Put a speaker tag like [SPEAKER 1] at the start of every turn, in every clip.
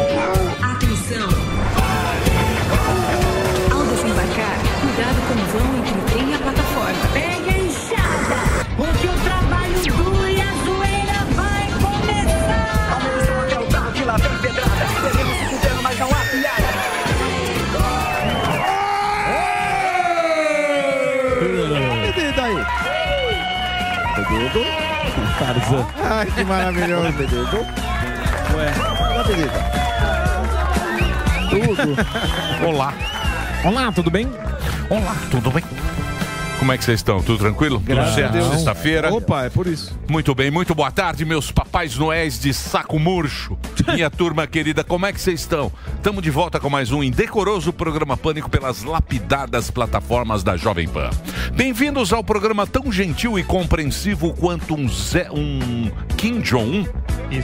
[SPEAKER 1] Atenção! Ao desembarcar, cuidado com o vão entre o trem e a plataforma.
[SPEAKER 2] Pega a enxada, porque o trabalho duro e a zoeira vai começar.
[SPEAKER 3] A munição até é o carro que lá vem pedrada. Teremos se fudendo, mas não há piada.
[SPEAKER 4] Ai, que maravilhoso.
[SPEAKER 5] Olá.
[SPEAKER 4] Olá, tudo bem?
[SPEAKER 5] Olá, tudo bem? Como é que vocês estão? Tudo tranquilo? Tudo certo? Sexta-feira?
[SPEAKER 4] Opa, é por isso.
[SPEAKER 5] Muito bem, muito boa tarde, meus papais noéis de saco murcho. Minha turma querida, como é que vocês estão? Estamos de volta com mais um indecoroso programa Pânico pelas lapidadas plataformas da Jovem Pan. Bem-vindos ao programa tão gentil e compreensivo quanto um, Zé, um Kim Jong-un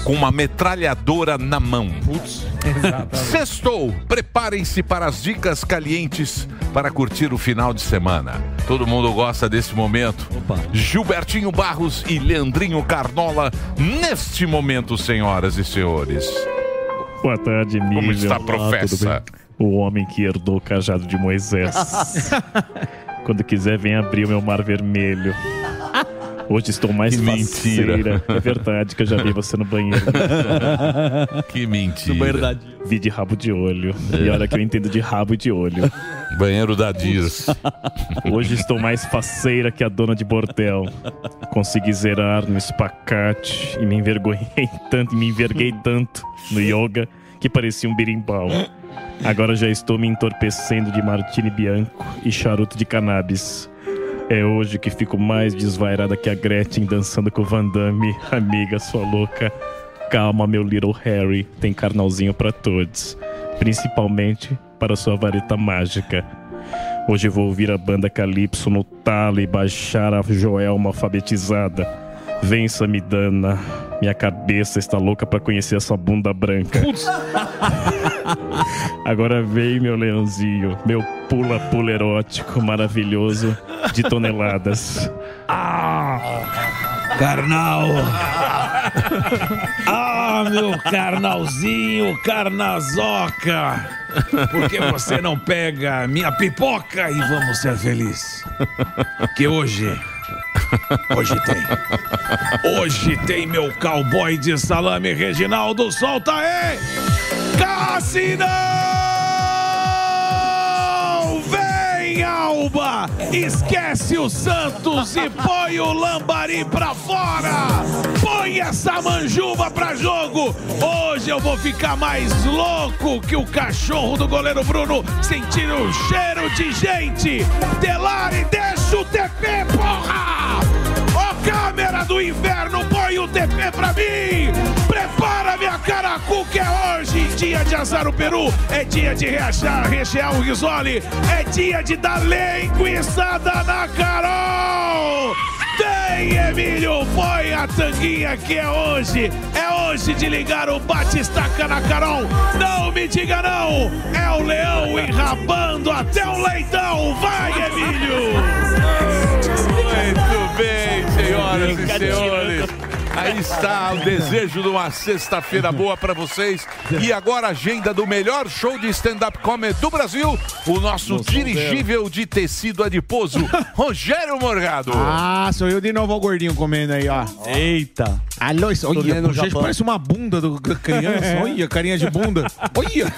[SPEAKER 5] com uma metralhadora na mão. Sextou! Preparem-se para as dicas calientes para curtir o final de semana. Todo mundo gosta desse momento. Gilbertinho Barros e Leandrinho Carnola, neste momento, senhoras e senhores.
[SPEAKER 6] Boa tarde, Miriam.
[SPEAKER 5] Como está,
[SPEAKER 6] Olá,
[SPEAKER 5] professa?
[SPEAKER 6] tudo bem? O homem que herdou o cajado de Moisés. Quando quiser, vem abrir o meu mar vermelho. Hoje estou mais
[SPEAKER 5] Que mentira.
[SPEAKER 6] faceira. É verdade que eu já vi você no banheiro.
[SPEAKER 5] Que mentira. É.
[SPEAKER 6] Vi de rabo de olho. E olha que eu entendo de rabo e de olho.
[SPEAKER 5] Banheiro da Dias.
[SPEAKER 6] Hoje estou mais faceira que a dona de bordel. Consegui zerar no espacate e me envergonhei tanto, me enverguei tanto no yoga que parecia um birimbau. Agora já estou me entorpecendo de martini bianco e charuto de cannabis. É hoje que fico mais desvairada que a Gretchen dançando com o Van Damme, amiga sua louca. Calma, meu little Harry, tem carnalzinho pra todos, principalmente para sua vareta mágica. Hoje vou ouvir a banda Calypso no talo e baixar a Joelma alfabetizada. Vença, me dana. Minha cabeça está louca pra conhecer essa bunda branca. Agora vem, meu leãozinho, meu pula-pula erótico maravilhoso de toneladas.
[SPEAKER 4] Carnal. Ah, meu carnalzinho, carnazoca. Por que você não pega a minha pipoca e vamos ser felizes? Que hoje... Hoje tem. Hoje tem meu cowboy de salame, Reginaldo. Solta aí! Cassinão! Vem, Alba! Esquece o Santos e põe o Lambari pra fora! Põe essa manjuba pra jogo! Hoje eu vou ficar mais louco que o cachorro do goleiro Bruno sentir o cheiro de gente! Delari, deixa o TP, porra! Ó câmera do inverno, põe o TP pra mim! Prepara minha caracu que é hoje! Dia de assar o peru, é dia de reachar, rechear o risole, é dia de dar linguiçada na Carol! Tem, Emílio, põe a tanguinha que é hoje! É hoje de ligar o batistaca na Carol! Não me diga não! É o leão enrabando até o leitão! Vai, Emílio!
[SPEAKER 5] Muito bem, senhoras e senhores. Aí está o desejo de uma sexta-feira boa para vocês. E agora a agenda do melhor show de stand-up comedy do Brasil, o nosso dirigível de tecido adiposo, Rogério Morgado.
[SPEAKER 4] Ah, sou eu de novo o gordinho comendo aí, ó.
[SPEAKER 7] Eita!
[SPEAKER 4] Alô, isso, olha,
[SPEAKER 7] vendo no
[SPEAKER 4] puxa, isso
[SPEAKER 7] Japão.
[SPEAKER 4] parece uma bunda do da criança. Olha, carinha de bunda. Olha!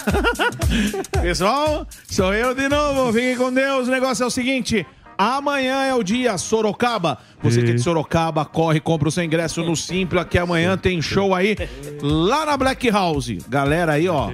[SPEAKER 4] Pessoal, sou eu de novo. Fiquem com Deus. O negócio é o seguinte. Amanhã é o dia Sorocaba. Você que é de Sorocaba, corre, compra o seu ingresso no Simpla, que amanhã tem show aí lá na Black House. Galera aí, ó.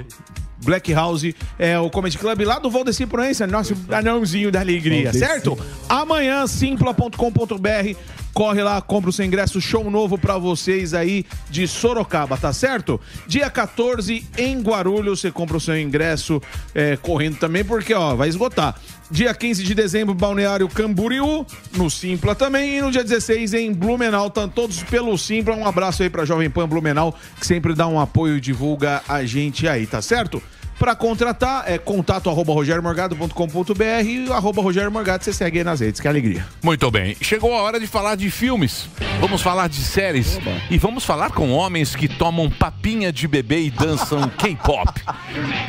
[SPEAKER 8] Black House é o Comedy Club lá do Valdeci Proença, nosso anãozinho da alegria,
[SPEAKER 7] Valdeci.
[SPEAKER 8] certo? Amanhã, simpla.com.br. Corre lá, compra o seu ingresso, show novo pra vocês aí de Sorocaba, tá certo? Dia 14 em Guarulhos, você compra o seu ingresso é, correndo também, porque ó, vai esgotar. Dia 15 de dezembro, Balneário Camboriú, no Simpla também. E no dia 16 em Blumenau, estão todos pelo Simpla. Um abraço aí pra Jovem Pan Blumenau, que sempre dá um apoio e divulga a gente aí, tá certo? Para contratar é contato arroba rogeriomorgado.com.br e arroba Rogério Morgado, você segue aí nas redes, que alegria.
[SPEAKER 5] Muito bem, chegou a hora de falar de filmes. Vamos falar de séries e vamos falar com homens que tomam papinha de bebê e dançam K-pop.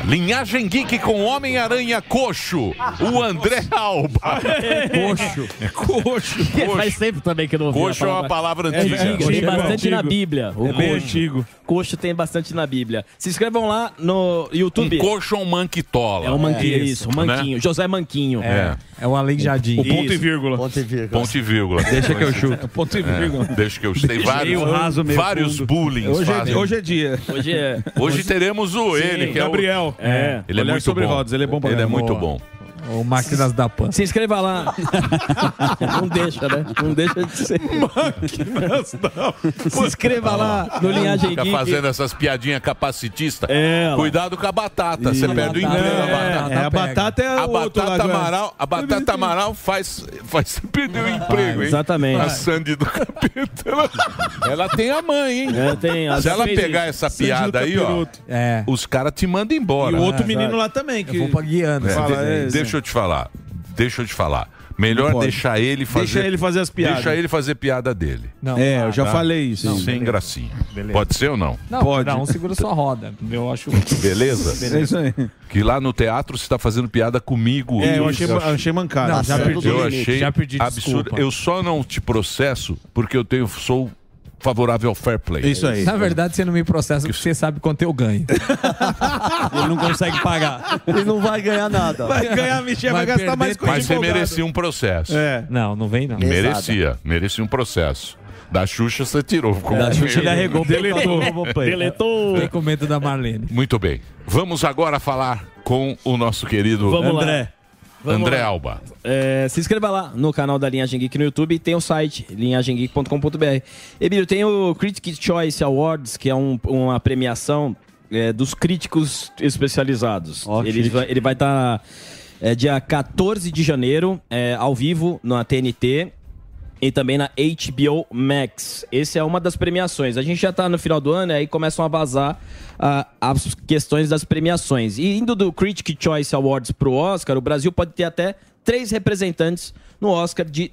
[SPEAKER 5] Linhagem Geek com Homem-Aranha Coxo, o André Alba. É
[SPEAKER 7] Coxo.
[SPEAKER 8] Coxo.
[SPEAKER 7] Faz tempo também que eu não ouvi.
[SPEAKER 5] Coxo é uma palavra antiga. É
[SPEAKER 7] Tem bastante
[SPEAKER 2] antigo.
[SPEAKER 7] na Bíblia. O
[SPEAKER 2] bem
[SPEAKER 7] coxo.
[SPEAKER 2] antigo.
[SPEAKER 7] Coxo tem bastante na Bíblia. Se inscrevam lá no
[SPEAKER 5] Um
[SPEAKER 7] YouTube.
[SPEAKER 5] coxo é um manquitola. né?
[SPEAKER 7] É o Manquinho,
[SPEAKER 9] É
[SPEAKER 7] isso. o Manquinho. José Manquinho.
[SPEAKER 5] É.
[SPEAKER 9] É um aleijadinho.
[SPEAKER 2] O ponto e
[SPEAKER 7] Isso.
[SPEAKER 2] vírgula.
[SPEAKER 9] Ponto e vírgula.
[SPEAKER 5] Ponto e vírgula.
[SPEAKER 9] Deixa que eu chuto.
[SPEAKER 8] Ponto e vírgula.
[SPEAKER 5] É. Deixa que eu sei. Vários,
[SPEAKER 2] meio raso, meio
[SPEAKER 5] vários
[SPEAKER 2] fundo.
[SPEAKER 5] bullings
[SPEAKER 8] Hoje,
[SPEAKER 5] fazem.
[SPEAKER 8] é,
[SPEAKER 5] Hoje,
[SPEAKER 8] hoje é dia.
[SPEAKER 7] Hoje é.
[SPEAKER 5] teremos o ele, que é o...
[SPEAKER 8] Gabriel.
[SPEAKER 7] É.
[SPEAKER 5] Ele é
[SPEAKER 8] Olhar
[SPEAKER 5] muito
[SPEAKER 8] sobre
[SPEAKER 5] bom.
[SPEAKER 8] rodas, ele é bom pra
[SPEAKER 5] Ele é
[SPEAKER 8] caramba.
[SPEAKER 5] muito
[SPEAKER 8] Boa.
[SPEAKER 5] bom.
[SPEAKER 9] O Máquinas da Pan.
[SPEAKER 7] Se inscreva lá. Não deixa, né? Não deixa de ser. Se inscreva lá no Linhagem
[SPEAKER 5] Fica
[SPEAKER 7] Geek.
[SPEAKER 5] fazendo essas piadinhas capacitistas.
[SPEAKER 7] É, lá.
[SPEAKER 5] Cuidado com a batata. Você perde o
[SPEAKER 9] batata.
[SPEAKER 5] emprego da
[SPEAKER 9] É,
[SPEAKER 5] batata.
[SPEAKER 8] É, a
[SPEAKER 9] Pega.
[SPEAKER 8] batata é
[SPEAKER 5] A
[SPEAKER 8] o outro
[SPEAKER 5] batata
[SPEAKER 8] lado, é.
[SPEAKER 5] amaral, a batata amaral faz, faz você perder o emprego, hein?
[SPEAKER 7] exatamente.
[SPEAKER 5] A Sandy do
[SPEAKER 8] É,
[SPEAKER 5] capeta. Ela, ela tem a mãe, hein?
[SPEAKER 7] É, tem as
[SPEAKER 5] Se ela
[SPEAKER 7] três-
[SPEAKER 5] pegar essa
[SPEAKER 8] Sandy do
[SPEAKER 5] piada aí, ó,
[SPEAKER 8] Capiroto.
[SPEAKER 9] É.
[SPEAKER 5] os caras te mandam embora.
[SPEAKER 8] E o
[SPEAKER 5] É,
[SPEAKER 10] É,
[SPEAKER 8] outro menino lá também. Que...
[SPEAKER 9] Eu vou pra Guiana. se
[SPEAKER 8] Fala,
[SPEAKER 9] fizer
[SPEAKER 8] é,
[SPEAKER 9] isso.
[SPEAKER 5] Deixa eu te falar. Deixa eu te falar. Melhor
[SPEAKER 8] pode.
[SPEAKER 5] deixar ele fazer.
[SPEAKER 8] Deixa ele fazer as piadas.
[SPEAKER 5] Deixa ele fazer piada dele. Tá?
[SPEAKER 9] Não.
[SPEAKER 8] É, eu já falei isso.
[SPEAKER 5] sem gracinha. Pode ser ou não?
[SPEAKER 9] Não,
[SPEAKER 8] Pode.
[SPEAKER 9] Não, um segura sua roda. Eu acho.
[SPEAKER 5] Beleza?
[SPEAKER 8] É isso aí.
[SPEAKER 5] Que lá no teatro você tá fazendo piada comigo.
[SPEAKER 8] É, eu achei, achei mancado.
[SPEAKER 9] Não,
[SPEAKER 8] já
[SPEAKER 9] certo.
[SPEAKER 8] perdi.
[SPEAKER 5] Eu
[SPEAKER 9] do limite.
[SPEAKER 5] achei
[SPEAKER 9] Já pedi
[SPEAKER 5] absurdo.
[SPEAKER 9] desculpa.
[SPEAKER 5] Eu só não te processo porque eu tenho, sou favorável ao fair play.
[SPEAKER 8] Isso aí.
[SPEAKER 9] Na verdade, você não me processa porque você sabe quanto eu ganho.
[SPEAKER 7] Ele não consegue pagar.
[SPEAKER 9] Ele não vai ganhar nada.
[SPEAKER 8] Vai ganhar, Michel, vai,
[SPEAKER 9] Vai
[SPEAKER 8] gastar
[SPEAKER 9] perder
[SPEAKER 8] mais
[SPEAKER 9] tempo.
[SPEAKER 8] coisa
[SPEAKER 5] Mas você
[SPEAKER 8] empolgada.
[SPEAKER 5] merecia um processo.
[SPEAKER 8] É.
[SPEAKER 9] Não, não vem não.
[SPEAKER 5] Merecia. Merecia um processo. Da Xuxa você tirou. ficou com medo.
[SPEAKER 9] arregou. Deletou.
[SPEAKER 2] Deletou.
[SPEAKER 9] Fiquei com medo da Marlene.
[SPEAKER 5] Muito bem. Vamos agora falar com o nosso querido
[SPEAKER 7] Vamos lá. vamos
[SPEAKER 5] André
[SPEAKER 7] lá.
[SPEAKER 5] Alba.
[SPEAKER 7] É, se inscreva lá no canal da Linhagem Geek no YouTube e tem o site linhagemgeek.com.br. Emílio, tem o Critic Choice Awards, que é um- uma premiação é, dos críticos especializados. Eles vai- ele vai estar dia 14 de janeiro, é, ao vivo, na TNT. E também na HBO Max. Essa é uma das premiações. A gente já tá no final do ano e aí começam a vazar ah, as questões das premiações. E indo do Critic Choice Awards pro Oscar, o Brasil pode ter até três representantes no Oscar de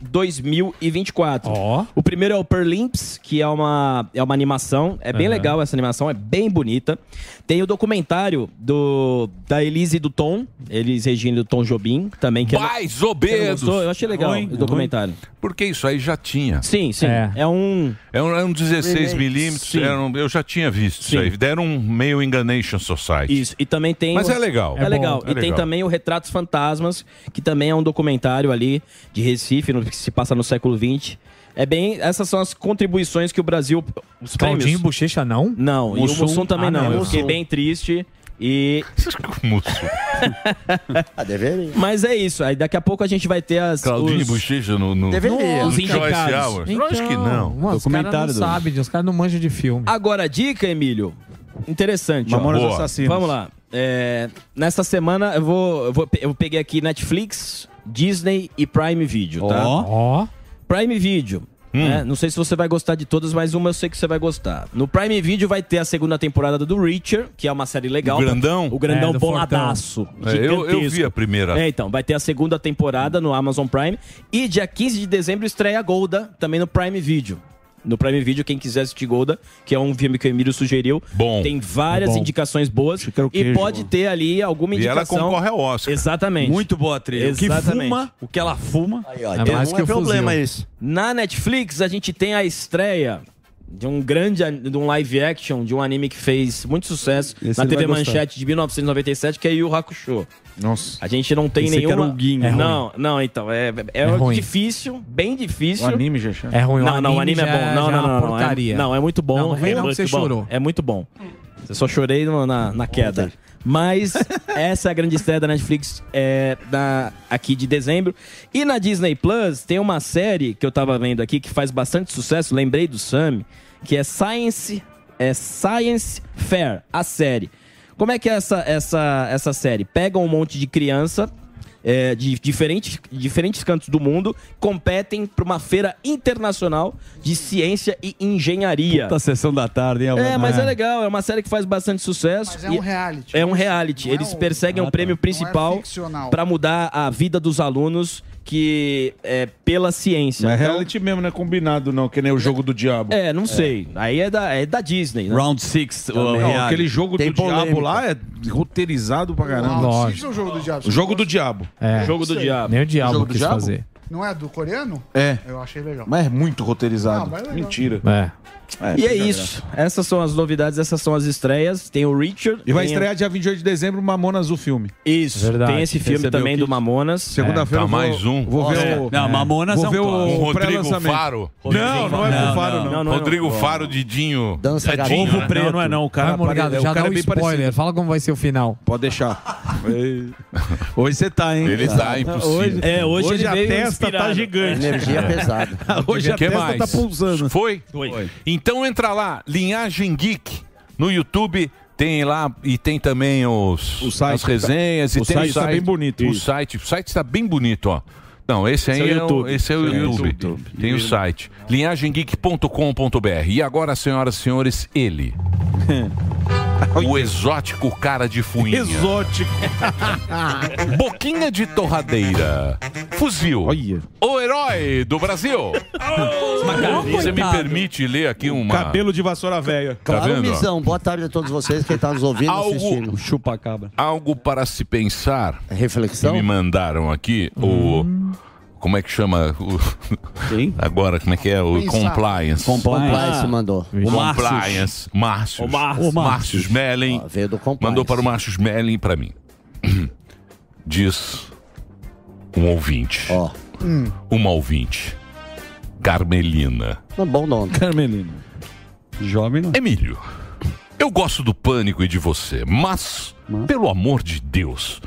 [SPEAKER 7] 2024.
[SPEAKER 9] Ó.
[SPEAKER 7] O primeiro é o Perlimps, que é uma, é uma animação. É bem legal essa animação, é bem bonita. Tem o documentário do, da Elise e do Tom, Elis Regina e do Tom Jobim, também. Que é-
[SPEAKER 5] Pais
[SPEAKER 7] Você não
[SPEAKER 5] obedos.
[SPEAKER 7] gostou? Eu achei legal
[SPEAKER 9] Ruim,
[SPEAKER 7] o documentário.
[SPEAKER 5] é Porque isso aí já tinha.
[SPEAKER 7] Sim, sim.
[SPEAKER 9] É.
[SPEAKER 7] É, um.
[SPEAKER 5] É um, é um 16 milímetros.
[SPEAKER 7] Sim.
[SPEAKER 5] era um- eu já tinha visto isso
[SPEAKER 7] Sim.
[SPEAKER 5] aí. Deram um meio Enganation Society.
[SPEAKER 7] Isso. E também tem.
[SPEAKER 5] Mas
[SPEAKER 7] o-
[SPEAKER 5] é legal.
[SPEAKER 7] É,
[SPEAKER 5] É
[SPEAKER 7] legal.
[SPEAKER 5] bom,
[SPEAKER 7] E
[SPEAKER 5] é
[SPEAKER 7] tem
[SPEAKER 5] legal.
[SPEAKER 7] também o Retratos Fantasmas, que também é um documentário ali de Recife, no- que se passa no século XX. É bem. Essas são as contribuições que o Brasil. Os
[SPEAKER 9] Claudinho
[SPEAKER 7] prêmios.
[SPEAKER 9] Bochecha não?
[SPEAKER 7] Não, e o
[SPEAKER 9] Mussum?
[SPEAKER 7] Mussum também
[SPEAKER 9] Ah,
[SPEAKER 7] não.
[SPEAKER 9] não,
[SPEAKER 7] Eu
[SPEAKER 9] Mussum.
[SPEAKER 7] fiquei bem triste. E.
[SPEAKER 5] Como
[SPEAKER 11] Ah, deveria.
[SPEAKER 7] Mas é isso. Aí daqui a pouco a gente vai ter as.
[SPEAKER 5] Claudinho
[SPEAKER 7] os-
[SPEAKER 5] Bochecha no, no, no
[SPEAKER 11] Deveria.
[SPEAKER 7] Os
[SPEAKER 5] Choice
[SPEAKER 7] indicados.
[SPEAKER 5] Hour. Lógico que não.
[SPEAKER 9] Mano, Então, os caras não
[SPEAKER 8] Documentário do-
[SPEAKER 9] sabem, os caras não manjam de filme.
[SPEAKER 7] Agora, a dica, Emílio. Interessante. ó.
[SPEAKER 8] Mamonas
[SPEAKER 5] Boa.
[SPEAKER 8] assassinas.
[SPEAKER 7] Vamos lá. É, nesta semana eu vou, eu vou. pe- Eu peguei aqui Netflix, Disney e Prime Video, tá?
[SPEAKER 8] Ó.
[SPEAKER 9] Ó.
[SPEAKER 7] Prime Video.
[SPEAKER 5] Hum.
[SPEAKER 7] né? Não sei se você vai gostar de todas, mas uma eu sei que você vai gostar. No Prime Video vai ter a segunda temporada do Reacher, que é uma série legal.
[SPEAKER 5] O grandão?
[SPEAKER 7] O grandão
[SPEAKER 9] É, do
[SPEAKER 7] boladaço.
[SPEAKER 5] É, eu, eu
[SPEAKER 7] gigantesco.
[SPEAKER 5] vi a primeira.
[SPEAKER 7] É, então, vai ter a segunda temporada no Amazon Prime. E dia 15 de dezembro estreia a Golda, também no Prime Video. No Prime Video, quem quiser assistir Golda, que é um filme que o Emílio sugeriu,
[SPEAKER 5] Bom.
[SPEAKER 7] tem várias
[SPEAKER 8] Tá
[SPEAKER 9] Bom.
[SPEAKER 7] indicações boas.
[SPEAKER 8] que era é o
[SPEAKER 7] e
[SPEAKER 8] queijo.
[SPEAKER 7] pode ter ali alguma
[SPEAKER 5] e ela
[SPEAKER 7] indicação.
[SPEAKER 5] concorre ao Oscar.
[SPEAKER 7] Exatamente.
[SPEAKER 9] boa
[SPEAKER 7] O que Exatamente. fuma,
[SPEAKER 9] o que ela fuma.
[SPEAKER 11] Aí, ó,
[SPEAKER 9] É
[SPEAKER 11] tem-
[SPEAKER 9] mais
[SPEAKER 11] não
[SPEAKER 9] que
[SPEAKER 11] é
[SPEAKER 9] o
[SPEAKER 11] problema
[SPEAKER 9] fuzil.
[SPEAKER 11] isso.
[SPEAKER 7] Na Netflix, a gente tem a estreia de um grande an- de um live action de um anime que fez muito sucesso
[SPEAKER 8] Esse
[SPEAKER 7] na
[SPEAKER 8] ele
[SPEAKER 7] TV
[SPEAKER 8] vai gostar.
[SPEAKER 7] Manchete de 1997, que é Yu Hakusho.
[SPEAKER 8] Nossa.
[SPEAKER 7] A gente não tem
[SPEAKER 8] Pensei que
[SPEAKER 7] nenhuma.
[SPEAKER 8] era o Guinho. É ruim.
[SPEAKER 7] não, não, então. É, é,
[SPEAKER 9] ruim.
[SPEAKER 7] difícil, bem difícil.
[SPEAKER 8] O anime, Jexan.
[SPEAKER 9] É ruim.
[SPEAKER 7] Não, não, o anime é
[SPEAKER 9] já-
[SPEAKER 7] bom. Não,
[SPEAKER 9] já
[SPEAKER 7] não,
[SPEAKER 9] uma
[SPEAKER 7] não, não. É,
[SPEAKER 9] porcaria.
[SPEAKER 7] não, é muito bom.
[SPEAKER 9] Não, não vem
[SPEAKER 7] é
[SPEAKER 9] não que
[SPEAKER 7] muito
[SPEAKER 9] você
[SPEAKER 7] bom.
[SPEAKER 9] chorou.
[SPEAKER 7] É muito bom. Eu só chorei no- na, na queda. Mas essa é a grande estreia da Netflix é, da, aqui de dezembro. E na Disney Plus tem uma série que eu tava vendo aqui que faz bastante sucesso, lembrei do Sam, que é Science, é Science Fair, a série. Como é que é essa, essa, essa série? Pega um monte de criança é, de diferentes, diferentes cantos do mundo competem para uma feira internacional de ciência e engenharia.
[SPEAKER 8] Puta sessão da tarde, hein,
[SPEAKER 7] É,
[SPEAKER 8] Almanac?
[SPEAKER 7] mas é legal, é uma série que faz bastante sucesso.
[SPEAKER 12] Mas é um
[SPEAKER 7] E-
[SPEAKER 12] reality.
[SPEAKER 7] É um reality.
[SPEAKER 12] Não é
[SPEAKER 7] Eles
[SPEAKER 12] um-
[SPEAKER 7] perseguem
[SPEAKER 12] Ah,
[SPEAKER 7] o
[SPEAKER 12] tá.
[SPEAKER 7] prêmio
[SPEAKER 12] Não é
[SPEAKER 7] principal
[SPEAKER 12] ficcional.
[SPEAKER 7] para mudar a vida dos alunos que é pela ciência.
[SPEAKER 10] Mas é
[SPEAKER 7] Então-
[SPEAKER 10] reality mesmo, não é combinado, não, que nem o jogo do diabo.
[SPEAKER 7] É, não sei. Aí é da, é da Disney. Né?
[SPEAKER 10] Round
[SPEAKER 8] six,
[SPEAKER 10] o Não, reality. aquele jogo do diabo lá é roteirizado pra caramba.
[SPEAKER 12] Round six é o jogo do diabo.
[SPEAKER 10] O jogo do diabo.
[SPEAKER 12] É. Sei.
[SPEAKER 9] Nem o diabo
[SPEAKER 10] Jogo do
[SPEAKER 9] quis
[SPEAKER 10] diabo?
[SPEAKER 9] fazer.
[SPEAKER 12] Não é do coreano?
[SPEAKER 10] É.
[SPEAKER 12] Eu achei legal.
[SPEAKER 10] Mas é muito roteirizado.
[SPEAKER 12] Ah, mas é legal.
[SPEAKER 10] Mentira.
[SPEAKER 9] É.
[SPEAKER 7] e é isso. Essas são as novidades, essas são as estreias. Tem o Richard.
[SPEAKER 10] E vai
[SPEAKER 7] tem-
[SPEAKER 10] estrear dia 28 de dezembro Mamonas, o filme.
[SPEAKER 7] Isso.
[SPEAKER 10] Verdade.
[SPEAKER 7] Tem esse filme
[SPEAKER 10] Recebeu
[SPEAKER 7] também
[SPEAKER 10] o
[SPEAKER 7] do
[SPEAKER 10] kit.
[SPEAKER 7] Mamonas. É,
[SPEAKER 10] Segunda-feira
[SPEAKER 5] Tá
[SPEAKER 10] eu vou-
[SPEAKER 5] mais um.
[SPEAKER 10] Vou ver
[SPEAKER 5] É.
[SPEAKER 10] o.
[SPEAKER 5] Não, Mamonas
[SPEAKER 10] vou
[SPEAKER 5] é um
[SPEAKER 10] ver
[SPEAKER 5] clássico.
[SPEAKER 10] o
[SPEAKER 5] Com Rodrigo
[SPEAKER 10] pré-lançamento.
[SPEAKER 5] Faro.
[SPEAKER 10] Não, não é pro Faro, não.
[SPEAKER 5] Rodrigo Faro, Didinho.
[SPEAKER 9] Dança
[SPEAKER 5] Edinho,
[SPEAKER 9] garoto.
[SPEAKER 5] né?
[SPEAKER 9] Não, não é não. O cara,
[SPEAKER 10] pare-
[SPEAKER 9] já
[SPEAKER 10] o cara
[SPEAKER 9] dá
[SPEAKER 10] é
[SPEAKER 9] um
[SPEAKER 10] bem
[SPEAKER 9] spoiler.
[SPEAKER 10] parecido.
[SPEAKER 9] Fala como vai ser o final.
[SPEAKER 10] Pode deixar. Hoje você tá, hein?
[SPEAKER 9] Ele tá, impossível. É, hoje ele
[SPEAKER 10] a
[SPEAKER 9] veio
[SPEAKER 10] testa tá
[SPEAKER 9] inspirado.
[SPEAKER 10] gigante. É.
[SPEAKER 9] Energia é pesada.
[SPEAKER 10] hoje a
[SPEAKER 5] Que
[SPEAKER 10] testa
[SPEAKER 5] mais?
[SPEAKER 10] tá pulsando.
[SPEAKER 5] Foi? Foi. Então entra lá, Linhagem Geek, no YouTube. Tem lá e tem também os,
[SPEAKER 10] site
[SPEAKER 5] as resenhas. e
[SPEAKER 10] tá- o
[SPEAKER 5] tem
[SPEAKER 10] site tá bem bonito,
[SPEAKER 5] O
[SPEAKER 10] isso.
[SPEAKER 5] site, o site está bem bonito, ó. Não, esse aí
[SPEAKER 10] Esse é o
[SPEAKER 5] é o,
[SPEAKER 10] YouTube.
[SPEAKER 5] esse é o
[SPEAKER 10] Esse é o
[SPEAKER 5] YouTube.
[SPEAKER 10] YouTube.
[SPEAKER 5] Tem o
[SPEAKER 10] Primeiro.
[SPEAKER 5] site. linhagemgeek.com.br. E agora, senhoras e senhores, ele. o exótico cara de fuinha.
[SPEAKER 10] Exótico.
[SPEAKER 5] Boquinha de torradeira. Fuzil. O herói do Brasil. Você me
[SPEAKER 13] coitado.
[SPEAKER 5] permite ler aqui uma.
[SPEAKER 10] Cabelo de vassoura velha.
[SPEAKER 5] Tá
[SPEAKER 13] Claro,
[SPEAKER 5] vendo, ó?
[SPEAKER 13] Mizão. Boa tarde a todos vocês que estão nos ouvindo
[SPEAKER 5] Algo-
[SPEAKER 13] assistindo.
[SPEAKER 10] Chupa cabra.
[SPEAKER 5] Algo para se pensar.
[SPEAKER 13] Reflexão?
[SPEAKER 5] Que me mandaram aqui o. Como é que chama? O... Agora, como é que é? O
[SPEAKER 13] Pensar.
[SPEAKER 5] compliance.
[SPEAKER 13] Compliance mandou.
[SPEAKER 5] O compliance. Ah. Márcio.
[SPEAKER 13] Márcios.
[SPEAKER 5] Márcio. Márcio Smelling. Mandou para o Márcio Smelling e para mim. Diz um ouvinte. Uma ouvinte. Carmelina.
[SPEAKER 13] Um bom nome.
[SPEAKER 10] Carmelino. Jovem não.
[SPEAKER 5] Emílio, eu gosto do pânico e de você, mas, pelo amor de Deus,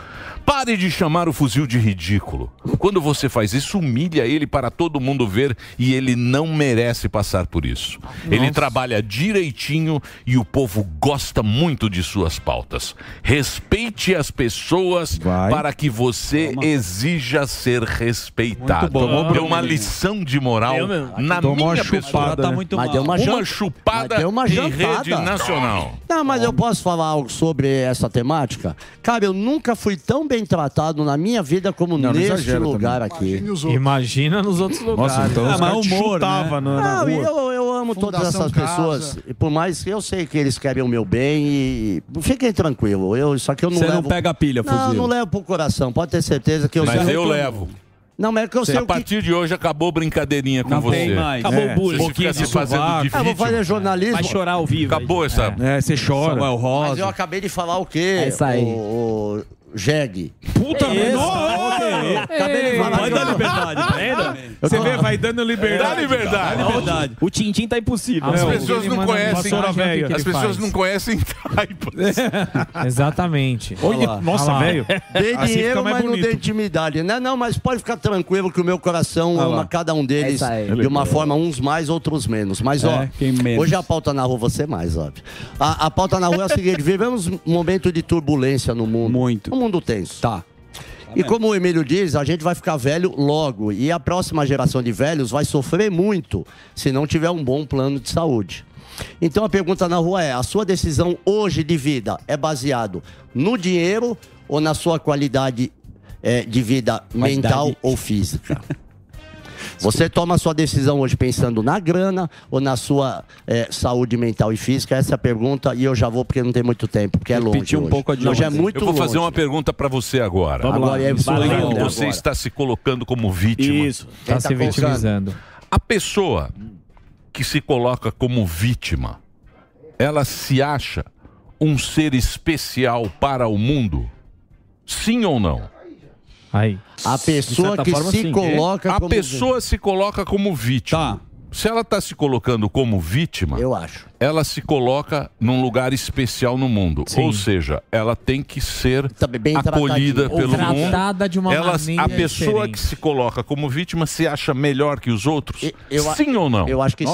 [SPEAKER 5] pare de chamar o fuzil de ridículo. Quando você faz isso, humilha ele para todo mundo ver e ele não merece passar por isso. Ele trabalha direitinho e o povo gosta muito de suas pautas. Respeite as pessoas para que você exija ser respeitado.
[SPEAKER 10] Muito bom. Tomou
[SPEAKER 5] Deu uma
[SPEAKER 10] bronca.
[SPEAKER 5] lição de moral
[SPEAKER 10] Deu mesmo.
[SPEAKER 5] na
[SPEAKER 10] Tomou uma
[SPEAKER 5] minha
[SPEAKER 10] chupada,
[SPEAKER 5] pessoa. tá
[SPEAKER 13] tá
[SPEAKER 10] né? Mas deu uma
[SPEAKER 13] jan-
[SPEAKER 5] chupada
[SPEAKER 13] mas deu uma
[SPEAKER 5] de
[SPEAKER 13] jantada.
[SPEAKER 5] rede nacional.
[SPEAKER 13] Não, mas eu posso falar algo sobre essa temática? Cara, eu nunca fui tão bem tratado na minha vida como
[SPEAKER 9] não
[SPEAKER 13] neste
[SPEAKER 9] exagera
[SPEAKER 13] lugar
[SPEAKER 9] também.
[SPEAKER 13] aqui.
[SPEAKER 9] Imagina nos outros lugares.
[SPEAKER 13] Ah, mas humor,
[SPEAKER 9] chutava
[SPEAKER 13] né? Não, e eu, eu amo todas essas pessoas. E por mais que eu sei que eles querem o meu bem e. Fiquem tranquilo. Eu, isso aqui eu não
[SPEAKER 8] Você não
[SPEAKER 13] levo.
[SPEAKER 8] pega pilha,
[SPEAKER 13] Não,
[SPEAKER 8] fuzil.
[SPEAKER 13] não levo pro coração. Pode ter certeza que eu
[SPEAKER 5] Mas
[SPEAKER 13] sei-
[SPEAKER 5] eu levo.
[SPEAKER 13] Não, mas é que eu sei
[SPEAKER 5] a
[SPEAKER 13] o que.
[SPEAKER 5] partir de hoje acabou a brincadeirinha com
[SPEAKER 8] Acabou
[SPEAKER 5] você.
[SPEAKER 8] mais. Acabou o bullying.
[SPEAKER 5] Você fica
[SPEAKER 8] Boquinha
[SPEAKER 5] se
[SPEAKER 8] de
[SPEAKER 5] fazendo
[SPEAKER 8] sovaco.
[SPEAKER 5] de
[SPEAKER 13] Ah, vou
[SPEAKER 5] vítima.
[SPEAKER 13] fazer jornalismo.
[SPEAKER 7] ao vivo.
[SPEAKER 5] Acabou essa.
[SPEAKER 10] É, você chora. Samuel Rosa.
[SPEAKER 13] Mas eu acabei de falar o quê?
[SPEAKER 10] É isso aí.
[SPEAKER 13] O, o Jeg.
[SPEAKER 10] Puta merda.
[SPEAKER 13] Acabei de falar. que eu-
[SPEAKER 10] Você vê, vai dando
[SPEAKER 5] Dá
[SPEAKER 13] É.
[SPEAKER 10] liberdade.
[SPEAKER 5] liberdade.
[SPEAKER 7] O Tintim tá impossível.
[SPEAKER 5] As
[SPEAKER 10] É, o-
[SPEAKER 5] pessoas
[SPEAKER 10] ele
[SPEAKER 5] não
[SPEAKER 10] manda
[SPEAKER 5] conhecem.
[SPEAKER 10] vassoura velha.
[SPEAKER 5] As
[SPEAKER 10] Que ele
[SPEAKER 5] pessoas
[SPEAKER 10] faz.
[SPEAKER 5] não conhecem taipas.
[SPEAKER 9] Exatamente.
[SPEAKER 13] Olha lá.
[SPEAKER 9] Nossa,
[SPEAKER 13] Olha lá.
[SPEAKER 9] velho.
[SPEAKER 13] Dei
[SPEAKER 9] Assim fica
[SPEAKER 13] dinheiro,
[SPEAKER 9] mais
[SPEAKER 13] mas não
[SPEAKER 9] bonito.
[SPEAKER 13] dei intimidade, né? Não, mas pode ficar tranquilo que o meu coração
[SPEAKER 9] Olha lá.
[SPEAKER 13] ama cada um
[SPEAKER 9] É
[SPEAKER 13] deles
[SPEAKER 9] isso aí.
[SPEAKER 13] de uma
[SPEAKER 9] Legal.
[SPEAKER 13] forma, uns mais, outros menos. Mas,
[SPEAKER 9] É,
[SPEAKER 13] ó,
[SPEAKER 9] quem menos.
[SPEAKER 13] hoje a pauta na rua, você mais, óbvio. A, a pauta na rua é a seguinte, vivemos um momento de turbulência no mundo. Muito. Um mundo tenso. Tá. E como o Emílio diz, a gente vai ficar velho logo. E a próxima geração de velhos vai sofrer muito se não tiver um bom plano de saúde. Então a pergunta na rua é: a sua decisão hoje de vida é baseado no dinheiro ou na sua qualidade eh, de vida mental ou física? Você toma a sua decisão hoje pensando na grana ou na sua eh, saúde mental e física? Essa é a pergunta e eu já vou porque não tem muito tempo, porque é longe.
[SPEAKER 5] Repetir um
[SPEAKER 13] hoje. Hoje é muito
[SPEAKER 5] Eu vou fazer
[SPEAKER 13] longe.
[SPEAKER 5] uma pergunta pra você agora.
[SPEAKER 13] Vamos lá. Agora é
[SPEAKER 5] Isso aí,
[SPEAKER 13] valendo.
[SPEAKER 5] Você
[SPEAKER 13] Agora.
[SPEAKER 5] está se colocando como vítima. Isso.
[SPEAKER 13] Tá Quem tá se colocando? vitimizando.
[SPEAKER 5] A pessoa que se coloca como vítima, ela se acha um ser especial para o mundo? Sim ou não?
[SPEAKER 9] Aí.
[SPEAKER 13] A pessoa que se coloca
[SPEAKER 5] A
[SPEAKER 13] como Tá.
[SPEAKER 5] pessoa se coloca como vítima. Se ela está se colocando como vítima, eu
[SPEAKER 13] acho.
[SPEAKER 5] Ela se coloca num lugar especial no mundo. Ou seja, ela tem que ser
[SPEAKER 13] Tá
[SPEAKER 5] acolhida
[SPEAKER 9] tratadinha. Ou
[SPEAKER 5] pelo mundo.
[SPEAKER 9] tratada de uma
[SPEAKER 5] ela,
[SPEAKER 9] maneira
[SPEAKER 5] a pessoa
[SPEAKER 9] diferente.
[SPEAKER 5] que se coloca como vítima se acha melhor que os outros? sim ou não?
[SPEAKER 13] Eu acho que sim.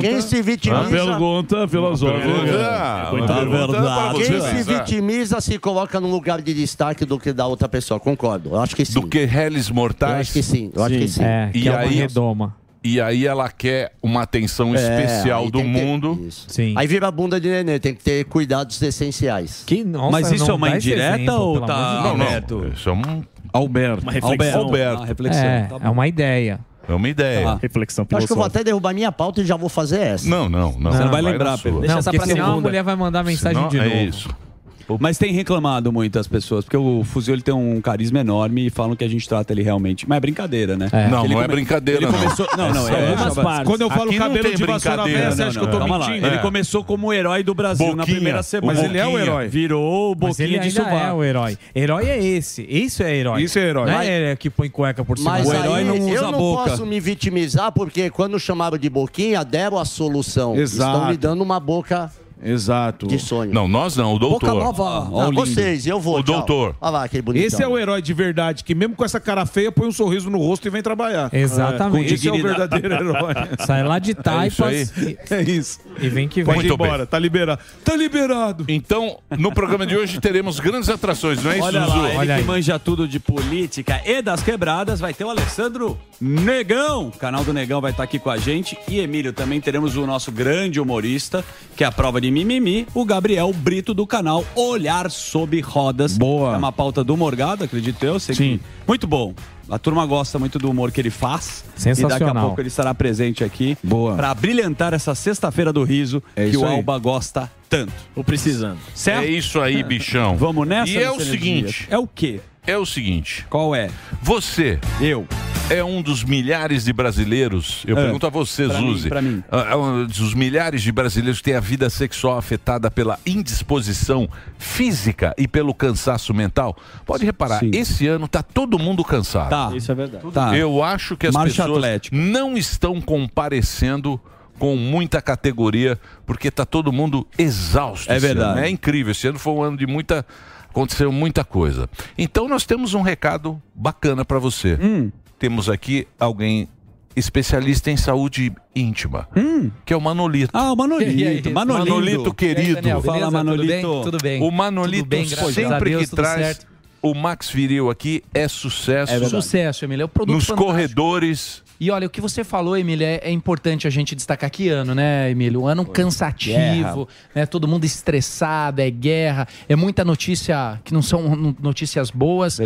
[SPEAKER 13] Quem se vitimiza...
[SPEAKER 5] é Uma pergunta filosófica.
[SPEAKER 10] Uma pergunta.
[SPEAKER 5] Ah,
[SPEAKER 10] Muita
[SPEAKER 5] uma pergunta pra você
[SPEAKER 13] Quem se
[SPEAKER 5] pensar.
[SPEAKER 13] vitimiza se coloca num lugar de destaque do que da outra pessoa. Concordo. Eu acho que sim. Do
[SPEAKER 5] que réis mortais?
[SPEAKER 13] Eu acho que sim. Eu acho que sim.
[SPEAKER 5] É, que E é uma aí- redoma. E aí ela quer uma
[SPEAKER 9] um
[SPEAKER 5] atenção especial
[SPEAKER 13] É, aí
[SPEAKER 5] do
[SPEAKER 13] tem que ter-
[SPEAKER 5] mundo.
[SPEAKER 9] Sim.
[SPEAKER 13] Aí vira a bunda de neném, tem que ter cuidados essenciais.
[SPEAKER 9] Que nossa, Mas isso não é uma dá esse indireta exemplo, ou pelo tá- amor de Deus.
[SPEAKER 5] Não, não.
[SPEAKER 9] Alberto?
[SPEAKER 5] Isso é um... Alberto.
[SPEAKER 9] Uma reflexão.
[SPEAKER 5] Alberto.
[SPEAKER 9] Uma reflexão. É, Tá bom. é uma ideia.
[SPEAKER 5] É uma ideia.
[SPEAKER 13] Tá.
[SPEAKER 5] Reflexão
[SPEAKER 13] Eu acho que eu vou até derrubar minha pauta e já vou fazer essa.
[SPEAKER 5] Não, não, não.
[SPEAKER 13] lembrar,
[SPEAKER 5] Pedro.
[SPEAKER 9] Não, porque senão a mulher vai mandar mensagem é de novo.
[SPEAKER 14] é Mas tem reclamado muito as pessoas, porque o Fuzil ele tem um carisma enorme e falam que a gente trata ele realmente. Mas é brincadeira, né?
[SPEAKER 5] É. Não,
[SPEAKER 14] Ele
[SPEAKER 5] não é
[SPEAKER 14] come-
[SPEAKER 5] brincadeira,
[SPEAKER 14] ele
[SPEAKER 5] não.
[SPEAKER 14] Começou... Não, não,
[SPEAKER 5] São
[SPEAKER 14] é.
[SPEAKER 5] algumas partes.
[SPEAKER 14] Quando eu falo
[SPEAKER 5] Aqui não
[SPEAKER 14] cabelo
[SPEAKER 5] tem
[SPEAKER 14] de vassoura
[SPEAKER 5] brincadeira,
[SPEAKER 14] velha, você acha que
[SPEAKER 5] não,
[SPEAKER 14] eu tô
[SPEAKER 5] não, não.
[SPEAKER 14] mentindo?
[SPEAKER 5] É.
[SPEAKER 14] Ele começou como o herói do Brasil na
[SPEAKER 5] Boquinha,
[SPEAKER 14] primeira
[SPEAKER 5] o
[SPEAKER 14] semana.
[SPEAKER 5] Mas ele é o Boquinha. herói.
[SPEAKER 14] Virou o
[SPEAKER 9] Mas ele
[SPEAKER 14] boquinha de
[SPEAKER 9] ainda
[SPEAKER 14] sovaco.
[SPEAKER 9] é o herói. Herói é esse. Isso é herói.
[SPEAKER 14] Isso é herói.
[SPEAKER 9] Não
[SPEAKER 14] Mas-
[SPEAKER 9] é que põe cueca por cima.
[SPEAKER 13] Mas
[SPEAKER 9] o
[SPEAKER 13] aí,
[SPEAKER 9] herói não usa
[SPEAKER 13] eu
[SPEAKER 9] a
[SPEAKER 13] não
[SPEAKER 9] boca.
[SPEAKER 13] posso me vitimizar porque quando chamaram de boquinha, deram a solução.
[SPEAKER 5] Exato.
[SPEAKER 13] Estão me dando uma boca
[SPEAKER 5] Exato.
[SPEAKER 13] de sonho.
[SPEAKER 5] Não, nós não, o doutor.
[SPEAKER 13] Boca nova.
[SPEAKER 5] Ah,
[SPEAKER 13] Não, vocês, eu vou.
[SPEAKER 5] O
[SPEAKER 13] tchau.
[SPEAKER 5] doutor.
[SPEAKER 13] Olha lá, aquele bonitão.
[SPEAKER 10] Esse é o herói de verdade, que mesmo com essa cara feia, põe um sorriso no rosto e vem trabalhar.
[SPEAKER 9] Exatamente.
[SPEAKER 10] Esse é o verdadeiro herói.
[SPEAKER 9] Sai lá de taipas.
[SPEAKER 10] É isso.
[SPEAKER 9] E vem que vem.
[SPEAKER 10] Pode ir embora, tá liberado. Tá liberado.
[SPEAKER 5] Então, no programa de hoje teremos grandes atrações, não é isso,
[SPEAKER 14] Olha
[SPEAKER 5] Zuzu?
[SPEAKER 14] lá, ele que manja tudo de política e das quebradas, vai ter o Alessandro Negão. O canal do Negão vai estar aqui com a gente. E, Emílio, também teremos o nosso grande humorista, que é a prova de mimimi, o Gabriel Brito, do canal Olhar Sob Rodas. Boa. É uma pauta do Morgado, acredito eu. Sei Sim. Muito bom. A turma gosta muito do humor que ele faz. E daqui a
[SPEAKER 9] Sensacional.
[SPEAKER 14] pouco ele estará presente aqui. Boa. Pra brilhantar essa sexta-feira do riso que
[SPEAKER 5] isso
[SPEAKER 14] o
[SPEAKER 5] aí.
[SPEAKER 14] Alba gosta tanto.
[SPEAKER 7] O precisando.
[SPEAKER 14] Certo?
[SPEAKER 5] É isso aí, bichão.
[SPEAKER 14] Vamos nessa,
[SPEAKER 5] E é o
[SPEAKER 14] Luciano
[SPEAKER 5] seguinte.
[SPEAKER 14] Dias? É o quê?
[SPEAKER 5] É o seguinte.
[SPEAKER 14] Qual é?
[SPEAKER 5] Você.
[SPEAKER 14] Eu.
[SPEAKER 5] É um dos milhares de brasileiros. Eu
[SPEAKER 14] Ah,
[SPEAKER 5] pergunto a você,
[SPEAKER 14] pra mim,
[SPEAKER 5] Zuzi.
[SPEAKER 14] pra mim.
[SPEAKER 5] É um dos milhares de brasileiros que tem a vida sexual afetada pela indisposição física e pelo cansaço mental. Pode reparar,
[SPEAKER 14] Sim.
[SPEAKER 5] esse ano tá todo mundo cansado.
[SPEAKER 14] Tá.
[SPEAKER 7] Isso é verdade.
[SPEAKER 14] Tá.
[SPEAKER 5] Eu acho que as
[SPEAKER 14] Marcha
[SPEAKER 5] pessoas
[SPEAKER 14] atlética.
[SPEAKER 5] não estão comparecendo com muita categoria, porque tá todo mundo exausto.
[SPEAKER 14] É
[SPEAKER 5] esse
[SPEAKER 14] verdade.
[SPEAKER 5] ano. É incrível. Esse ano foi um ano de muita. Aconteceu muita coisa. Então nós temos um recado bacana para você.
[SPEAKER 14] Hum.
[SPEAKER 5] Temos aqui alguém especialista em saúde íntima, que é o Manolito.
[SPEAKER 14] Hum. Ah, o Manolito.
[SPEAKER 5] E aí,
[SPEAKER 14] Manolito.
[SPEAKER 5] Manolito querido.
[SPEAKER 14] E aí, Daniel, Fala, beleza? Manolito. Tudo bem? Tudo bem?
[SPEAKER 5] O Manolito
[SPEAKER 14] Tudo bem, graças a
[SPEAKER 5] sempre
[SPEAKER 14] Deus,
[SPEAKER 5] que
[SPEAKER 14] tudo
[SPEAKER 5] traz
[SPEAKER 14] certo.
[SPEAKER 5] o Max Viril aqui é sucesso.
[SPEAKER 15] É verdade. Sucesso, Emílio. É um produto
[SPEAKER 5] Nos
[SPEAKER 15] fantástico.
[SPEAKER 5] corredores.
[SPEAKER 15] E olha, o que você falou, Emílio, é, é importante a gente destacar que ano, né, Emílio? Um ano
[SPEAKER 14] Guerra.
[SPEAKER 15] cansativo, né? Todo mundo estressado, é guerra, é muita notícia que não são no- notícias boas.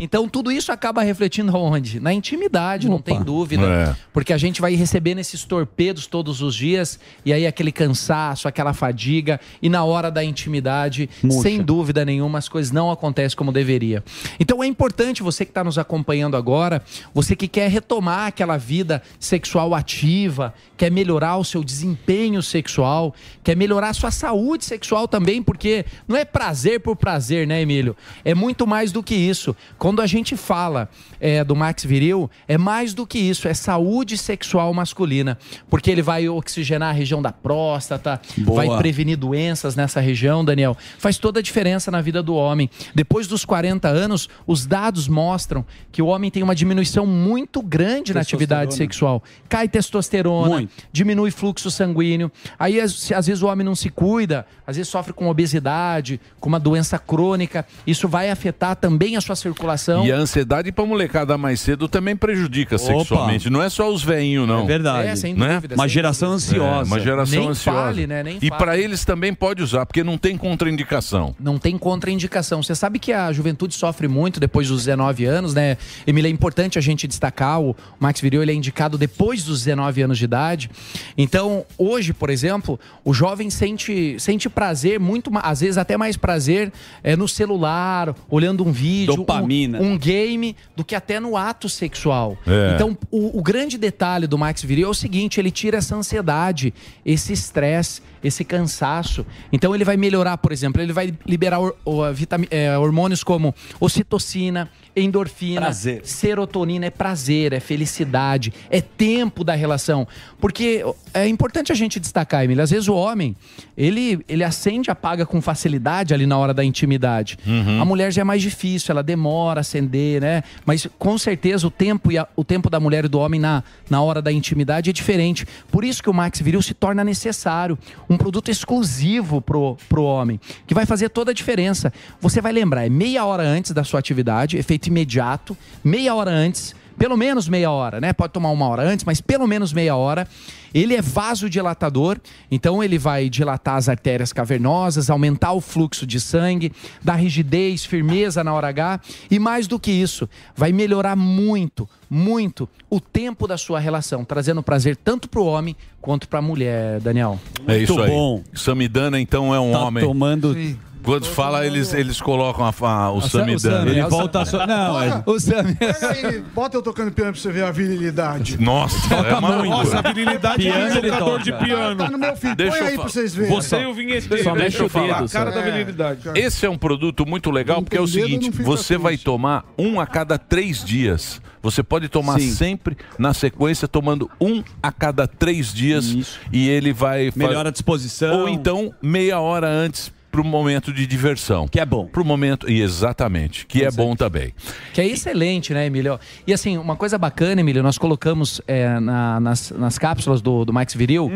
[SPEAKER 15] Então tudo isso acaba refletindo aonde? Na intimidade, não tem dúvida.
[SPEAKER 5] É.
[SPEAKER 15] Porque a gente vai recebendo esses torpedos todos os dias, e aí aquele cansaço, aquela fadiga, e na hora da intimidade,
[SPEAKER 14] Murcha.
[SPEAKER 15] sem dúvida nenhuma, as coisas não acontecem como deveria. Então é importante você que está nos acompanhando agora, você que quer retomar aquela vida sexual ativa, quer melhorar o seu desempenho sexual, quer melhorar a sua saúde sexual também, porque não é prazer por prazer, né, Emílio? É muito mais do que isso. Quando a gente fala é, do Max Viril, é mais do que isso, é saúde sexual masculina, porque ele vai oxigenar a região da próstata,
[SPEAKER 14] Boa.
[SPEAKER 15] vai prevenir doenças nessa região, Daniel. Faz toda a diferença na vida do homem. Depois dos 40 anos, os dados mostram que o homem tem uma diminuição muito grande na atividade sexual. Cai testosterona, diminui fluxo sanguíneo. Aí, às, se- às vezes, o homem não se cuida, às vezes sofre com obesidade, com uma doença crônica. Isso vai afetar também a sua circulação.
[SPEAKER 5] E a ansiedade pra molecada mais cedo também prejudica
[SPEAKER 15] Opa.
[SPEAKER 5] sexualmente. Não é só os veinhos, não. Né?
[SPEAKER 14] É verdade. É, sem dúvida, Uma sem geração dúvida. ansiosa.
[SPEAKER 5] É, uma geração
[SPEAKER 15] Nem
[SPEAKER 5] ansiosa.
[SPEAKER 15] fale, né? Nem
[SPEAKER 5] e
[SPEAKER 15] fale.
[SPEAKER 5] pra eles também pode usar, porque não tem contraindicação.
[SPEAKER 15] Não tem contraindicação. Você sabe que a juventude sofre muito depois dos 19 anos, né? Emília, é importante a gente destacar, o Max Viril ele é indicado depois dos 19 anos de idade. Então, hoje, por exemplo, o jovem sente, sente prazer, muito ma- às vezes até mais prazer é, no celular, olhando um vídeo, um-
[SPEAKER 14] Dopamina.
[SPEAKER 15] um game, do que até no ato sexual.
[SPEAKER 14] É.
[SPEAKER 15] Então, o, o grande detalhe do Max Viril é o seguinte: ele tira essa ansiedade, esse estresse, esse cansaço. Então, ele vai melhorar, por exemplo, ele vai liberar hor- o- a vitami- é, hormônios como ocitocina, endorfina,
[SPEAKER 14] Prazer.
[SPEAKER 15] serotonina, é prazer, é felicidade intimidade, é tempo da relação. Porque é importante a gente destacar, Emílio, às vezes o homem, ele, ele acende e apaga com facilidade ali na hora da intimidade. A mulher já é mais difícil, ela demora a acender, né? Mas com certeza o tempo, e a- o tempo da mulher e do homem na, na hora da intimidade é diferente. Por isso que o Max Viril se torna necessário, um produto exclusivo pro, pro homem, que vai fazer toda a diferença. Você vai lembrar, é meia hora antes da sua atividade, efeito imediato, meia hora antes, pelo menos meia hora, né? Pode tomar uma hora antes, mas pelo menos meia hora. Ele é vasodilatador, então ele vai dilatar as artérias cavernosas, aumentar o fluxo de sangue, dar rigidez, firmeza na hora H e mais do que isso, vai melhorar muito, muito o tempo da sua relação, trazendo prazer tanto para o homem quanto para a mulher, Daniel.
[SPEAKER 5] É isso aí. Samidana, então, é um
[SPEAKER 15] Tá
[SPEAKER 5] homem.
[SPEAKER 15] tomando-
[SPEAKER 5] Quando fala, eles, eles colocam a, a- o
[SPEAKER 14] O Sam- o
[SPEAKER 5] Samidana.
[SPEAKER 14] Sam, Ele é o volta Sam. só- não, é
[SPEAKER 12] Olha,
[SPEAKER 14] o Sam-
[SPEAKER 12] é- Pega aí, bota eu tocando piano pra você ver a virilidade.
[SPEAKER 5] Nossa, um é uma
[SPEAKER 12] Muito.
[SPEAKER 5] loucura.
[SPEAKER 14] é
[SPEAKER 12] Piano ele toca. Tá no meu filho,
[SPEAKER 5] Deixa
[SPEAKER 12] põe
[SPEAKER 5] eu
[SPEAKER 12] aí
[SPEAKER 5] fa-
[SPEAKER 12] pra vocês verem.
[SPEAKER 5] Você e o vinheteiro.
[SPEAKER 12] Só mexe
[SPEAKER 5] deixa eu
[SPEAKER 12] o dedo,
[SPEAKER 5] falar.
[SPEAKER 12] só. Cara da virilidade.
[SPEAKER 5] Esse é um produto muito legal porque é o
[SPEAKER 12] dedo
[SPEAKER 5] seguinte:
[SPEAKER 12] não fica
[SPEAKER 5] você vai tomar um a cada três dias. Você pode tomar
[SPEAKER 14] Sim.
[SPEAKER 5] sempre na sequência, tomando um a cada três dias e ele vai. fa-
[SPEAKER 14] Melhora a disposição.
[SPEAKER 5] Ou então meia hora antes para o momento de diversão. Que é bom. Para o momento e exatamente, que é bom também.
[SPEAKER 15] Que é excelente, né, Emílio? E assim, uma coisa bacana, Emílio, nós colocamos é, na- nas, nas cápsulas do, do Max Viril,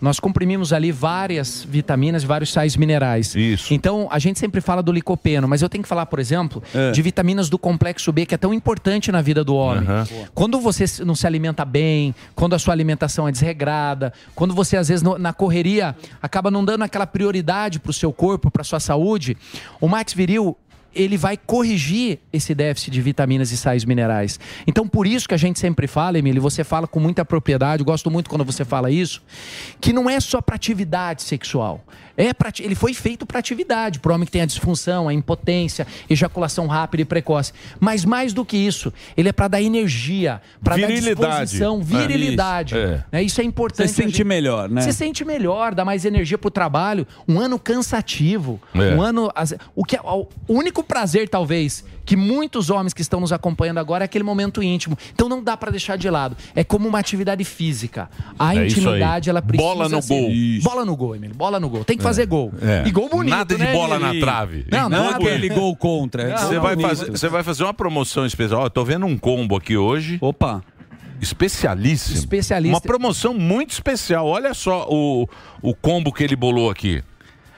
[SPEAKER 15] nós comprimimos ali várias vitaminas e vários sais minerais. Isso. Então, a gente sempre fala do licopeno, mas eu tenho que falar, por exemplo,
[SPEAKER 11] É.
[SPEAKER 15] de vitaminas do complexo B, que é tão importante na vida do homem. Quando você se- não se alimenta bem, quando a sua alimentação é desregrada, quando você, às vezes, no- na correria, acaba não dando aquela prioridade para o seu corpo, para sua saúde, o Max Viril ele vai corrigir esse déficit de vitaminas e sais minerais. Então, por isso que a gente sempre fala, Emílio, você fala com muita propriedade, eu gosto muito quando você fala isso, que não é só para atividade sexual. É pra, ele foi feito para atividade, para homem que tem a disfunção, a impotência, ejaculação rápida e precoce. Mas mais do que isso, ele é para dar energia, para dar
[SPEAKER 14] Virilidade.
[SPEAKER 15] disposição,
[SPEAKER 14] É.
[SPEAKER 15] virilidade.
[SPEAKER 14] Isso,
[SPEAKER 15] né?
[SPEAKER 14] é.
[SPEAKER 15] Isso. É. importante.
[SPEAKER 14] Você sente melhor, né?
[SPEAKER 15] Você sente melhor, dá mais energia pro trabalho. Um ano cansativo,
[SPEAKER 14] É.
[SPEAKER 15] um ano as- O, que, é- o único prazer, talvez, que muitos homens que estão nos acompanhando agora é aquele momento íntimo. Então não dá pra deixar de lado. É como uma atividade física. A
[SPEAKER 5] É isso aí.
[SPEAKER 15] intimidade, ela precisa.
[SPEAKER 5] Bola no
[SPEAKER 15] ser-
[SPEAKER 5] gol. Isso.
[SPEAKER 15] Bola no gol, Emílio. Bola no gol. Tem que fazer gol.
[SPEAKER 5] É.
[SPEAKER 15] E gol bonito.
[SPEAKER 5] Nada de
[SPEAKER 15] né,
[SPEAKER 5] bola
[SPEAKER 15] Emílio?
[SPEAKER 5] na trave.
[SPEAKER 15] Não,
[SPEAKER 5] Não
[SPEAKER 15] nada.
[SPEAKER 5] aquele
[SPEAKER 14] gol contra.
[SPEAKER 15] Não,
[SPEAKER 5] Você
[SPEAKER 15] não,
[SPEAKER 5] vai,
[SPEAKER 15] bonito.
[SPEAKER 5] fazer, você vai fazer uma promoção especial. Ó, tô vendo um combo aqui hoje.
[SPEAKER 14] Opa!
[SPEAKER 5] Especialíssimo.
[SPEAKER 15] Especialista.
[SPEAKER 5] Uma promoção muito especial. Olha só o, o combo que ele bolou aqui.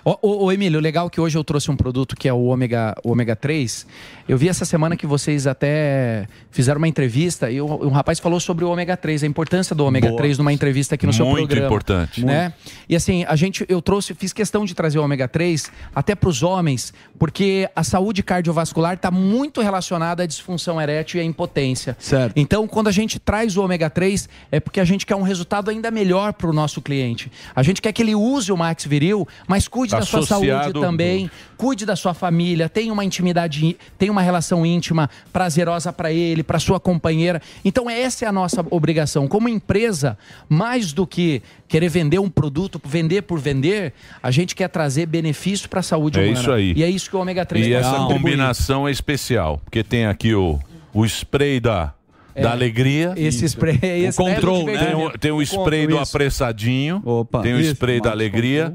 [SPEAKER 15] Ô, ô, ô, Emílio, o legal é que hoje eu trouxe um produto que é o ômega, o ômega 3. Eu vi essa semana que vocês até fizeram uma entrevista e o- um rapaz falou sobre o ômega 3, a importância do ômega
[SPEAKER 5] Boa.
[SPEAKER 15] 3 numa entrevista aqui no seu
[SPEAKER 5] Muito
[SPEAKER 15] programa.
[SPEAKER 5] importante.
[SPEAKER 15] Né? E assim, a gente, eu trouxe, fiz questão de trazer o ômega 3 até para os homens, porque a saúde cardiovascular está muito relacionada à disfunção erétil e à impotência. Certo. Então, quando a gente traz o ômega 3, é porque a gente quer um resultado ainda melhor para o nosso cliente. A gente quer que ele use o Max Viril, mas cuide da sua saúde
[SPEAKER 5] Associado-
[SPEAKER 15] também, cuide da sua família, tenha uma intimidade, í- tenha uma relação íntima prazerosa para ele, para sua companheira. Então essa é a nossa obrigação como empresa, mais do que querer vender um produto, vender por vender, a gente quer trazer benefício para a saúde
[SPEAKER 5] É
[SPEAKER 15] humana.
[SPEAKER 5] isso aí.
[SPEAKER 15] E é isso que o ômega 3
[SPEAKER 5] E
[SPEAKER 15] vai
[SPEAKER 5] essa
[SPEAKER 15] contribuir.
[SPEAKER 5] combinação é especial. Porque tem aqui o, o spray da,
[SPEAKER 15] É.
[SPEAKER 5] da alegria. né?
[SPEAKER 15] Esse spray, esse é do divertimento.
[SPEAKER 5] Tem o, tem o
[SPEAKER 15] O
[SPEAKER 5] spray
[SPEAKER 15] control,
[SPEAKER 5] do
[SPEAKER 15] isso.
[SPEAKER 5] apressadinho. tem o
[SPEAKER 14] Isso,
[SPEAKER 5] spray da alegria.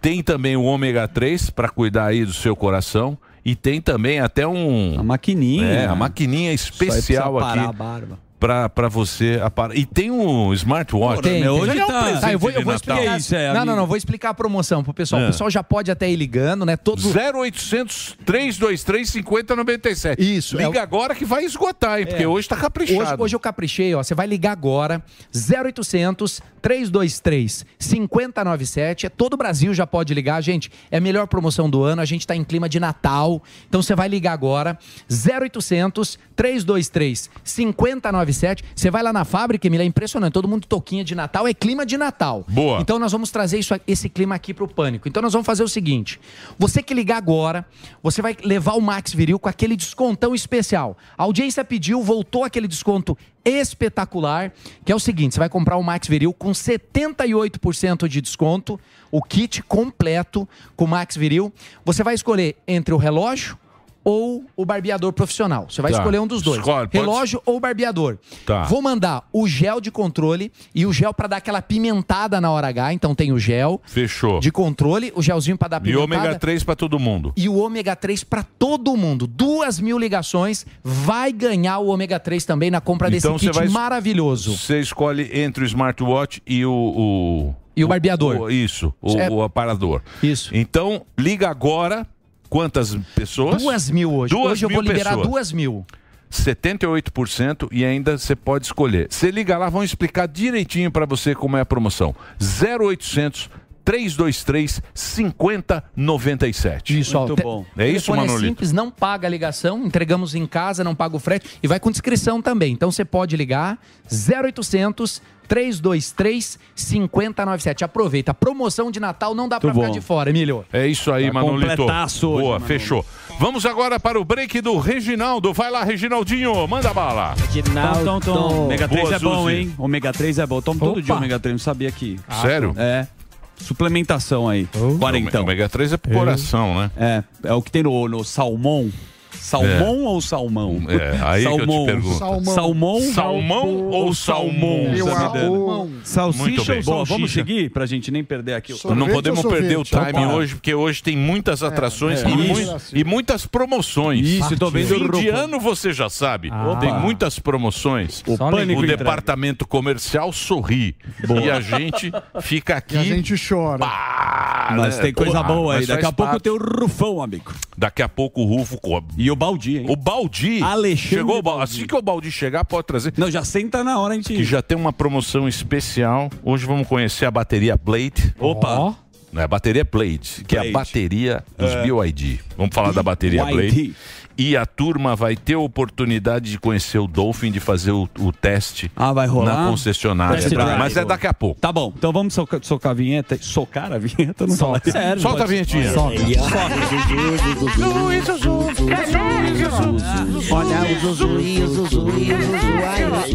[SPEAKER 5] Tem também o ômega 3 para cuidar aí do seu coração. E tem também até um. A
[SPEAKER 14] maquininha.
[SPEAKER 5] É, a maquininha especial
[SPEAKER 14] parar a
[SPEAKER 5] aqui.
[SPEAKER 14] barba.
[SPEAKER 5] Pra, pra você. apar- E tem um smartwatch.
[SPEAKER 15] Tem,
[SPEAKER 5] Meu,
[SPEAKER 15] tem.
[SPEAKER 5] hoje tá.
[SPEAKER 15] Tá, eu vou, eu vou explicar. é, não, não, não, vou explicar a promoção pro pessoal.
[SPEAKER 5] É.
[SPEAKER 15] O pessoal já pode até ir ligando, né? Todo
[SPEAKER 5] 0800 323 5097.
[SPEAKER 15] Isso.
[SPEAKER 5] Liga
[SPEAKER 15] é o-
[SPEAKER 5] agora que vai esgotar, hein? Porque
[SPEAKER 15] É.
[SPEAKER 5] hoje tá caprichado.
[SPEAKER 15] Hoje, hoje eu caprichei, ó. Você vai ligar agora, 0800 323 5097. É todo o Brasil já pode ligar, gente. É a melhor promoção do ano. A gente tá em clima de Natal. Então você vai ligar agora, 0800 323 5097. Você vai lá na fábrica, Emília, é impressionante. Todo mundo toquinha de Natal. É clima de Natal. Boa. Então nós vamos trazer isso, esse clima aqui pro pânico. Então nós vamos fazer o seguinte: você que ligar agora, você vai levar o Max Viril com aquele descontão especial. A audiência pediu, voltou aquele desconto espetacular, que é o seguinte: você vai comprar o Max Viril com 78% de desconto, o kit completo com o Max Viril. Você vai escolher entre o relógio ou o barbeador profissional. Você vai
[SPEAKER 5] Tá.
[SPEAKER 15] escolher um dos dois.
[SPEAKER 5] Escolhe, pode-
[SPEAKER 15] Relógio ou barbeador.
[SPEAKER 5] Tá.
[SPEAKER 15] Vou mandar o gel de controle e o gel pra dar aquela pimentada na hora H. Então tem o gel
[SPEAKER 5] Fechou.
[SPEAKER 15] de controle, o gelzinho pra dar
[SPEAKER 5] E
[SPEAKER 15] pimentada.
[SPEAKER 5] ômega 3 pra todo mundo.
[SPEAKER 15] E o ômega 3 pra todo mundo. Duas mil ligações. Vai ganhar o ômega 3 também na compra desse
[SPEAKER 5] Então você
[SPEAKER 15] kit maravilhoso.
[SPEAKER 5] Você escolhe entre o smartwatch e o. o
[SPEAKER 15] e o barbeador.
[SPEAKER 5] isso, o,
[SPEAKER 15] É.
[SPEAKER 5] o aparador.
[SPEAKER 15] Isso.
[SPEAKER 5] Então, liga agora. Quantas pessoas?
[SPEAKER 15] Duas mil hoje.
[SPEAKER 5] Duas
[SPEAKER 15] hoje eu vou
[SPEAKER 5] mil
[SPEAKER 15] liberar
[SPEAKER 5] pessoas.
[SPEAKER 15] duas mil.
[SPEAKER 5] 78% e ainda você pode escolher. Você liga lá, vão explicar direitinho para você como é a promoção. 0800 323 5097.
[SPEAKER 15] Isso, ó, te-
[SPEAKER 5] É isso,
[SPEAKER 15] telefone É
[SPEAKER 5] Manolito?
[SPEAKER 15] simples, não paga a ligação, entregamos em casa, não paga o frete e vai com descrição também. Então você pode ligar 0800 323 5097. Aproveita, promoção de Natal não dá pra
[SPEAKER 5] Muito
[SPEAKER 15] ficar
[SPEAKER 5] bom.
[SPEAKER 15] de fora, Emílio.
[SPEAKER 5] É isso aí,
[SPEAKER 15] Tá
[SPEAKER 5] Manolito.
[SPEAKER 15] completaço hoje,
[SPEAKER 5] Boa,
[SPEAKER 15] Manolo.
[SPEAKER 5] fechou. Vamos agora para o break do Reginaldo. Vai lá, Reginaldinho, manda bala.
[SPEAKER 14] Tom, tom, tom. Ômega 3
[SPEAKER 5] Boa,
[SPEAKER 14] é bom,
[SPEAKER 5] Zuzi.
[SPEAKER 14] hein? Ômega 3 é bom. Tomo todo
[SPEAKER 5] Opa.
[SPEAKER 14] dia ômega 3, não sabia que.
[SPEAKER 5] Ah, Sério?
[SPEAKER 14] É. Suplementação aí.
[SPEAKER 15] então.
[SPEAKER 14] Quarentão.
[SPEAKER 5] Ômega 3 é pro coração, né?
[SPEAKER 14] É. É o que tem no, no salmão. Salmão ou salmão?
[SPEAKER 5] É, aí que eu te pergunto.
[SPEAKER 14] Salmão.
[SPEAKER 5] Salmão.
[SPEAKER 14] Salmão,
[SPEAKER 5] Salmão ou salmão?
[SPEAKER 14] Meu
[SPEAKER 5] Tá me
[SPEAKER 14] amor.
[SPEAKER 5] dando.
[SPEAKER 14] Salsicha
[SPEAKER 5] Muito bem.
[SPEAKER 14] ou Bom, vamos seguir pra gente nem perder aqui. o-
[SPEAKER 5] não podemos perder o time hoje, porque hoje tem muitas atrações
[SPEAKER 14] é.
[SPEAKER 5] E,
[SPEAKER 14] Isso.
[SPEAKER 5] mui- e muitas promoções.
[SPEAKER 14] Isso, tô vendo o
[SPEAKER 5] Fim de
[SPEAKER 14] grupo.
[SPEAKER 5] ano você já sabe.
[SPEAKER 9] Ah.
[SPEAKER 5] Tem muitas promoções. O,
[SPEAKER 14] Só pânico entrega.
[SPEAKER 5] departamento comercial sorri. E a gente fica aqui. ah, né,
[SPEAKER 12] E a gente chora.
[SPEAKER 14] Mas tem coisa boa aí. Daqui a pouco tem o Rufão, amigo.
[SPEAKER 5] Daqui a pouco o Rufo cobra.
[SPEAKER 14] E o Baldi, hein?
[SPEAKER 5] O Baldi.
[SPEAKER 14] Alexandre
[SPEAKER 5] Chegou o Baldi. Assim que o Baldi chegar, pode trazer.
[SPEAKER 14] Não, já senta na hora, a gente.
[SPEAKER 5] Que já tem uma promoção especial. Hoje vamos conhecer a bateria Blade.
[SPEAKER 14] Opa!
[SPEAKER 5] Não, é a bateria Blade, que é a
[SPEAKER 14] Blade.
[SPEAKER 5] bateria dos
[SPEAKER 14] É.
[SPEAKER 5] BYD. Vamos falar da bateria
[SPEAKER 14] BYD.
[SPEAKER 5] Blade. E a turma vai ter a oportunidade de conhecer o Dolphin, de fazer o, o teste
[SPEAKER 14] Ah, vai rolar?
[SPEAKER 5] na concessionária.
[SPEAKER 14] Test drive.
[SPEAKER 5] Mas é daqui a pouco.
[SPEAKER 14] Tá bom, então vamos soca- socar a vinheta. Socar a vinheta? Não Soca.
[SPEAKER 5] Sério, Solta pode- a vinhetinha. Soca.
[SPEAKER 2] Olha o Zuzu e o Zuzu e o Zuzu.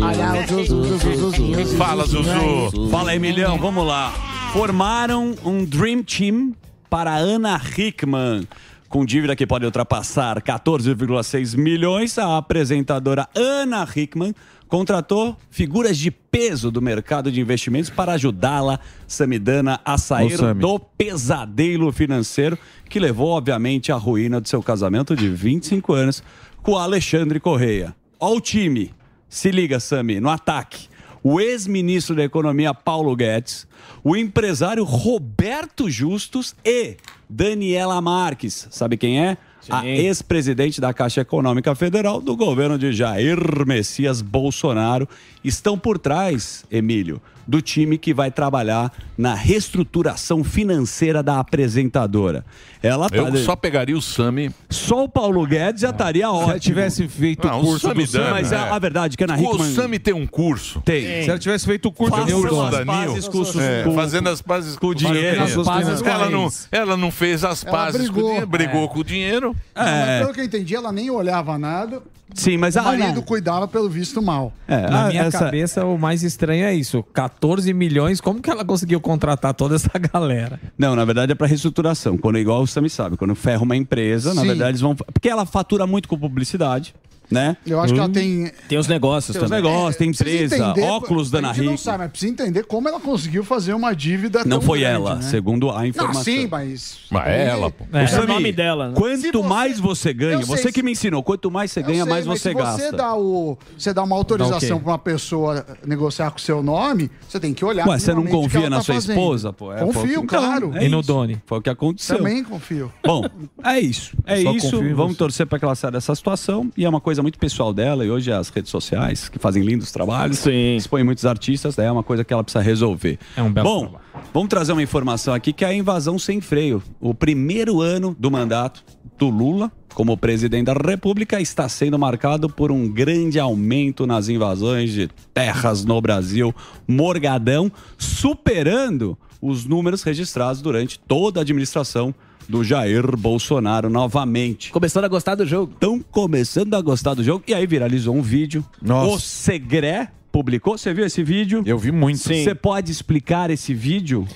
[SPEAKER 2] Olha o Zuzu, Zuzu, Zuzu, Zuzu.
[SPEAKER 14] Fala, Zuzu. Fala, Emilhão. Vamos lá. Formaram um Dream Team para Ana Hickman. Com dívida que pode ultrapassar 14,6 milhões, a apresentadora Ana Hickman contratou figuras de peso do mercado de investimentos para ajudá-la, Samidana, a sair
[SPEAKER 8] Ô, Sami.
[SPEAKER 14] do pesadelo financeiro que levou, obviamente, à ruína do seu casamento de 25 anos com Alexandre Correia. Ó o time. Se liga, Sami, no ataque. O ex-ministro da Economia Paulo Guedes, o empresário Roberto Justus e Daniela Marques. Sabe quem é? A ex-presidente da Caixa Econômica Federal do governo de Jair Messias Bolsonaro estão por trás, Emílio, do time que vai trabalhar na reestruturação financeira da apresentadora. Ela tá
[SPEAKER 5] Eu só pegaria o Sami.
[SPEAKER 14] Só o Paulo Guedes já estaria ótimo.
[SPEAKER 8] ela tivesse feito
[SPEAKER 5] Não,
[SPEAKER 8] o
[SPEAKER 5] Ah, o
[SPEAKER 8] curso
[SPEAKER 5] Sami
[SPEAKER 8] do Sami,
[SPEAKER 5] Dana,
[SPEAKER 8] mas
[SPEAKER 5] é.
[SPEAKER 8] a,
[SPEAKER 14] a verdade é que a Ana
[SPEAKER 5] O
[SPEAKER 14] Hickman...
[SPEAKER 5] Sami tem um curso.
[SPEAKER 14] Tem.
[SPEAKER 8] se ela tivesse feito o curso
[SPEAKER 14] Façam
[SPEAKER 8] do
[SPEAKER 14] as
[SPEAKER 8] Sami,
[SPEAKER 5] Danil.
[SPEAKER 14] pazes com os-
[SPEAKER 5] É,
[SPEAKER 14] com-
[SPEAKER 5] fazendo as pazes
[SPEAKER 14] com o dinheiro.
[SPEAKER 5] As
[SPEAKER 14] As pazes
[SPEAKER 5] pazes
[SPEAKER 14] com
[SPEAKER 5] ela,
[SPEAKER 14] a
[SPEAKER 5] não,
[SPEAKER 14] ex.
[SPEAKER 5] ela não fez as
[SPEAKER 14] Ela
[SPEAKER 5] pazes com o
[SPEAKER 14] brigou. É.
[SPEAKER 5] dinheiro, brigou com o dinheiro.
[SPEAKER 12] Mas pelo que eu entendi, ela nem olhava nada.
[SPEAKER 14] Sim, mas É, ah,
[SPEAKER 12] o
[SPEAKER 14] a-
[SPEAKER 12] marido cuidava, pelo visto, mal.
[SPEAKER 9] Na minha cabeça, o mais estranho é isso. 14 milhões, como que ela conseguiu contratar toda essa galera?
[SPEAKER 14] Não, na verdade é para reestruturação. Quando é igual o Sami sabe, quando ferra uma empresa, na
[SPEAKER 12] Sim.
[SPEAKER 14] verdade eles vão. Porque ela fatura muito com publicidade, né?
[SPEAKER 12] Eu acho que ela tem- É,
[SPEAKER 7] Tem os negócios
[SPEAKER 14] Tem os negócios, tem
[SPEAKER 12] Precisa
[SPEAKER 14] empresa,
[SPEAKER 12] entender-
[SPEAKER 14] óculos da Ana
[SPEAKER 12] A gente não
[SPEAKER 14] Hickman.
[SPEAKER 12] sabe, né? mas precisa entender como ela conseguiu fazer uma dívida
[SPEAKER 14] Não
[SPEAKER 12] tão
[SPEAKER 14] foi
[SPEAKER 12] grande,
[SPEAKER 14] ela,
[SPEAKER 12] né?
[SPEAKER 14] segundo a informação.
[SPEAKER 12] Não, sim, mas...
[SPEAKER 14] Mas é ela, pô.
[SPEAKER 12] É,
[SPEAKER 14] O Sami,
[SPEAKER 12] o nome dela. né?
[SPEAKER 14] Quanto
[SPEAKER 12] Se você-
[SPEAKER 14] mais você ganha,
[SPEAKER 12] Eu sei,
[SPEAKER 14] você
[SPEAKER 12] se-
[SPEAKER 14] que me ensinou, quanto mais você
[SPEAKER 12] Eu
[SPEAKER 14] ganha,
[SPEAKER 12] sei,
[SPEAKER 14] mais
[SPEAKER 12] mas
[SPEAKER 14] você
[SPEAKER 12] se
[SPEAKER 14] gasta.
[SPEAKER 12] Você dá, o, você dá uma
[SPEAKER 14] Dá o
[SPEAKER 12] autorização
[SPEAKER 14] quê?
[SPEAKER 12] pra uma pessoa negociar com o seu nome, você tem que olhar.
[SPEAKER 14] Ué, você não
[SPEAKER 12] minimamente o que
[SPEAKER 14] confia
[SPEAKER 12] ela
[SPEAKER 14] na
[SPEAKER 12] tá
[SPEAKER 14] sua
[SPEAKER 12] fazendo.
[SPEAKER 14] esposa, pô? É, foi o
[SPEAKER 12] Confio,
[SPEAKER 14] que-
[SPEAKER 12] claro.
[SPEAKER 14] Então, é isso. Foi o que aconteceu.
[SPEAKER 12] Também confio.
[SPEAKER 14] Bom, é isso. É
[SPEAKER 12] Só
[SPEAKER 14] isso.
[SPEAKER 12] confio em
[SPEAKER 14] Vamos
[SPEAKER 12] você.
[SPEAKER 14] torcer para que ela saia dessa situação. E é uma coisa muito pessoal dela. E hoje as redes sociais, que fazem lindos trabalhos, expõem muitos artistas, né? é uma coisa que ela precisa resolver.
[SPEAKER 9] É um belo
[SPEAKER 14] Bom, vamos trazer uma informação aqui que é a invasão sem freio. O primeiro ano do mandato do Lula como presidente da República está sendo marcado por um grande aumento nas invasões de terras no Brasil, morgadão, superando os números registrados durante toda a administração do Jair Bolsonaro novamente.
[SPEAKER 7] Começando a gostar do jogo.
[SPEAKER 14] Estão começando a gostar do jogo. E aí viralizou um vídeo.
[SPEAKER 8] Nossa.
[SPEAKER 14] O Segré publicou. Você viu esse vídeo?
[SPEAKER 8] Eu vi muito.
[SPEAKER 14] Você pode explicar esse vídeo?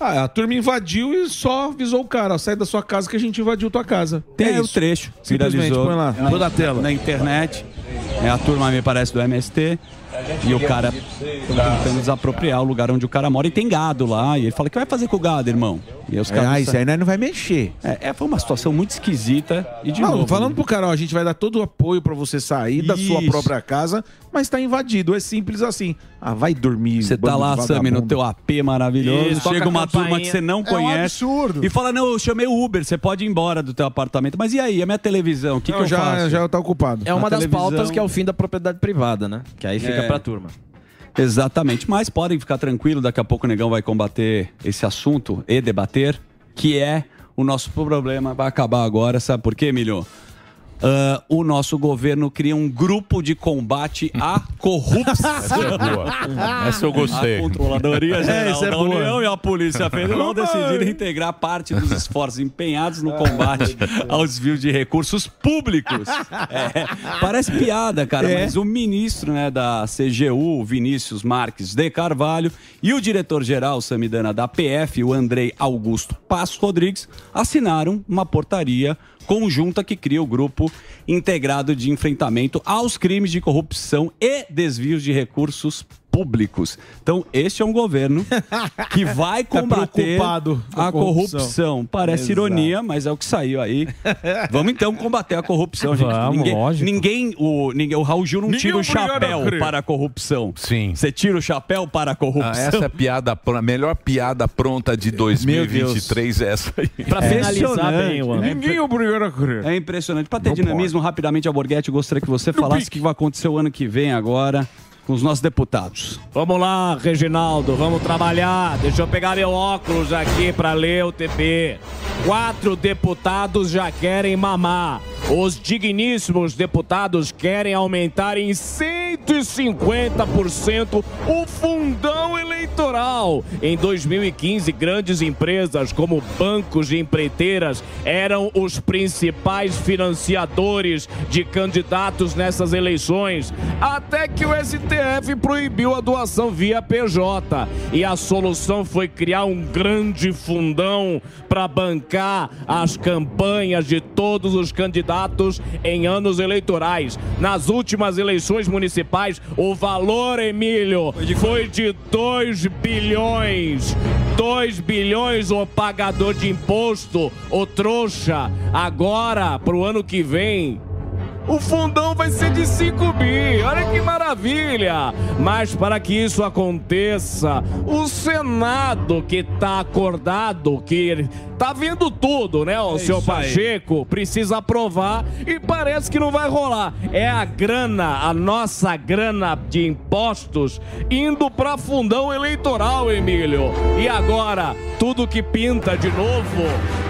[SPEAKER 8] Ah, a turma invadiu e só avisou o cara, ó, sai da sua casa que a gente invadiu tua casa.
[SPEAKER 14] Tem
[SPEAKER 8] é
[SPEAKER 14] o
[SPEAKER 8] isso.
[SPEAKER 14] trecho,
[SPEAKER 8] Simplesmente
[SPEAKER 14] viralizou.
[SPEAKER 8] põe lá,
[SPEAKER 14] Na-
[SPEAKER 8] toda a tela.
[SPEAKER 14] Na internet. É a turma, me parece, do MST. E o cara tentando desapropriar o lugar onde o cara mora. E tem gado lá. E ele fala, o que vai fazer com o gado, irmão? E aí os
[SPEAKER 10] É,
[SPEAKER 14] caras...
[SPEAKER 10] ah, isso aí nós
[SPEAKER 14] não vai mexer. É, é, foi uma situação muito esquisita. E de
[SPEAKER 8] Não,
[SPEAKER 14] novo...
[SPEAKER 8] falando pro cara, ó, a gente vai dar todo o apoio pra você sair da sua
[SPEAKER 14] Isso.
[SPEAKER 8] própria casa, mas tá invadido, é simples assim. Ah, vai dormir.
[SPEAKER 14] Você tá
[SPEAKER 8] bando
[SPEAKER 14] lá,
[SPEAKER 8] de
[SPEAKER 14] Sammy, no
[SPEAKER 8] vagabundo.
[SPEAKER 14] teu AP maravilhoso.
[SPEAKER 8] Isso,
[SPEAKER 14] Chega
[SPEAKER 8] toca
[SPEAKER 14] uma
[SPEAKER 8] a campainha.
[SPEAKER 14] turma que você
[SPEAKER 8] É
[SPEAKER 14] não
[SPEAKER 8] um
[SPEAKER 14] conhece.
[SPEAKER 8] absurdo.
[SPEAKER 14] E fala: Não, eu chamei o Uber, você pode ir embora do teu apartamento. Mas e aí, a minha televisão? O que,
[SPEAKER 8] Não,
[SPEAKER 14] que eu
[SPEAKER 8] já-
[SPEAKER 14] faço?
[SPEAKER 8] já tá ocupado.
[SPEAKER 7] É uma
[SPEAKER 14] Na
[SPEAKER 7] das
[SPEAKER 14] televisão.
[SPEAKER 7] pautas que é o fim da propriedade privada, né? Que aí fica
[SPEAKER 14] É.
[SPEAKER 7] pra turma.
[SPEAKER 14] Exatamente. Mas podem ficar tranquilo, daqui a pouco o Negão vai combater esse assunto e debater, que é o nosso problema. Vai acabar agora, sabe por quê, Emílio? Ah, o nosso governo cria um grupo de combate à corrupção.
[SPEAKER 5] Essa é boa. Essa eu gostei.
[SPEAKER 14] A Controladoria Geral
[SPEAKER 5] É, essa é
[SPEAKER 14] da
[SPEAKER 5] boa.
[SPEAKER 14] União e a Polícia Federal decidiram integrar parte dos esforços empenhados no combate ao desvio de recursos públicos. É, parece piada, cara,
[SPEAKER 10] É.
[SPEAKER 14] mas o ministro né, da CGU, Vinícius Marques de Carvalho, e o diretor-geral Samidana da PF, o Andrei Augusto Passos Rodrigues, assinaram uma portaria conjunta que cria o grupo integrado de enfrentamento aos crimes de corrupção e desvios de recursos públicos. Então, este é um governo que vai combater
[SPEAKER 8] preocupado com
[SPEAKER 14] a corrupção.
[SPEAKER 8] corrupção.
[SPEAKER 14] Parece
[SPEAKER 8] Exato.
[SPEAKER 14] ironia, mas é o que saiu aí. Vamos então combater a corrupção, gente.
[SPEAKER 8] Vamos,
[SPEAKER 14] ninguém,
[SPEAKER 8] lógico.
[SPEAKER 14] Ninguém, o, ninguém, o Raul Gil não
[SPEAKER 5] Ninguém
[SPEAKER 14] tira o
[SPEAKER 5] obrigado a
[SPEAKER 14] chapéu
[SPEAKER 5] crer.
[SPEAKER 14] para a corrupção.
[SPEAKER 5] Sim.
[SPEAKER 14] Você tira o chapéu para a corrupção.
[SPEAKER 5] Ah, essa é a piada, pr- a melhor piada pronta de 2023 é essa aí.
[SPEAKER 14] Pra né? finalizar bem,
[SPEAKER 5] o
[SPEAKER 14] Juan. Ninguém
[SPEAKER 8] obrigado a crer.
[SPEAKER 14] É impressionante. Para ter dinamismo, rapidamente, Alborguete, eu gostaria que você falasse o que vai acontecer o ano que vem agora com os nossos deputados.
[SPEAKER 11] Vamos lá, Reginaldo, vamos trabalhar. Deixa eu pegar meu óculos aqui para ler o TP. Quatro deputados já querem mamar. Os digníssimos deputados querem aumentar em 150% o fundão eleitoral. Em 2015, grandes empresas como bancos e empreiteiras eram os principais financiadores de candidatos nessas eleições. Até que o STF proibiu a doação via PJ. E a solução foi criar um grande fundão para bancar as campanhas de todos os candidatos em anos eleitorais. Nas últimas eleições municipais, o valor, Emílio, foi de 2 bilhões. 2 bilhões, o pagador de imposto, o trouxa. Agora, pro ano que vem, o fundão vai ser de 5 bi, olha que maravilha! Mas para que isso aconteça, o Senado que tá acordado, que tá vendo tudo, né, o senhor
[SPEAKER 14] isso aí.
[SPEAKER 11] Pacheco, precisa aprovar e parece que não vai rolar. É a grana, a nossa grana de impostos indo para fundão eleitoral, Emílio. E agora, tudo que pinta de novo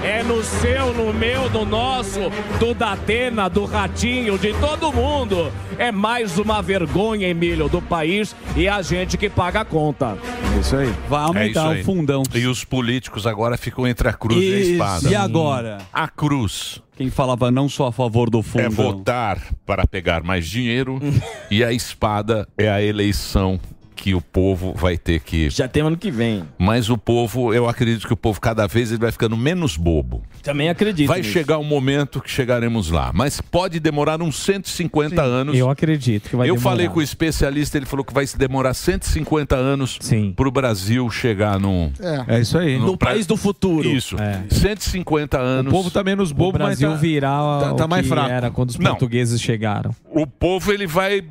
[SPEAKER 11] é no seu, no meu, no nosso, do Datena, do Ratinho, de todo mundo. É mais uma vergonha, Emílio, do país e a gente que paga a conta.
[SPEAKER 8] Isso aí.
[SPEAKER 14] Vai
[SPEAKER 5] isso aí. E os políticos agora ficam entre a cruz e a
[SPEAKER 14] Isso.
[SPEAKER 5] espada.
[SPEAKER 14] E agora?
[SPEAKER 5] A cruz.
[SPEAKER 14] Quem falava não sou a favor do fundo.
[SPEAKER 5] É votar para pegar mais dinheiro e a espada é a eleição que o povo vai ter que.
[SPEAKER 7] Já tem ano que vem.
[SPEAKER 5] Mas o povo, eu acredito que o povo cada vez ele vai ficando menos bobo.
[SPEAKER 7] Também acredito.
[SPEAKER 5] Vai
[SPEAKER 7] nisso.
[SPEAKER 5] chegar um momento que chegaremos lá, mas pode demorar uns 150 anos.
[SPEAKER 9] Eu acredito que vai
[SPEAKER 5] eu
[SPEAKER 9] demorar.
[SPEAKER 5] falei com o especialista, ele falou que vai se demorar 150 anos para o Brasil chegar num.
[SPEAKER 9] É. É isso aí. No país É.
[SPEAKER 7] do futuro.
[SPEAKER 5] Isso. 150 anos.
[SPEAKER 9] O povo tá menos bobo, mas tá- tá- tá mais fraco. Não. portugueses chegaram.
[SPEAKER 5] O povo ele vai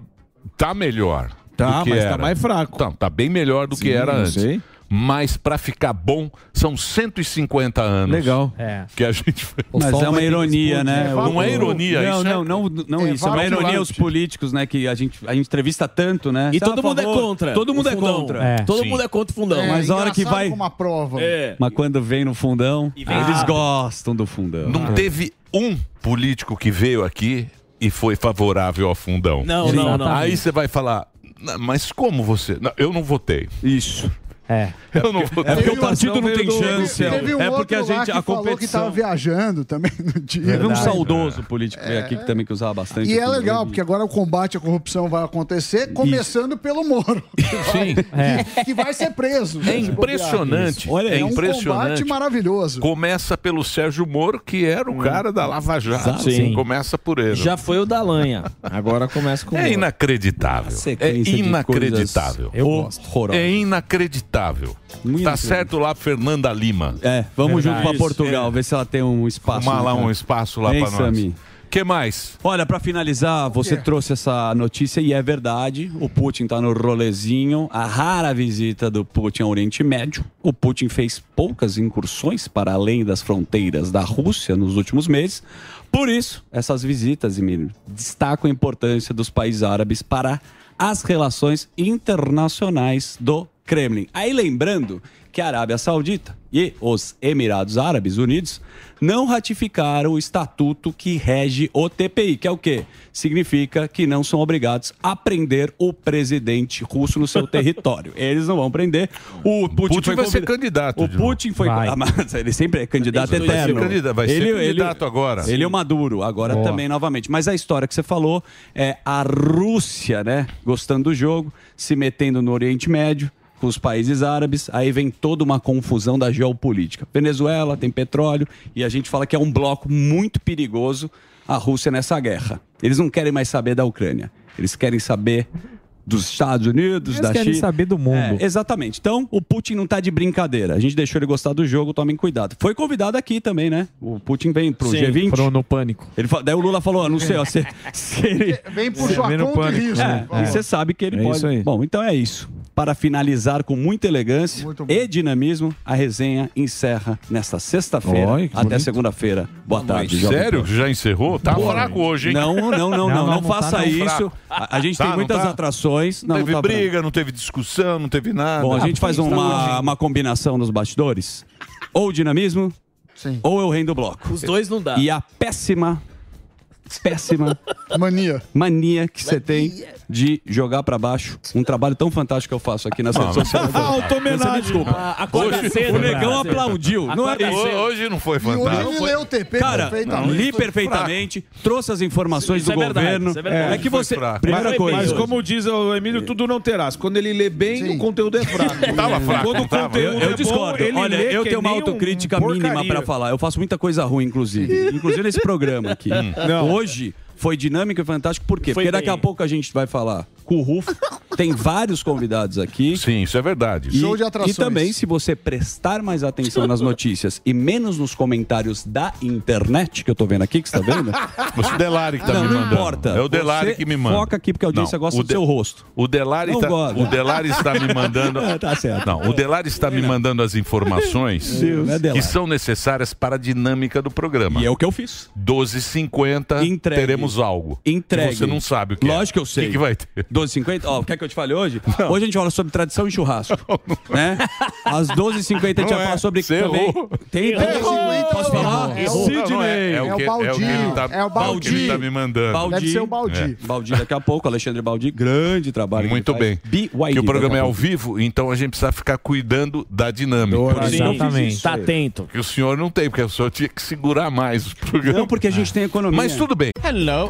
[SPEAKER 5] tá melhor.
[SPEAKER 8] Tá,
[SPEAKER 5] do que
[SPEAKER 8] mas tá
[SPEAKER 5] era.
[SPEAKER 8] mais fraco.
[SPEAKER 5] Tá, tá bem melhor do que
[SPEAKER 8] Sim,
[SPEAKER 5] era
[SPEAKER 8] eu
[SPEAKER 5] antes.
[SPEAKER 8] sei.
[SPEAKER 5] Mas para ficar bom, são 150 anos.
[SPEAKER 8] Legal.
[SPEAKER 9] É.
[SPEAKER 5] Que a gente foi.
[SPEAKER 14] Mas é uma ironia, né?
[SPEAKER 5] Não é ironia
[SPEAKER 14] não,
[SPEAKER 5] isso.
[SPEAKER 14] Não,
[SPEAKER 5] é...
[SPEAKER 14] não, não, não
[SPEAKER 5] É
[SPEAKER 14] isso. É uma
[SPEAKER 5] valculante.
[SPEAKER 14] ironia os políticos, né? Que a gente, a gente entrevista tanto, né?
[SPEAKER 11] E
[SPEAKER 14] Você é a
[SPEAKER 11] todo mundo é
[SPEAKER 14] favor,
[SPEAKER 11] contra
[SPEAKER 14] Todo mundo
[SPEAKER 11] o
[SPEAKER 14] é
[SPEAKER 11] fundão.
[SPEAKER 14] contra.
[SPEAKER 11] É. Todo mundo é contra o fundão. É,
[SPEAKER 14] Mas a hora que
[SPEAKER 12] engraçado
[SPEAKER 14] vai.
[SPEAKER 12] como a prova.
[SPEAKER 11] É.
[SPEAKER 14] Mas quando vem no fundão,
[SPEAKER 12] vem
[SPEAKER 14] eles
[SPEAKER 12] rápido.
[SPEAKER 14] gostam do fundão. É.
[SPEAKER 5] Não teve um político que veio aqui e foi favorável ao fundão.
[SPEAKER 14] Não, não, não.
[SPEAKER 5] Aí você vai falar, "Não, mas como você? Não, eu não votei.
[SPEAKER 14] Isso.
[SPEAKER 15] É.
[SPEAKER 5] Eu não vou.
[SPEAKER 14] É porque o partido não
[SPEAKER 12] Teve
[SPEAKER 14] tem
[SPEAKER 12] um-
[SPEAKER 14] chance.
[SPEAKER 12] Teve um
[SPEAKER 14] É porque a
[SPEAKER 12] outro lá
[SPEAKER 14] gente.
[SPEAKER 12] que falou
[SPEAKER 14] A
[SPEAKER 12] que tava
[SPEAKER 14] competição.
[SPEAKER 12] viajando também no dia.
[SPEAKER 14] Teve um saudoso político que veio aqui que também que usava bastante.
[SPEAKER 12] E é
[SPEAKER 14] aquilo.
[SPEAKER 12] legal, porque agora o combate à corrupção vai acontecer, começando pelo Moro.
[SPEAKER 5] Sim.
[SPEAKER 12] que- Que vai ser preso.
[SPEAKER 5] É impressionante.
[SPEAKER 12] Olha,
[SPEAKER 5] é
[SPEAKER 12] é um
[SPEAKER 5] impressionante.
[SPEAKER 12] combate maravilhoso.
[SPEAKER 5] Começa pelo Sérgio Moro, que era o cara da Lava Jato.
[SPEAKER 7] Hum. Sim.
[SPEAKER 5] Sim. Começa por ele.
[SPEAKER 7] Já foi o da Lanha. Agora começa com o
[SPEAKER 5] É
[SPEAKER 7] Moro.
[SPEAKER 5] inacreditável. É
[SPEAKER 7] sequência de
[SPEAKER 5] inacreditável.
[SPEAKER 7] coisas- eu gosto.
[SPEAKER 5] Horrorosa. É inacreditável. tá certo lá Fernanda Lima.
[SPEAKER 14] É, vamos junto pra
[SPEAKER 5] Isso.
[SPEAKER 14] Portugal,
[SPEAKER 11] É.
[SPEAKER 14] ver se ela tem um espaço.
[SPEAKER 5] Arrumar
[SPEAKER 14] né,
[SPEAKER 5] lá
[SPEAKER 7] então.
[SPEAKER 14] cara?
[SPEAKER 5] um espaço lá
[SPEAKER 14] Hein,
[SPEAKER 5] pra nós.
[SPEAKER 14] Sami?
[SPEAKER 5] que mais?
[SPEAKER 14] Olha, para finalizar, você trouxe essa notícia e é verdade. O Putin tá no rolezinho. A rara visita do Putin ao Oriente Médio. O Putin fez poucas incursões para além das fronteiras da Rússia nos últimos meses. Por isso, essas visitas, Emílio, destacam a importância dos países árabes para as relações internacionais do Kremlin. Aí lembrando que a Arábia Saudita e os Emirados Árabes Unidos não ratificaram o estatuto que rege o TPI, que é o quê? Significa que não são obrigados a prender o presidente russo no seu território. Eles não vão prender. O Putin,
[SPEAKER 5] Putin
[SPEAKER 14] foi
[SPEAKER 5] vai ser
[SPEAKER 14] convida-
[SPEAKER 5] candidato
[SPEAKER 14] O
[SPEAKER 5] de novo.
[SPEAKER 14] Putin foi.
[SPEAKER 5] Vai.
[SPEAKER 14] Ah, mas ele sempre é candidato
[SPEAKER 5] Ele vai ser
[SPEAKER 14] eterno.
[SPEAKER 5] candidato- vai ser candidato agora.
[SPEAKER 14] Ele é o Maduro, agora
[SPEAKER 5] Boa.
[SPEAKER 14] também novamente. Mas a história que você falou é a Rússia, né? Gostando do jogo, se metendo no Oriente Médio, com os países árabes, aí vem toda uma confusão da geopolítica. Venezuela tem petróleo e a gente fala que é um bloco muito perigoso a Rússia nessa guerra. Eles não querem mais saber da Ucrânia. Eles querem saber dos Estados Unidos,
[SPEAKER 9] Eles
[SPEAKER 14] da
[SPEAKER 9] querem
[SPEAKER 14] China.
[SPEAKER 9] saber do mundo.
[SPEAKER 14] É, exatamente. Então, o Putin não tá de brincadeira. A gente deixou ele gostar do jogo, tomem cuidado. Foi convidado aqui também, né? O Putin vem pro
[SPEAKER 9] Sim,
[SPEAKER 14] G20.
[SPEAKER 9] foram no pânico.
[SPEAKER 14] Ele fa- daí o Lula falou, ah, não sei, ó, se, se ele...
[SPEAKER 12] Vem por sua conta e risco.
[SPEAKER 14] É, e você sabe que ele
[SPEAKER 12] É
[SPEAKER 14] pode...
[SPEAKER 12] isso aí.
[SPEAKER 14] Bom, então é isso. Para finalizar com muita elegância e dinamismo, a resenha encerra nesta sexta-feira.
[SPEAKER 5] Olha, que
[SPEAKER 14] Até
[SPEAKER 5] bonito.
[SPEAKER 14] segunda-feira. Boa tarde. jovem
[SPEAKER 5] é Sério?
[SPEAKER 14] pan.
[SPEAKER 5] Já encerrou? Tá
[SPEAKER 14] Boa.
[SPEAKER 5] fraco hoje, hein? tá
[SPEAKER 14] Não, não, não, não, não, faça isso.
[SPEAKER 5] fraco.
[SPEAKER 14] A, a gente
[SPEAKER 5] Tá,
[SPEAKER 14] tem
[SPEAKER 5] não
[SPEAKER 14] muitas
[SPEAKER 5] tá?
[SPEAKER 14] atrações.
[SPEAKER 5] Não teve
[SPEAKER 14] tá fraco.
[SPEAKER 5] briga, não teve discussão, não teve nada.
[SPEAKER 14] Bom, a gente faz uma, uma combinação nos bastidores. Ou o dinamismo, ou eu rendo o bloco.
[SPEAKER 7] Os dois não dá.
[SPEAKER 14] E a péssima, péssima
[SPEAKER 12] mania
[SPEAKER 14] mania que você tem de jogar pra baixo um trabalho tão fantástico que eu faço aqui nas
[SPEAKER 5] Ah,
[SPEAKER 14] redes
[SPEAKER 5] mas
[SPEAKER 14] sociais.
[SPEAKER 5] você-
[SPEAKER 14] Você me desculpa.
[SPEAKER 5] Ah, acorda
[SPEAKER 14] Hoje-
[SPEAKER 5] cedo,
[SPEAKER 14] o Negão
[SPEAKER 5] Brasil.
[SPEAKER 14] aplaudiu. Não é
[SPEAKER 5] Acorda
[SPEAKER 14] isso.
[SPEAKER 5] cedo. Hoje não foi E hoje
[SPEAKER 12] fantástico. ele leu o TP
[SPEAKER 14] Cara,
[SPEAKER 12] perfeitamente.
[SPEAKER 14] não, li
[SPEAKER 12] Foi
[SPEAKER 14] perfeitamente, trouxe as informações
[SPEAKER 8] Isso
[SPEAKER 14] do
[SPEAKER 8] é verdade,
[SPEAKER 14] governo.
[SPEAKER 8] isso é verdade.
[SPEAKER 14] É que
[SPEAKER 8] Foi
[SPEAKER 14] você...
[SPEAKER 8] fraco.
[SPEAKER 14] Primeira
[SPEAKER 8] mas,
[SPEAKER 14] coisa.
[SPEAKER 8] Mas como diz o Emílio, tudo não terás. Quando ele lê bem, o conteúdo é fraco.
[SPEAKER 14] Tava fraco,
[SPEAKER 8] Quando
[SPEAKER 14] não
[SPEAKER 8] o
[SPEAKER 14] tava.
[SPEAKER 8] conteúdo
[SPEAKER 14] Eu, eu
[SPEAKER 8] é
[SPEAKER 14] discordo.
[SPEAKER 8] bom, ele
[SPEAKER 14] Olha,
[SPEAKER 8] lê
[SPEAKER 14] eu
[SPEAKER 8] que
[SPEAKER 5] é
[SPEAKER 14] tenho uma
[SPEAKER 8] nem um
[SPEAKER 14] autocrítica mínima
[SPEAKER 8] porcaria.
[SPEAKER 14] pra falar. Eu faço muita coisa ruim, inclusive. inclusive nesse programa aqui.
[SPEAKER 5] Hum.
[SPEAKER 8] Não.
[SPEAKER 14] Hoje foi dinâmica e fantástico. Por quê?
[SPEAKER 8] Foi
[SPEAKER 14] Porque daqui
[SPEAKER 8] bem.
[SPEAKER 14] a pouco a gente vai falar com o Rufo. Tem vários convidados aqui.
[SPEAKER 5] Sim, isso é verdade.
[SPEAKER 14] E,
[SPEAKER 5] Show de
[SPEAKER 14] e
[SPEAKER 5] atrações.
[SPEAKER 14] também, se você prestar mais atenção nas notícias e menos nos comentários da internet, que eu tô vendo aqui, que você tá vendo?
[SPEAKER 5] Mas o Delari que tá
[SPEAKER 14] não,
[SPEAKER 5] me
[SPEAKER 14] não
[SPEAKER 5] mandando.
[SPEAKER 14] importa.
[SPEAKER 5] É o Delari
[SPEAKER 14] Você
[SPEAKER 5] que me manda.
[SPEAKER 14] Foca aqui, porque a audiência
[SPEAKER 5] Não,
[SPEAKER 14] gosta
[SPEAKER 5] o
[SPEAKER 14] do
[SPEAKER 5] De-
[SPEAKER 14] seu rosto.
[SPEAKER 5] O Delari,
[SPEAKER 14] Não
[SPEAKER 5] tá,
[SPEAKER 14] gosta.
[SPEAKER 5] o Delari está me mandando.
[SPEAKER 14] É, tá certo.
[SPEAKER 5] Não, o Delari está me mandando as informações
[SPEAKER 14] Deus.
[SPEAKER 5] que
[SPEAKER 14] Delari.
[SPEAKER 5] são necessárias para a dinâmica do programa. E é
[SPEAKER 14] o que eu fiz.
[SPEAKER 5] 12h50
[SPEAKER 14] Entregue.
[SPEAKER 5] teremos algo.
[SPEAKER 14] Entregue.
[SPEAKER 5] Que Você não sabe o que é.
[SPEAKER 14] Lógico que eu sei.
[SPEAKER 5] O que, que vai ter?
[SPEAKER 14] 12h50? Ó, quer que eu te fale hoje? Hoje a gente fala sobre tradição e churrasco. né? Às 12h50 a gente
[SPEAKER 5] Não
[SPEAKER 14] vai
[SPEAKER 5] é.
[SPEAKER 14] falar sobre
[SPEAKER 5] Você
[SPEAKER 14] também.
[SPEAKER 5] errou.
[SPEAKER 14] Tem,
[SPEAKER 5] Errou.
[SPEAKER 14] tem- Posso falar?
[SPEAKER 5] É o-
[SPEAKER 14] Sidney.
[SPEAKER 5] não, é- é o É o que- é o que Baldi. ele tá- É o Baldi. é o que ele tá me mandando. Deve ser o Baldi.
[SPEAKER 14] É. Baldi daqui a pouco, Alexandre Baldi, grande trabalho. que
[SPEAKER 5] Muito
[SPEAKER 14] ele
[SPEAKER 5] bem.
[SPEAKER 14] faz. BYD
[SPEAKER 5] que o
[SPEAKER 14] daqui
[SPEAKER 5] programa é
[SPEAKER 14] a
[SPEAKER 5] ao
[SPEAKER 14] pouco.
[SPEAKER 5] vivo, então a gente precisa ficar cuidando da dinâmica.
[SPEAKER 14] Do
[SPEAKER 5] Por isso que eu fiz
[SPEAKER 14] exatamente.
[SPEAKER 5] isso.
[SPEAKER 14] Tá atento.
[SPEAKER 5] Que o senhor não tem, porque o senhor tinha que segurar mais os programas. Não,
[SPEAKER 14] porque a gente tem economia.
[SPEAKER 5] Mas tudo bem.
[SPEAKER 16] Hello,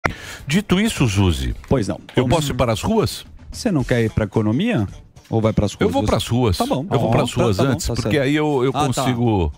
[SPEAKER 5] Dito isso, Zuzi.
[SPEAKER 14] Pois não.
[SPEAKER 5] Eu posso ir para as ruas?
[SPEAKER 14] Você não quer ir para economia? Ou vai para as ruas?
[SPEAKER 5] Eu vou para as ruas.
[SPEAKER 14] Tá bom.
[SPEAKER 5] Eu vou
[SPEAKER 14] Tá
[SPEAKER 5] para as
[SPEAKER 14] bom, tá-
[SPEAKER 5] ruas
[SPEAKER 14] tá bom,
[SPEAKER 5] antes,
[SPEAKER 14] tá
[SPEAKER 5] porque
[SPEAKER 14] certo.
[SPEAKER 5] aí eu, eu
[SPEAKER 14] Ah, tá.
[SPEAKER 5] consigo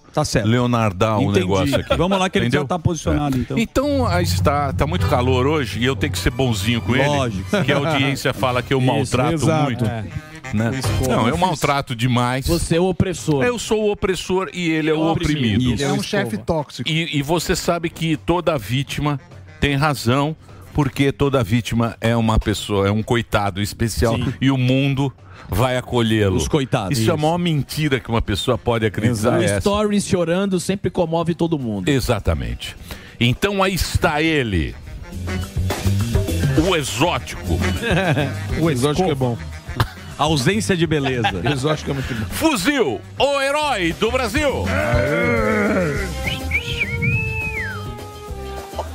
[SPEAKER 5] leonardar um
[SPEAKER 14] Entendi.
[SPEAKER 5] negócio aqui.
[SPEAKER 14] Vamos lá que ele
[SPEAKER 5] Entendeu?
[SPEAKER 14] já tá posicionado,
[SPEAKER 5] É.
[SPEAKER 14] então.
[SPEAKER 5] Então, aí está, tá muito calor hoje e eu tenho que ser bonzinho com
[SPEAKER 14] Lógico.
[SPEAKER 5] ele. Que a audiência fala que eu
[SPEAKER 14] Isso,
[SPEAKER 5] maltrato
[SPEAKER 14] exato.
[SPEAKER 5] muito.
[SPEAKER 14] É.
[SPEAKER 5] né? Não, eu maltrato demais. Você
[SPEAKER 7] é o opressor.
[SPEAKER 5] Eu sou o opressor e ele é o oprimido.
[SPEAKER 12] É um chefe tóxico.
[SPEAKER 5] E, e você sabe que toda vítima tem razão porque toda vítima é uma pessoa, é um coitado especial e o mundo vai acolhê-lo.
[SPEAKER 14] Os coitados.
[SPEAKER 5] Isso, é a maior mentira que uma pessoa pode acreditar. é
[SPEAKER 7] O
[SPEAKER 5] essa.
[SPEAKER 7] Stories chorando sempre comove todo mundo.
[SPEAKER 5] Exatamente. Então aí está ele. O exótico.
[SPEAKER 8] o exótico é bom.
[SPEAKER 14] A ausência de beleza.
[SPEAKER 8] O exótico é muito bom.
[SPEAKER 5] Fuzil, o herói do Brasil.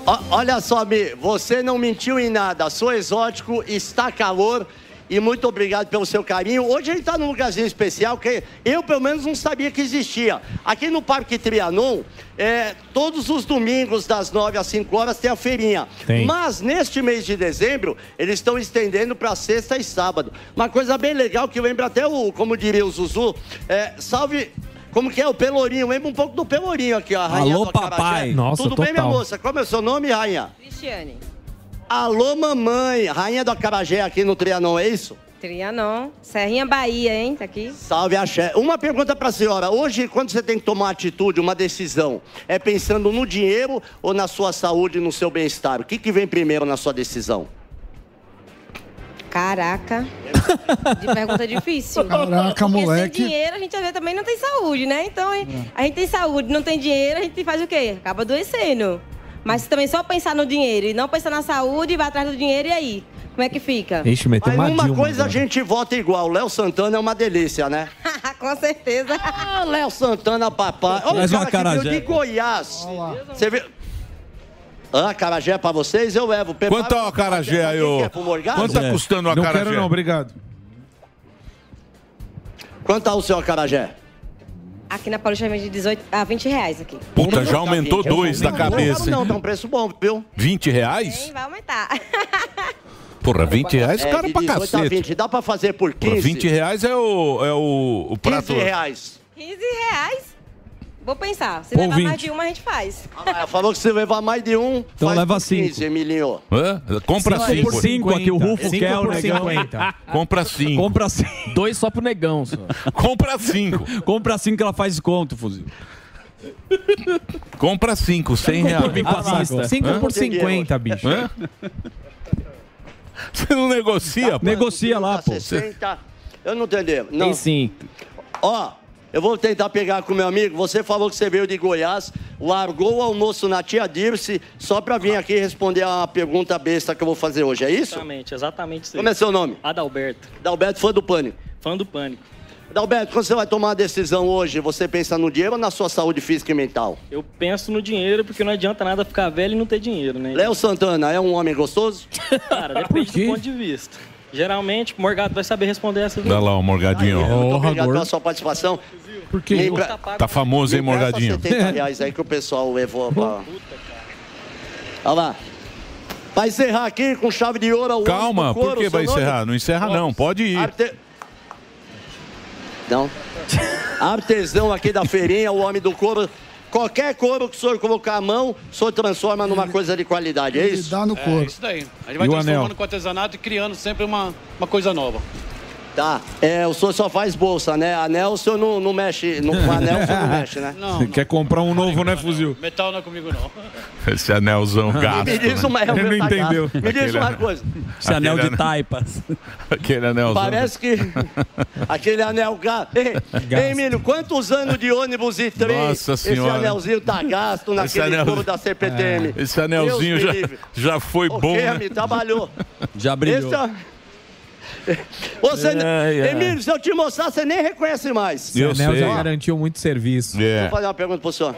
[SPEAKER 13] Ó- Olha só, Mi, você não mentiu em nada. Sou exótico, está calor e muito obrigado pelo seu carinho. Hoje ele está num lugarzinho especial que eu, pelo menos, não sabia que existia. Aqui no Parque Trianon, é, todos os domingos, das 9 às 5 horas, tem a feirinha.
[SPEAKER 2] Tem.
[SPEAKER 13] Mas neste mês de dezembro, eles estão estendendo para sexta e sábado. Uma coisa bem legal que lembra até o, como diria o Zuzu, é, salve. Como que é o Pelourinho? Lembra um pouco do Pelourinho aqui, ó. a rainha
[SPEAKER 9] Alô,
[SPEAKER 13] do acarajé.
[SPEAKER 9] papai. Nossa,
[SPEAKER 13] Tudo bem, minha
[SPEAKER 9] total.
[SPEAKER 13] moça? Como é o seu nome, rainha?
[SPEAKER 17] Cristiane,
[SPEAKER 13] Alô, mamãe, rainha do acarajé aqui no Trianon, é isso?
[SPEAKER 17] Trianon, Serrinha Bahia, hein? Tá aqui.
[SPEAKER 13] Salve, Axé. Uma pergunta pra senhora. Hoje, quando você tem que tomar uma atitude, uma decisão, é pensando no dinheiro ou na sua saúde, no seu bem-estar? O que, que vem primeiro na sua decisão?
[SPEAKER 17] Caraca. De pergunta difícil.
[SPEAKER 12] Caraca,
[SPEAKER 17] Porque
[SPEAKER 12] moleque.
[SPEAKER 17] sem dinheiro, a gente às vezes também não tem saúde, né? Então,
[SPEAKER 9] É.
[SPEAKER 17] a gente tem saúde, não tem dinheiro, a gente faz o quê? Acaba adoecendo. Mas se também só pensar no dinheiro e não pensar na saúde, vai atrás do dinheiro e aí? Como é que fica?
[SPEAKER 9] Ixi, meteu
[SPEAKER 13] Mas
[SPEAKER 9] uma
[SPEAKER 13] uma
[SPEAKER 9] Dilma
[SPEAKER 13] coisa a
[SPEAKER 9] agora.
[SPEAKER 13] gente vota igual. Léo Santana é uma delícia, né?
[SPEAKER 17] Com certeza.
[SPEAKER 13] Ah, Léo Santana, papai. Olha
[SPEAKER 9] Traz
[SPEAKER 13] o
[SPEAKER 9] um
[SPEAKER 13] cara que
[SPEAKER 9] acarajé.
[SPEAKER 13] veio de Goiás. Você viu... Ah, acarajé pra vocês, eu levo. Prepara- um
[SPEAKER 5] Quanto é o acarajé aí, ô?
[SPEAKER 13] Quem quer pro Morgado?
[SPEAKER 5] Quanto
[SPEAKER 9] É.
[SPEAKER 5] tá custando o
[SPEAKER 8] É. Não
[SPEAKER 5] acarajé?
[SPEAKER 8] quero não, obrigado.
[SPEAKER 13] Quanto tá o seu acarajé?
[SPEAKER 17] Aqui na Paulista vende de 18 a 20 reais aqui.
[SPEAKER 5] Puta,
[SPEAKER 9] tá
[SPEAKER 5] já aumentou
[SPEAKER 13] Eu
[SPEAKER 5] dois da
[SPEAKER 13] não vou-
[SPEAKER 5] cabeça.
[SPEAKER 13] Não,
[SPEAKER 5] hein?
[SPEAKER 13] tá um preço bom, viu?
[SPEAKER 5] 20 reais?
[SPEAKER 17] Vai aumentar.
[SPEAKER 5] Porra, 20 reais,
[SPEAKER 13] É,
[SPEAKER 5] cara,
[SPEAKER 13] de
[SPEAKER 5] pra
[SPEAKER 13] 18 a
[SPEAKER 5] cacete.
[SPEAKER 13] 20, dá pra fazer por
[SPEAKER 5] Porra,
[SPEAKER 13] 15.
[SPEAKER 5] 20 reais é o, é o, o prato.
[SPEAKER 13] 15 reais.
[SPEAKER 17] 15 reais? Vou pensar. Se
[SPEAKER 5] Ou
[SPEAKER 17] levar mais
[SPEAKER 5] 20.
[SPEAKER 17] de uma, a gente faz.
[SPEAKER 13] Ah, falou que se levar mais de um, então leva 15, Emilinho.
[SPEAKER 5] Hã? Compra
[SPEAKER 13] Cinco
[SPEAKER 5] cinco.
[SPEAKER 13] por cinco aqui, o Rufo
[SPEAKER 5] Cinco
[SPEAKER 13] quer o
[SPEAKER 5] por
[SPEAKER 13] negão.
[SPEAKER 5] cinquenta. Compra cinco.
[SPEAKER 14] Compra cinco.
[SPEAKER 7] Dois só pro negão. Só.
[SPEAKER 5] Compra cinco.
[SPEAKER 14] Compra cinco que ela faz desconto, fuzil.
[SPEAKER 5] Compra cinco, 100 reais.
[SPEAKER 14] Ah,
[SPEAKER 9] Cinco
[SPEAKER 5] Hã?
[SPEAKER 9] por 50, bicho.
[SPEAKER 5] Hã? Você não negocia, pô.
[SPEAKER 14] Negocia lá,
[SPEAKER 13] pô. 60, eu não entendi. Não.
[SPEAKER 7] Tem sim.
[SPEAKER 13] Ó, eu vou tentar pegar com meu amigo. Você falou que você veio de Goiás, largou o almoço na tia Dirce só pra vir aqui responder a pergunta besta que eu vou fazer hoje, é isso?
[SPEAKER 18] Exatamente, exatamente isso. aí.
[SPEAKER 13] Como é seu nome?
[SPEAKER 18] Adalberto,
[SPEAKER 13] Dalberto, fã do Pânico.
[SPEAKER 18] fã do Pânico.
[SPEAKER 13] Dalberto, quando você vai tomar uma decisão hoje, você pensa no dinheiro ou na sua saúde física e mental?
[SPEAKER 18] Eu penso no dinheiro porque não adianta nada ficar velho e não ter dinheiro, né?
[SPEAKER 13] Léo Santana é um homem gostoso?
[SPEAKER 18] Cara, depende do ponto de vista. Geralmente, o Morgado vai saber responder essas
[SPEAKER 5] Dá lá o Morgadinho.
[SPEAKER 13] Muito obrigado pela sua participação. Por
[SPEAKER 5] quê? Tá famoso, hein, Morgadinho?
[SPEAKER 13] 70 reais aí que o pessoal levou pra... Olha lá. Vai encerrar aqui com chave de ouro. ao
[SPEAKER 5] Calma,
[SPEAKER 13] ouro do couro,
[SPEAKER 5] por
[SPEAKER 13] seu
[SPEAKER 5] que vai
[SPEAKER 13] nome?
[SPEAKER 5] encerrar? Não encerra não, pode ir.
[SPEAKER 13] Arte... Não. Artesão aqui da feirinha, o homem do couro. Qualquer couro que o senhor colocar a mão, o senhor transforma numa coisa de qualidade, é isso?
[SPEAKER 12] Dá no
[SPEAKER 19] É isso daí. A gente vai
[SPEAKER 13] E o
[SPEAKER 19] transformando
[SPEAKER 13] anel?
[SPEAKER 19] com artesanato e criando sempre uma, uma coisa nova.
[SPEAKER 13] Tá. É, o senhor só faz bolsa, né? Anel o senhor não, não mexe. No, com anel o senhor não mexe, né?
[SPEAKER 19] Não,
[SPEAKER 8] Você quer comprar um novo, né, fuzil?
[SPEAKER 19] Metal não é comigo, não.
[SPEAKER 5] Esse anelzão gasto.
[SPEAKER 13] Me diz uma, é, o
[SPEAKER 5] né?
[SPEAKER 13] meu tá gasto. Me diz
[SPEAKER 5] Aquele
[SPEAKER 13] uma
[SPEAKER 5] anel-
[SPEAKER 13] coisa.
[SPEAKER 14] Esse anel
[SPEAKER 5] aquele
[SPEAKER 14] de taipas.
[SPEAKER 5] Aquele anelzão.
[SPEAKER 13] Parece que aquele anel gasto. Ei, Ei, Emílio, quantos anos de ônibus e trem?
[SPEAKER 5] Nossa
[SPEAKER 13] esse
[SPEAKER 5] Senhora.
[SPEAKER 13] anelzinho tá gasto naquele
[SPEAKER 5] anel-
[SPEAKER 13] couro da CPTM.
[SPEAKER 5] É. Esse anelzinho
[SPEAKER 13] Deus
[SPEAKER 5] já,
[SPEAKER 13] me livre.
[SPEAKER 5] já foi
[SPEAKER 13] O
[SPEAKER 5] bom. né? Ah,
[SPEAKER 13] Kermi trabalhou.
[SPEAKER 14] Já
[SPEAKER 13] Esse é- Você,
[SPEAKER 5] É,
[SPEAKER 14] Ai, ai.
[SPEAKER 13] Emílio, se eu te mostrar, você nem reconhece mais.
[SPEAKER 9] Esse é anel já garantiu muito serviço.
[SPEAKER 13] Vou fazer uma pergunta pro senhor.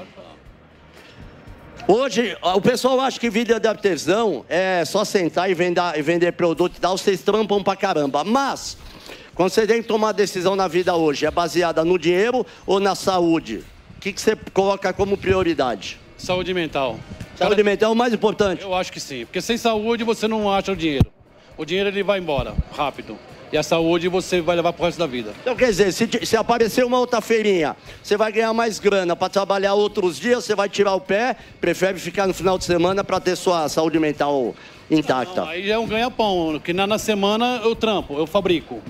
[SPEAKER 13] Hoje, ó, o pessoal acha que vida de artesão é só sentar e vender, e vender produto e tal, vocês trampam pra caramba. Mas, quando você tem que tomar decisão na vida hoje, é baseada no dinheiro ou na saúde? O que, que você coloca como prioridade?
[SPEAKER 19] Saúde mental.
[SPEAKER 13] Saúde mental é o mais importante.
[SPEAKER 19] Eu acho que sim. Porque sem saúde você não acha o dinheiro. O dinheiro ele vai embora, rápido. E a saúde você vai levar pro resto da vida.
[SPEAKER 13] Então, quer dizer, se, se aparecer uma outra feirinha, você vai ganhar mais grana pra trabalhar outros dias, você vai tirar o pé, prefere ficar no final de semana pra ter sua saúde mental intacta.
[SPEAKER 19] Aí é um ganha-pão, que na, na semana eu trampo, eu fabrico.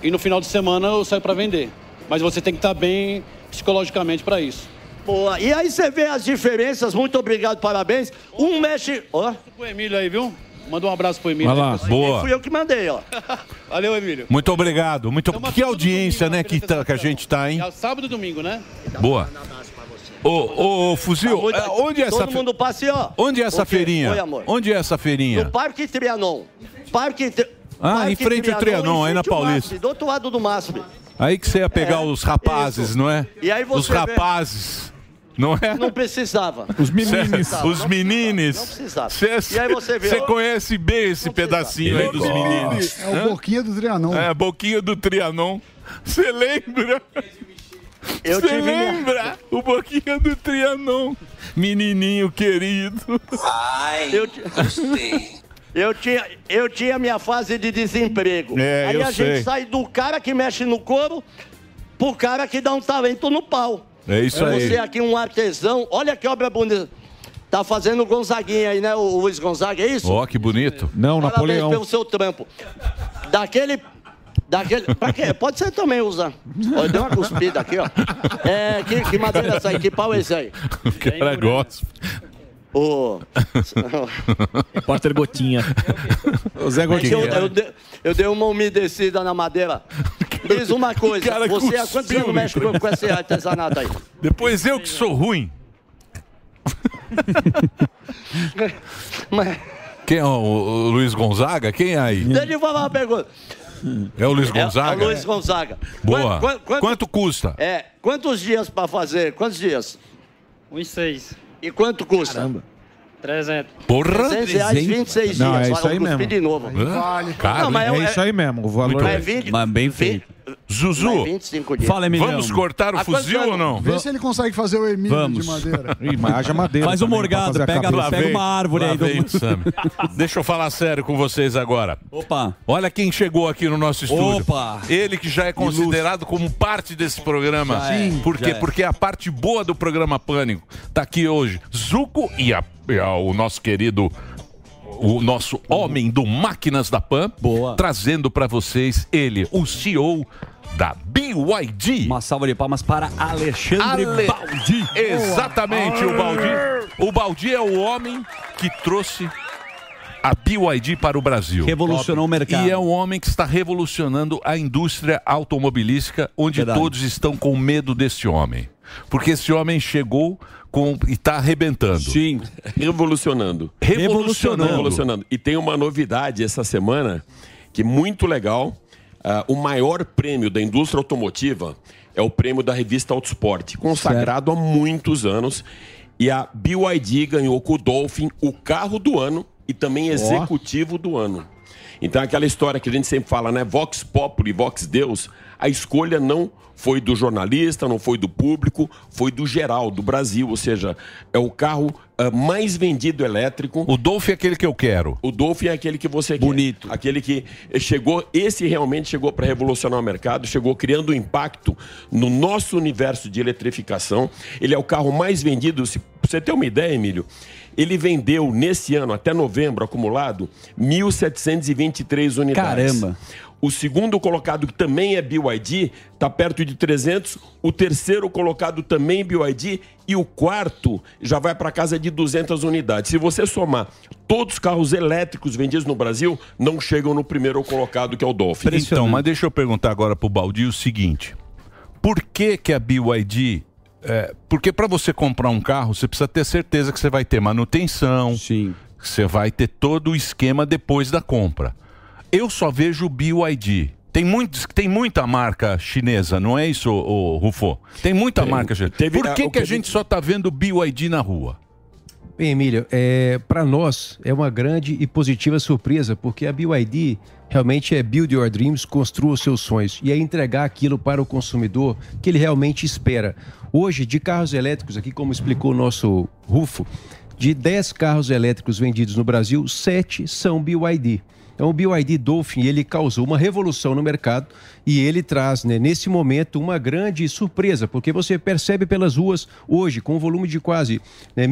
[SPEAKER 19] E no final de semana eu saio pra vender. Mas você tem que estar bem psicologicamente pra isso.
[SPEAKER 13] Boa. E aí você vê as diferenças. Muito obrigado, parabéns. Um mexe. Ó.
[SPEAKER 19] O Emílio aí, viu? Manda um abraço pro Emílio.
[SPEAKER 5] Vai lá. Boa.
[SPEAKER 19] Fui eu que mandei, ó. Valeu, Emílio.
[SPEAKER 5] Muito obrigado. Muito... Que audiência, né, que, tá- que a gente tá, hein?
[SPEAKER 19] É sábado e domingo, né?
[SPEAKER 5] Boa.
[SPEAKER 13] Tá
[SPEAKER 5] Ô, ô, ô, Fuzil,
[SPEAKER 19] Tá
[SPEAKER 5] é, onde é essa...
[SPEAKER 19] Todo
[SPEAKER 5] fe-
[SPEAKER 19] mundo passeou.
[SPEAKER 5] Onde é essa
[SPEAKER 19] Ok.
[SPEAKER 5] feirinha?
[SPEAKER 19] Oi, amor.
[SPEAKER 5] Onde é essa feirinha?
[SPEAKER 19] No Parque Trianon. Parque... Tri-
[SPEAKER 5] Ah,
[SPEAKER 19] Parque
[SPEAKER 5] em frente ao Trianon, aí
[SPEAKER 19] em
[SPEAKER 5] na
[SPEAKER 19] frente ao
[SPEAKER 5] Paulista.
[SPEAKER 19] MASP, Do outro lado do MASP.
[SPEAKER 5] Aí que você ia pegar
[SPEAKER 19] É,
[SPEAKER 5] os rapazes, não é?
[SPEAKER 19] E aí você
[SPEAKER 5] os
[SPEAKER 19] vê-
[SPEAKER 5] rapazes, não é?
[SPEAKER 19] Não precisava.
[SPEAKER 5] Os meninos. Os meninos.
[SPEAKER 19] Não precisava.
[SPEAKER 5] Cê- é
[SPEAKER 19] E aí você vê,
[SPEAKER 5] cê
[SPEAKER 19] ó.
[SPEAKER 5] conhece bem esse pedacinho aí dos meninos.
[SPEAKER 12] É o
[SPEAKER 5] Hã?
[SPEAKER 12] boquinha do Trianon.
[SPEAKER 5] É, boquinha do Trianon. Você lembra?
[SPEAKER 19] Eu
[SPEAKER 5] Você
[SPEAKER 19] tive minha-
[SPEAKER 5] lembra? O boquinha do
[SPEAKER 9] Ah,
[SPEAKER 5] Trianon. Menininho querido.
[SPEAKER 19] Eu, ti- eu tinha, eu tinha minha fase de desemprego.
[SPEAKER 5] É,
[SPEAKER 19] Aí
[SPEAKER 5] eu
[SPEAKER 19] a
[SPEAKER 5] sei.
[SPEAKER 19] gente sai do cara que mexe no couro pro cara que dá um talento no pau.
[SPEAKER 5] É isso aí.
[SPEAKER 19] Você aqui, um artesão, olha que obra bonita. Tá fazendo o Gonzaguinha aí, né? O Luiz Gonzaga, é isso?
[SPEAKER 5] Ó, que bonito.
[SPEAKER 19] Não, Parabéns pelo seu trampo. Daquele. Daquele. Pra quê? Pode ser também usar. Ó, deu uma cuspida aqui, ó. É, que, que madeira é essa aí? Que pau é esse aí?
[SPEAKER 5] O cara é gosta.
[SPEAKER 19] Ô.
[SPEAKER 7] Repórter Gotinha.
[SPEAKER 19] O Zé
[SPEAKER 5] Gotinha.
[SPEAKER 19] Eu, eu, de- eu dei uma umedecida na madeira. Diz uma coisa,
[SPEAKER 5] cara
[SPEAKER 19] você há
[SPEAKER 5] cuspiu
[SPEAKER 19] quantos anos
[SPEAKER 5] no
[SPEAKER 19] mexe com,
[SPEAKER 5] microfone.
[SPEAKER 19] com esse artesanato aí?
[SPEAKER 5] Depois eu que sou ruim.
[SPEAKER 19] Mas,
[SPEAKER 5] Quem é o, o Luiz Gonzaga? Quem é aí?
[SPEAKER 19] deixa eu falar uma pergunta.
[SPEAKER 5] É o Luiz
[SPEAKER 19] É-
[SPEAKER 5] Gonzaga?
[SPEAKER 19] É, o Luiz Gonzaga.
[SPEAKER 5] Boa.
[SPEAKER 19] Quan- quan-
[SPEAKER 5] Quanto custa?
[SPEAKER 19] É, quantos dias pra fazer? Quantos dias?
[SPEAKER 18] Uns seis.
[SPEAKER 19] E quanto custa?
[SPEAKER 18] 300.
[SPEAKER 5] Porra!
[SPEAKER 19] 300 reais, 26
[SPEAKER 9] Não,
[SPEAKER 19] dias.
[SPEAKER 9] é isso aí
[SPEAKER 19] Fala,
[SPEAKER 9] mesmo.
[SPEAKER 19] cuspi de novo.
[SPEAKER 9] Vale.
[SPEAKER 19] Não, mas
[SPEAKER 9] é isso aí mesmo. O valor
[SPEAKER 19] Mas vinte-
[SPEAKER 14] Mas bem feito.
[SPEAKER 5] Zuzu,
[SPEAKER 19] mas 25 dias. é
[SPEAKER 14] Fala, Emiliano.
[SPEAKER 12] Há quantos anos? Vê se ele consegue fazer o Emílio de madeira.
[SPEAKER 14] Faz o Morgado, pega,
[SPEAKER 5] Lá
[SPEAKER 14] pega
[SPEAKER 5] vem-
[SPEAKER 14] uma árvore
[SPEAKER 5] lá
[SPEAKER 14] aí
[SPEAKER 5] vem
[SPEAKER 14] do
[SPEAKER 5] o Sami. Deixa eu falar sério com vocês agora.
[SPEAKER 14] Opa.
[SPEAKER 5] Olha quem chegou aqui no nosso estúdio.
[SPEAKER 14] Opa.
[SPEAKER 5] Ele que já é considerado como parte desse programa.
[SPEAKER 14] Já é,
[SPEAKER 5] Por
[SPEAKER 14] já
[SPEAKER 5] quê?
[SPEAKER 14] é.
[SPEAKER 5] Porque é a parte boa do programa Pânico. Tá aqui hoje. Zuco e, a- e a- o nosso querido. O nosso homem do Máquinas da Pan. Trazendo pra vocês ele, o CEO da BYD. Uma
[SPEAKER 14] salva de palmas para Alexandre Baldi.
[SPEAKER 5] Exatamente,
[SPEAKER 14] Boa.
[SPEAKER 5] o Baldi. O Baldi é o homem que trouxe a BYD para o Brasil.
[SPEAKER 14] Revolucionou o mercado.
[SPEAKER 5] E é um homem que está revolucionando a indústria automobilística, onde
[SPEAKER 14] Verdade.
[SPEAKER 5] todos estão com medo desse homem. Porque esse homem chegou com, e está arrebentando.
[SPEAKER 20] Sim. Revolucionando.
[SPEAKER 5] Revolucionando.
[SPEAKER 20] Revolucionando. E tem uma novidade essa semana que é muito legal. Ah, o maior prêmio da indústria automotiva é o prêmio da revista Autosport, consagrado há muitos anos. E a BYD ganhou com o Dolphin o carro do ano e também executivo do ano. Então, aquela história que a gente sempre fala, né? Vox Populi, Vox Deus, a escolha não foi do jornalista, não foi do público, foi do geral, do Brasil. Ou seja, é o carro ah, mais vendido elétrico.
[SPEAKER 5] O Dolphin é aquele que eu quero.
[SPEAKER 20] O Dolphin é aquele que você quer. Bonito. Aquele que chegou, esse realmente chegou para revolucionar o mercado, chegou criando um impacto no nosso universo de eletrificação. Ele é o carro mais vendido, se pra você ter uma ideia, Emílio, ele vendeu nesse ano, até novembro acumulado, 1.723 unidades.
[SPEAKER 14] Caramba.
[SPEAKER 20] O segundo colocado, que também é BYD, está tá perto de 300. O terceiro colocado também BYD. E o quarto já vai para casa de 200 unidades. Se você somar todos os carros elétricos vendidos no Brasil, não chegam no primeiro colocado, que é o Dolphin.
[SPEAKER 5] Então, mas deixa eu perguntar agora pro Baldi o seguinte: por que que a BYD é, porque para você comprar um carro, você precisa ter certeza que você vai ter manutenção,
[SPEAKER 14] Sim.
[SPEAKER 5] você vai ter todo o esquema depois da compra. Eu só vejo o BYD. Tem, muitos, tem muita marca chinesa, não é isso, ô, ô, Rufo? Tem muita marca chinesa.
[SPEAKER 21] Teve-
[SPEAKER 5] Por que,
[SPEAKER 21] ah, o
[SPEAKER 5] que a
[SPEAKER 21] que-
[SPEAKER 5] gente só está vendo BYD na rua?
[SPEAKER 21] Bem, Emílio, é, para nós é uma grande e positiva surpresa, porque a BYD realmente é Build Your Dreams, construa os seus sonhos, e é entregar aquilo para o consumidor que ele realmente espera. Hoje, de carros elétricos, aqui como explicou o nosso Rufo, de 10 carros elétricos vendidos no Brasil, 7 são BYD. Então, o BYD Dolphin, ele causou uma revolução no mercado e ele traz, né, nesse momento, uma grande surpresa, porque você percebe pelas ruas hoje, com um volume de quase né,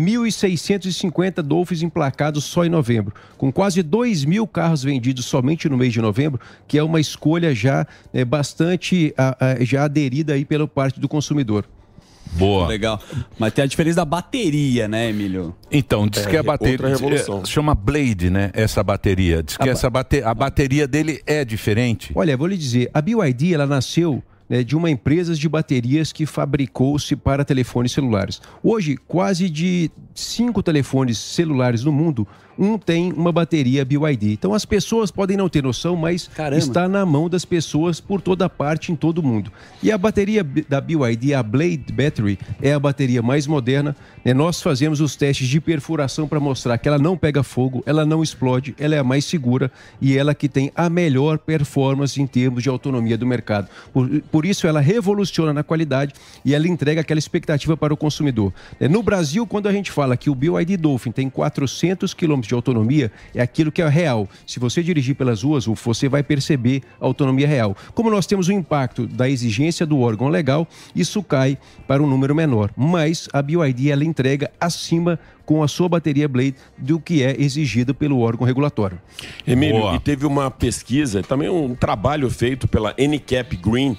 [SPEAKER 21] 1.650 Dolphins emplacados só em novembro, com quase 2 mil carros vendidos somente no mês de novembro, que é uma escolha já né, bastante ah, ah, já aderida aí pela parte do consumidor.
[SPEAKER 5] Boa.
[SPEAKER 14] Legal. Mas tem a diferença da bateria, né, Emílio?
[SPEAKER 5] Então,
[SPEAKER 14] É,
[SPEAKER 5] diz que a bateria. eh, Chama Blade, né? Essa bateria. Diz que essa bate... a bateria dele é diferente.
[SPEAKER 21] Olha, vou lhe dizer, a BYD ela nasceu né, de uma empresa de baterias que fabricou-se para telefones celulares. Hoje, quase de cinco telefones celulares no mundo, um tem uma bateria BYD. Então as pessoas podem não ter noção, mas está na mão das pessoas por toda parte em todo mundo. E a bateria B- da BYD, a Blade Battery, é a bateria mais moderna. né? Nós fazemos os testes de perfuração para mostrar que ela não pega fogo, ela não explode, ela é a mais segura e ela que tem a melhor performance em termos de autonomia do mercado. Por, por isso, ela revoluciona na qualidade e ela entrega aquela expectativa para o consumidor. É, No Brasil, quando a gente fala que o BYD Dolphin tem 400 km de autonomia, é aquilo que é real. Se você dirigir pelas ruas, Ufo, você vai perceber a autonomia real. Como nós temos o impacto da exigência do órgão legal, isso cai para um número menor. Mas a BYD ela entrega acima com a sua bateria Blade do que é exigido pelo órgão regulatório.
[SPEAKER 20] Emílio, e teve uma pesquisa, também um trabalho feito pela NCAP Green,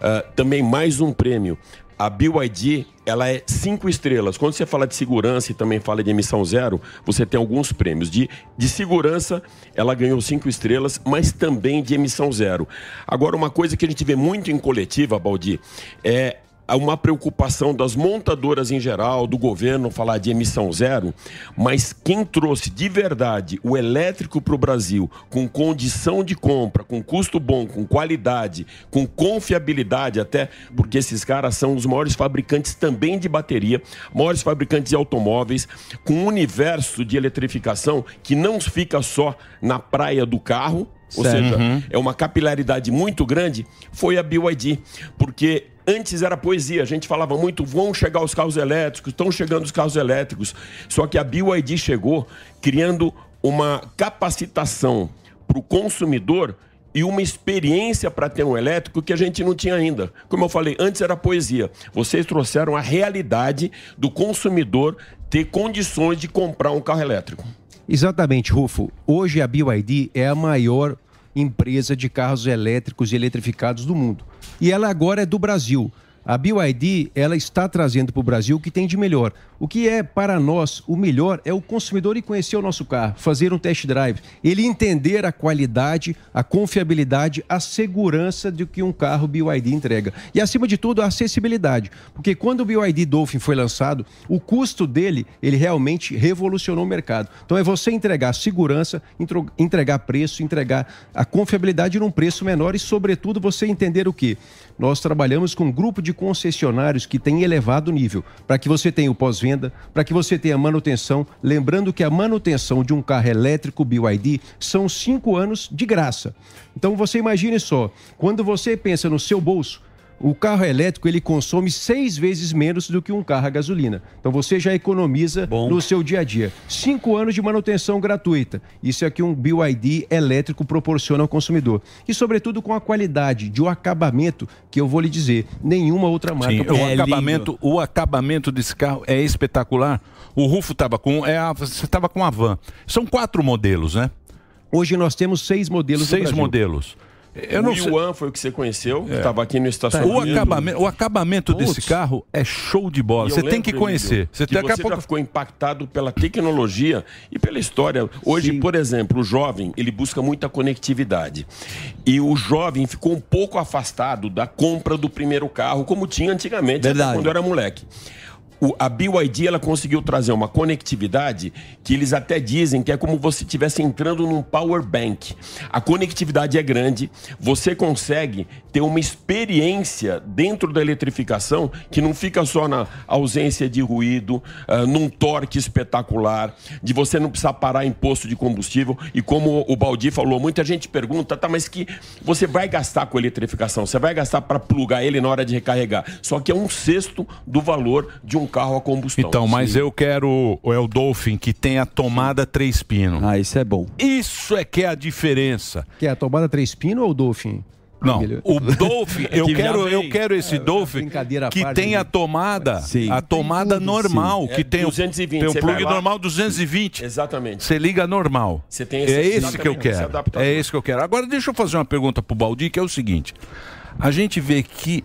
[SPEAKER 20] ah, também mais um prêmio. A BYD, ela é cinco estrelas. Quando você fala de segurança e também fala de emissão zero, você tem alguns prêmios. De, de segurança, ela ganhou cinco estrelas, mas também de emissão zero. Agora, uma coisa que a gente vê muito em coletiva, Baldi, é há uma preocupação das montadoras em geral, do governo falar de emissão zero, mas quem trouxe de verdade o elétrico para o Brasil com condição de compra, com custo bom, com qualidade, com confiabilidade até, porque esses caras são os maiores fabricantes também de bateria, maiores fabricantes de automóveis, com um universo de eletrificação que não fica só na praia do carro, ou
[SPEAKER 4] Certo.
[SPEAKER 20] seja,
[SPEAKER 4] Uhum.
[SPEAKER 20] é uma capilaridade muito grande, foi a BYD. Porque antes era poesia, a gente falava muito, vão chegar os carros elétricos, estão chegando os carros elétricos. Só que a BYD chegou criando uma capacitação para o consumidor e uma experiência para ter um elétrico que a gente não tinha ainda. Como eu falei, antes era poesia. Vocês trouxeram a realidade do consumidor ter condições de comprar um carro elétrico.
[SPEAKER 21] Exatamente, Rufo. Hoje a BYD é a maior empresa de carros elétricos e eletrificados do mundo. E ela agora é do Brasil. A BYD, ela está trazendo para o Brasil o que tem de melhor. O que é, para nós, o melhor é o consumidor ir conhecer o nosso carro, fazer um test drive, ele entender a qualidade, a confiabilidade, a segurança de que um carro BYD entrega. E, acima de tudo, a acessibilidade. Porque quando o BYD Dolphin foi lançado, o custo dele, ele realmente revolucionou o mercado. Então é você entregar segurança, intro- entregar preço, entregar a confiabilidade num preço menor e, sobretudo, você entender o quê? Nós trabalhamos com um grupo de concessionários que tem elevado nível, para que você tenha o pós-venda, para que você tenha manutenção. Lembrando que a manutenção de um carro elétrico BYD são cinco anos de graça. Então você imagine só, quando você pensa no seu bolso, o carro elétrico ele consome seis vezes menos do que um carro a gasolina. Então você já economiza no seu dia a dia. Cinco anos de manutenção gratuita. Isso é que um BYD elétrico proporciona ao consumidor. E sobretudo com a qualidade de um acabamento que eu vou lhe dizer, nenhuma outra marca.
[SPEAKER 5] Sim,
[SPEAKER 21] pode-
[SPEAKER 5] o, acabamento, o acabamento desse carro é espetacular. O Rufo estava com. É a, você estava com a van. São quatro modelos, né?
[SPEAKER 21] Hoje nós temos seis modelos. no
[SPEAKER 5] Seis
[SPEAKER 21] Brasil.
[SPEAKER 5] modelos.
[SPEAKER 20] o
[SPEAKER 5] Eu não sei-
[SPEAKER 20] Yuan foi o que você conheceu, que
[SPEAKER 5] É.
[SPEAKER 20] estava aqui no
[SPEAKER 5] o
[SPEAKER 20] estacionamento.
[SPEAKER 5] acabamento, o acabamento desse carro é show de bola.
[SPEAKER 20] E eu
[SPEAKER 5] Você tem
[SPEAKER 20] lembro,
[SPEAKER 5] que conhecer.
[SPEAKER 20] Emílio,
[SPEAKER 5] Você
[SPEAKER 20] que
[SPEAKER 5] tem daqui a
[SPEAKER 20] você
[SPEAKER 5] pouco.
[SPEAKER 20] já ficou impactado pela tecnologia e pela história. Hoje, por exemplo, o jovem, ele busca muita conectividade. E o jovem ficou um pouco afastado da compra do primeiro carro, como tinha antigamente, até quando era moleque. O- a BYD ela conseguiu trazer uma conectividade que eles até dizem que é como você estivesse entrando num power bank. A conectividade é grande, você consegue ter uma experiência dentro da eletrificação que não fica só na ausência de ruído, ah, num torque espetacular, de você não precisar parar em posto de combustível. E como o Baldi falou, muita gente pergunta, tá, mas que você vai gastar com eletrificação? Você vai gastar para plugar ele na hora de recarregar? Só que é um sexto do valor de um carro a combustão.
[SPEAKER 5] Então, mas eu quero o El Dolphin que tem a tomada três pino.
[SPEAKER 14] Ah, isso é bom.
[SPEAKER 5] Isso é que é a diferença.
[SPEAKER 21] Que é a tomada três pino ou o Dolphin?
[SPEAKER 5] Não,
[SPEAKER 21] Emílio?
[SPEAKER 5] o Dolphin,
[SPEAKER 20] É
[SPEAKER 5] eu
[SPEAKER 21] Que
[SPEAKER 5] quero,
[SPEAKER 21] viagem.
[SPEAKER 5] eu quero esse Dolphin
[SPEAKER 21] brincadeira à
[SPEAKER 5] que
[SPEAKER 21] parte,
[SPEAKER 5] tem a
[SPEAKER 21] Emílio.
[SPEAKER 5] tomada, a tomada
[SPEAKER 20] tudo,
[SPEAKER 5] normal,
[SPEAKER 20] sim.
[SPEAKER 5] que
[SPEAKER 20] É
[SPEAKER 5] tem, o-
[SPEAKER 20] 220,
[SPEAKER 5] tem
[SPEAKER 20] você
[SPEAKER 5] um plug
[SPEAKER 20] vai lá.
[SPEAKER 5] normal 220.
[SPEAKER 20] Exatamente.
[SPEAKER 5] Você liga normal.
[SPEAKER 20] Você tem
[SPEAKER 5] é
[SPEAKER 20] esse-
[SPEAKER 5] esse que eu
[SPEAKER 20] exatamente, você
[SPEAKER 5] quero.
[SPEAKER 20] adapta
[SPEAKER 5] É esse que eu quero. Agora deixa eu fazer uma pergunta pro Baldi, que é o seguinte. A gente vê que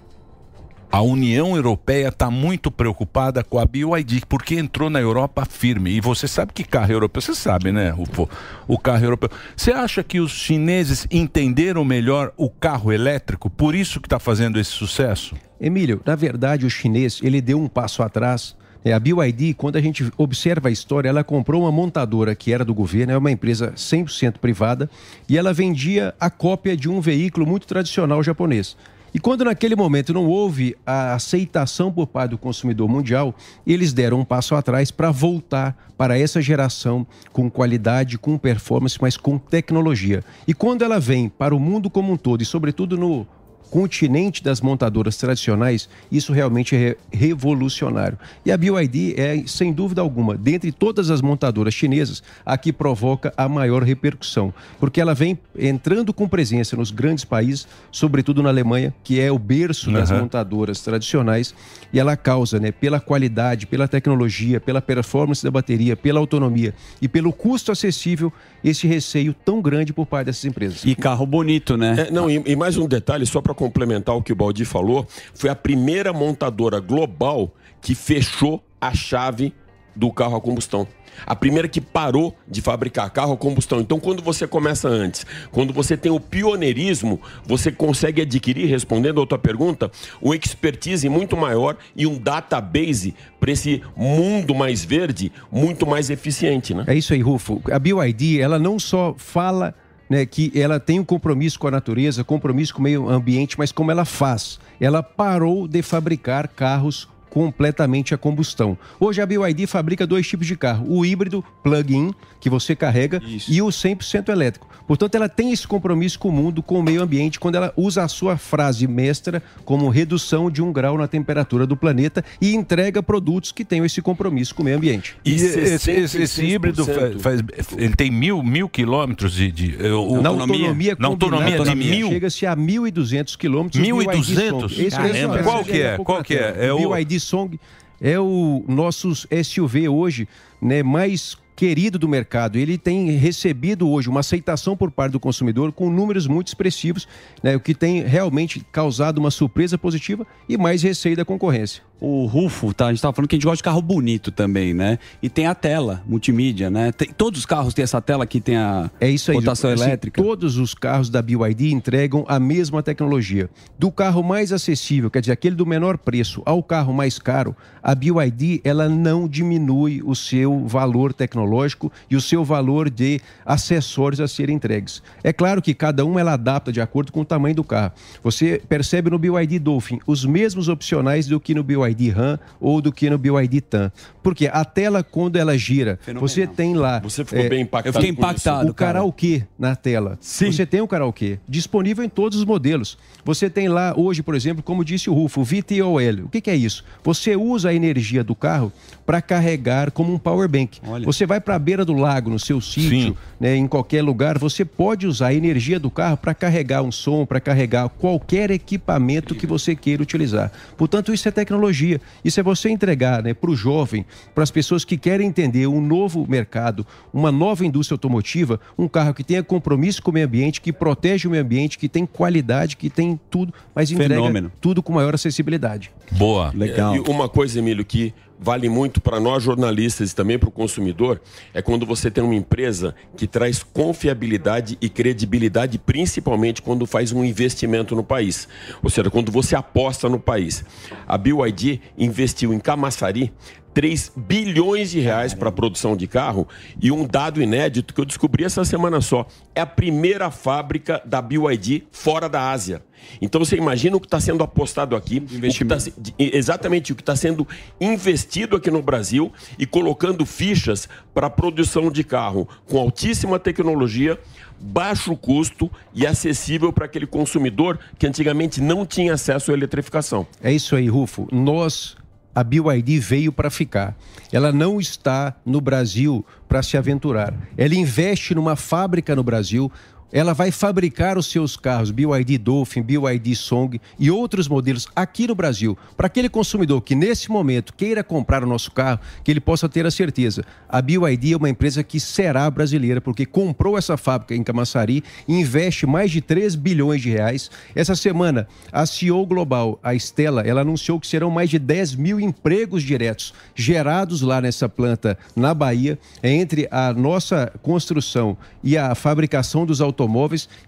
[SPEAKER 5] A União Europeia está muito preocupada com a BYD, porque entrou na Europa firme. E você sabe que carro europeu, você sabe, né, Rufo? O carro europeu. Você acha que os chineses entenderam melhor o carro elétrico? Por isso que está fazendo esse sucesso?
[SPEAKER 21] Emílio, na verdade, o chinês ele deu um passo atrás. né? a BYD, quando a gente observa a história, ela comprou uma montadora que era do governo, é uma empresa 100% privada, e ela vendia a cópia de um veículo muito tradicional japonês. E quando naquele momento não houve a aceitação por parte do consumidor mundial, eles deram um passo atrás para voltar para essa geração com qualidade, com performance, mas com tecnologia. E quando ela vem para o mundo como um todo, e sobretudo no continente das montadoras tradicionais, isso realmente é re- revolucionário. E a BYD é, sem dúvida alguma, dentre todas as montadoras chinesas, a que provoca a maior repercussão, porque ela vem entrando com presença nos grandes países, sobretudo na Alemanha, que é o berço das
[SPEAKER 5] Aham.
[SPEAKER 21] montadoras montadoras tradicionais e ela causa, né, pela qualidade, pela tecnologia, pela performance da bateria, pela autonomia e pelo custo acessível, esse receio tão grande por parte dessas empresas.
[SPEAKER 20] E carro bonito, né? não, e, e mais um detalhe, só para complementar o que o Baldi falou, foi a primeira montadora global que fechou a chave do carro a combustão. A primeira que parou de fabricar carro a combustão. Então, quando você começa antes, quando você tem o pioneirismo, você consegue adquirir, respondendo a outra pergunta, uma expertise muito maior e um database para esse mundo mais verde, muito mais eficiente, né?
[SPEAKER 21] É isso aí, Rufo. A BYD, ela não só fala né, que ela tem um compromisso com a natureza, compromisso com o meio ambiente, mas como ela faz? Ela parou de fabricar carros completamente a combustão. Hoje a BYD fabrica dois tipos de carro, o híbrido plug-in, que você carrega, e o 100% elétrico. Portanto, ela tem esse compromisso com o mundo, com o meio ambiente, quando ela usa a sua frase mestra como redução de um grau na temperatura do planeta e entrega produtos que tenham esse compromisso com o meio ambiente.
[SPEAKER 5] E esse, esse- esse- esse híbrido fa- faz- ele tem mil, mil quilômetros de. de eh, o-
[SPEAKER 21] na autonomia,
[SPEAKER 5] na autonomia de
[SPEAKER 21] combinada,
[SPEAKER 5] mil.
[SPEAKER 21] Chega-se a 1.200 quilômetros.
[SPEAKER 5] 1.200?
[SPEAKER 21] Esse
[SPEAKER 5] Caramba.
[SPEAKER 21] mesmo é o
[SPEAKER 5] Qual que é?
[SPEAKER 21] pouco
[SPEAKER 5] Qual que é?
[SPEAKER 21] bacana.
[SPEAKER 5] É o-
[SPEAKER 21] BYD Song é o nosso SUV hoje né, mais querido do mercado. Ele tem recebido hoje uma aceitação por parte do consumidor com números muito expressivos, né, o que tem realmente causado uma surpresa positiva e mais receio da concorrência.
[SPEAKER 14] O Rufo, tá? A gente tava falando que a gente gosta de carro bonito também, né? E tem a tela multimídia, né? Tem- todos os carros têm essa tela que tem a
[SPEAKER 21] É isso aí.
[SPEAKER 14] rotação
[SPEAKER 21] Assim,
[SPEAKER 14] elétrica.
[SPEAKER 21] Todos os carros da BYD entregam a mesma tecnologia. Do carro mais acessível, quer dizer, aquele do menor preço, ao carro mais caro, a BYD ela não diminui o seu valor tecnológico e o seu valor de acessórios a serem entregues. É claro que cada uma ela adapta de acordo com o tamanho do carro. Você percebe no BYD Dolphin os mesmos opcionais do que no BYD Ram ou do que no BYD Tan. Porque a tela quando ela gira, você tem lá
[SPEAKER 20] Você ficou bem impactado
[SPEAKER 21] É, eu fiquei
[SPEAKER 20] com isso.
[SPEAKER 21] impactado. O
[SPEAKER 20] cara.
[SPEAKER 21] karaokê na tela. Você tem o karaokê disponível em todos os modelos. Você tem lá hoje, por exemplo, como disse o Rufo, o VTOL. O que, que é isso? Você usa a energia do carro para carregar como um power bank. Você vai para a beira do lago, no seu sítio, né, em qualquer lugar, você pode usar a energia do carro para carregar um som, para carregar qualquer equipamento que você queira utilizar. Portanto, isso é tecnologia. Isso é você entregar né, para o jovem, para as pessoas que querem entender um novo mercado, uma nova indústria automotiva, um carro que tenha compromisso com o meio ambiente, que protege o meio ambiente, que tem qualidade, que tem tudo, mas entrega
[SPEAKER 20] Fenômeno.
[SPEAKER 21] tudo com maior acessibilidade.
[SPEAKER 5] Boa.
[SPEAKER 20] Legal. E uma coisa, Emílio, que vale muito para nós jornalistas e também para o consumidor, é quando você tem uma empresa que traz confiabilidade e credibilidade, principalmente quando faz um investimento no país. Ou seja, quando você aposta no país. A BYD investiu em Camaçari 3 bilhões de reais para produção de carro e um dado inédito que eu descobri essa semana só. É a primeira fábrica da BYD fora da Ásia. Então você imagina o que está sendo apostado aqui, o que tá se- de- exatamente o que está sendo investido aqui no Brasil e colocando fichas para a produção de carro com altíssima tecnologia, baixo custo e acessível para aquele consumidor que antigamente não tinha acesso à eletrificação.
[SPEAKER 21] É isso aí, Rufo. Nós, a BYD veio para ficar. Ela não está no Brasil para se aventurar. Ela investe numa fábrica no Brasil. Ela vai fabricar os seus carros, BYD Dolphin, BYD Song e outros modelos aqui no Brasil, para aquele consumidor que nesse momento queira comprar o nosso carro, que ele possa ter a certeza. A BYD é uma empresa que será brasileira, porque comprou essa fábrica em Camaçari e investe mais de 3 bilhões de reais. Essa semana, a CEO global, a Stella, ela anunciou que serão mais de 10 mil empregos diretos gerados lá nessa planta na Bahia, entre a nossa construção e a fabricação dos automóveis.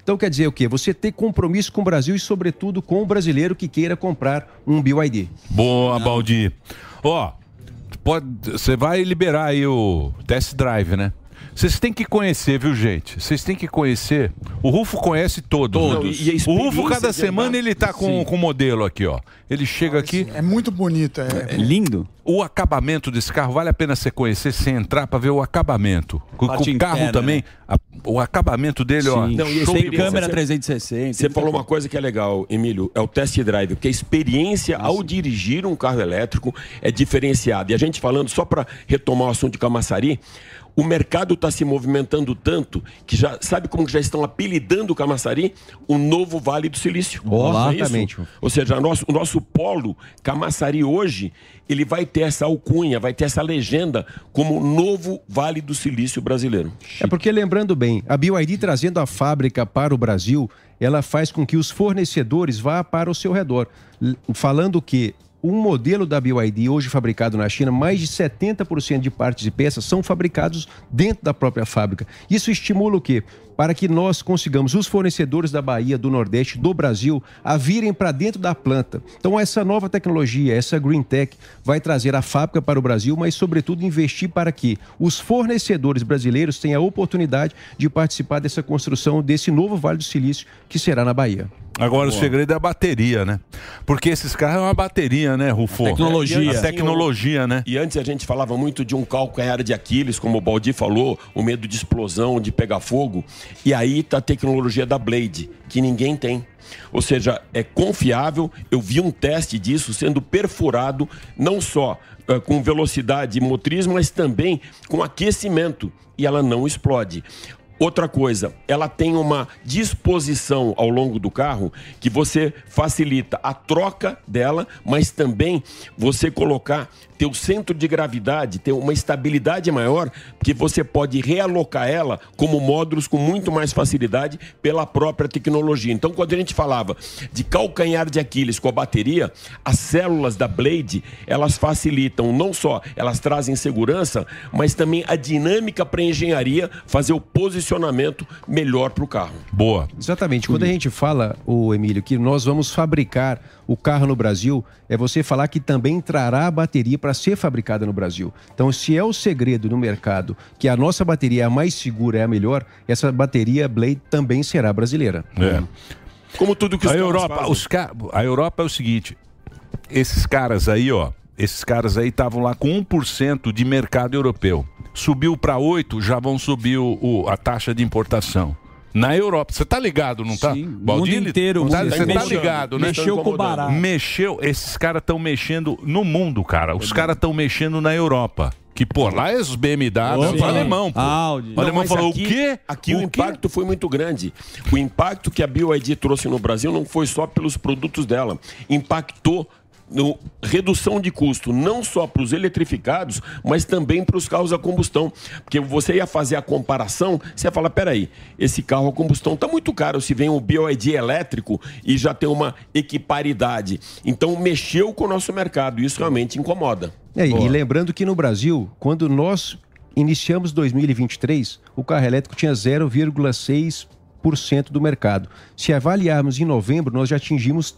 [SPEAKER 21] Então, quer dizer o quê? Você ter compromisso com o Brasil e, sobretudo, com o brasileiro que queira comprar um BYD.
[SPEAKER 5] Boa, Baldi. Ó, pode- você vai liberar aí o test drive, né? Vocês têm que conhecer, viu, gente? Vocês têm que conhecer. O Rufo conhece todos.
[SPEAKER 20] Todos.
[SPEAKER 5] né?
[SPEAKER 20] Não, e a
[SPEAKER 5] o Rufo,
[SPEAKER 20] experiência
[SPEAKER 5] cada
[SPEAKER 20] de
[SPEAKER 5] semana,
[SPEAKER 20] andar-
[SPEAKER 5] ele tá com
[SPEAKER 20] Sim.
[SPEAKER 5] com o modelo aqui, ó. Ele chega aqui.
[SPEAKER 12] É muito bonito. É,
[SPEAKER 5] lindo. O acabamento desse carro vale a pena você conhecer, você entrar pra ver o acabamento. Com, com
[SPEAKER 14] Parte
[SPEAKER 5] o carro
[SPEAKER 14] interna,
[SPEAKER 5] também, a- o acabamento dele, ó.
[SPEAKER 14] Sim. Não, e esse
[SPEAKER 5] show
[SPEAKER 14] tem
[SPEAKER 5] de bola.
[SPEAKER 14] câmera 360.
[SPEAKER 20] Você falou uma coisa que é legal, Emílio, é o test drive, porque a experiência ao dirigir um carro elétrico é diferenciada. E a gente falando, só para retomar o assunto de Camaçari, o mercado está se movimentando tanto que já sabe como que já estão apelidando o Camaçari? O novo Vale do Silício.
[SPEAKER 21] Olá,
[SPEAKER 20] Não é isso?
[SPEAKER 21] exatamente.
[SPEAKER 20] Ou seja, nosso- o nosso polo Camaçari hoje, ele vai ter essa alcunha, vai ter essa legenda como o novo Vale do Silício brasileiro.
[SPEAKER 21] É porque, lembrando bem, a BYD trazendo a fábrica para o Brasil, ela faz com que os fornecedores vá para o seu redor. L- Falando que um modelo da BYD hoje fabricado na China, mais de 70% de partes e peças são fabricados dentro da própria fábrica. Isso estimula o quê? Para que nós consigamos os fornecedores da Bahia, do Nordeste, do Brasil, a virem para dentro da planta. Então, essa nova tecnologia, essa Green Tech, vai trazer a fábrica para o Brasil, mas, sobretudo, investir para que os fornecedores brasileiros tenham a oportunidade de participar dessa construção desse novo Vale do Silício que será na Bahia.
[SPEAKER 5] Agora o segredo é a bateria, né? Porque esses carros é uma bateria, né, Rufo?
[SPEAKER 20] E antes,
[SPEAKER 5] A tecnologia, né?
[SPEAKER 20] E antes a gente falava muito de um calcanhar de Aquiles, como o Baldi falou, o medo de explosão, de pegar fogo. E aí tá a tecnologia da Blade, que ninguém tem. Ou seja, é confiável. Eu vi um teste disso sendo perfurado, não só eh, com velocidade e motriz, mas também com aquecimento. E ela não explode. Outra coisa, ela tem uma disposição ao longo do carro que você facilita a troca dela, mas também você colocar teu centro de gravidade, ter uma estabilidade maior, porque você pode realocar ela como módulos com muito mais facilidade pela própria tecnologia. Então, quando a gente falava de calcanhar de Aquiles com a bateria, as células da Blade, elas facilitam não só, elas trazem segurança, mas também a dinâmica para a engenharia fazer o posicionamento melhor para o carro.
[SPEAKER 5] Boa.
[SPEAKER 21] Exatamente. Quando a gente fala, o Emílio, que nós vamos fabricar o carro no Brasil, é você falar que também trará a bateria para ser fabricada no Brasil. Então, se é o segredo no mercado que a nossa bateria é a mais segura, é a melhor, essa bateria Blade também será brasileira.
[SPEAKER 5] É.
[SPEAKER 20] Como tudo
[SPEAKER 21] que os
[SPEAKER 5] a
[SPEAKER 21] caras
[SPEAKER 5] Europa,
[SPEAKER 21] fazem.
[SPEAKER 5] os ca- a Europa é o seguinte, esses caras aí, ó, esses caras aí estavam lá com 1% de mercado europeu. Subiu para 8, já vão subir o, o- a taxa de importação. Na Europa, você tá ligado, não tá? Sim,
[SPEAKER 14] mundo inteiro,
[SPEAKER 5] tá,
[SPEAKER 14] mundo
[SPEAKER 5] você tá
[SPEAKER 14] mexendo.
[SPEAKER 5] ligado, né?
[SPEAKER 14] Mexeu com o barato.
[SPEAKER 5] Mexeu, esses caras estão mexendo no mundo, cara.
[SPEAKER 14] É
[SPEAKER 5] Os caras estão mexendo na Europa. Que, pô, lá é os BMW,
[SPEAKER 20] Sim.
[SPEAKER 5] é o alemão, pô.
[SPEAKER 20] Audi.
[SPEAKER 5] O
[SPEAKER 20] Não,
[SPEAKER 5] alemão
[SPEAKER 20] mas
[SPEAKER 5] falou,
[SPEAKER 20] aqui-
[SPEAKER 5] o quê?
[SPEAKER 20] Aqui o, impacto foi muito grande. O impacto que a BioID trouxe no Brasil não foi só pelos produtos dela. Impactou no redução de custo, não só para os eletrificados, mas também para os carros a combustão. Porque você ia fazer a comparação, você ia falar, peraí, esse carro a combustão está muito caro se vem um o BioID elétrico e já tem uma equiparidade. Então, mexeu com o nosso mercado e isso realmente incomoda.
[SPEAKER 21] É, e lembrando que no Brasil, quando nós iniciamos 2023, o carro elétrico tinha 0,6% do mercado. Se avaliarmos em novembro, nós já atingimos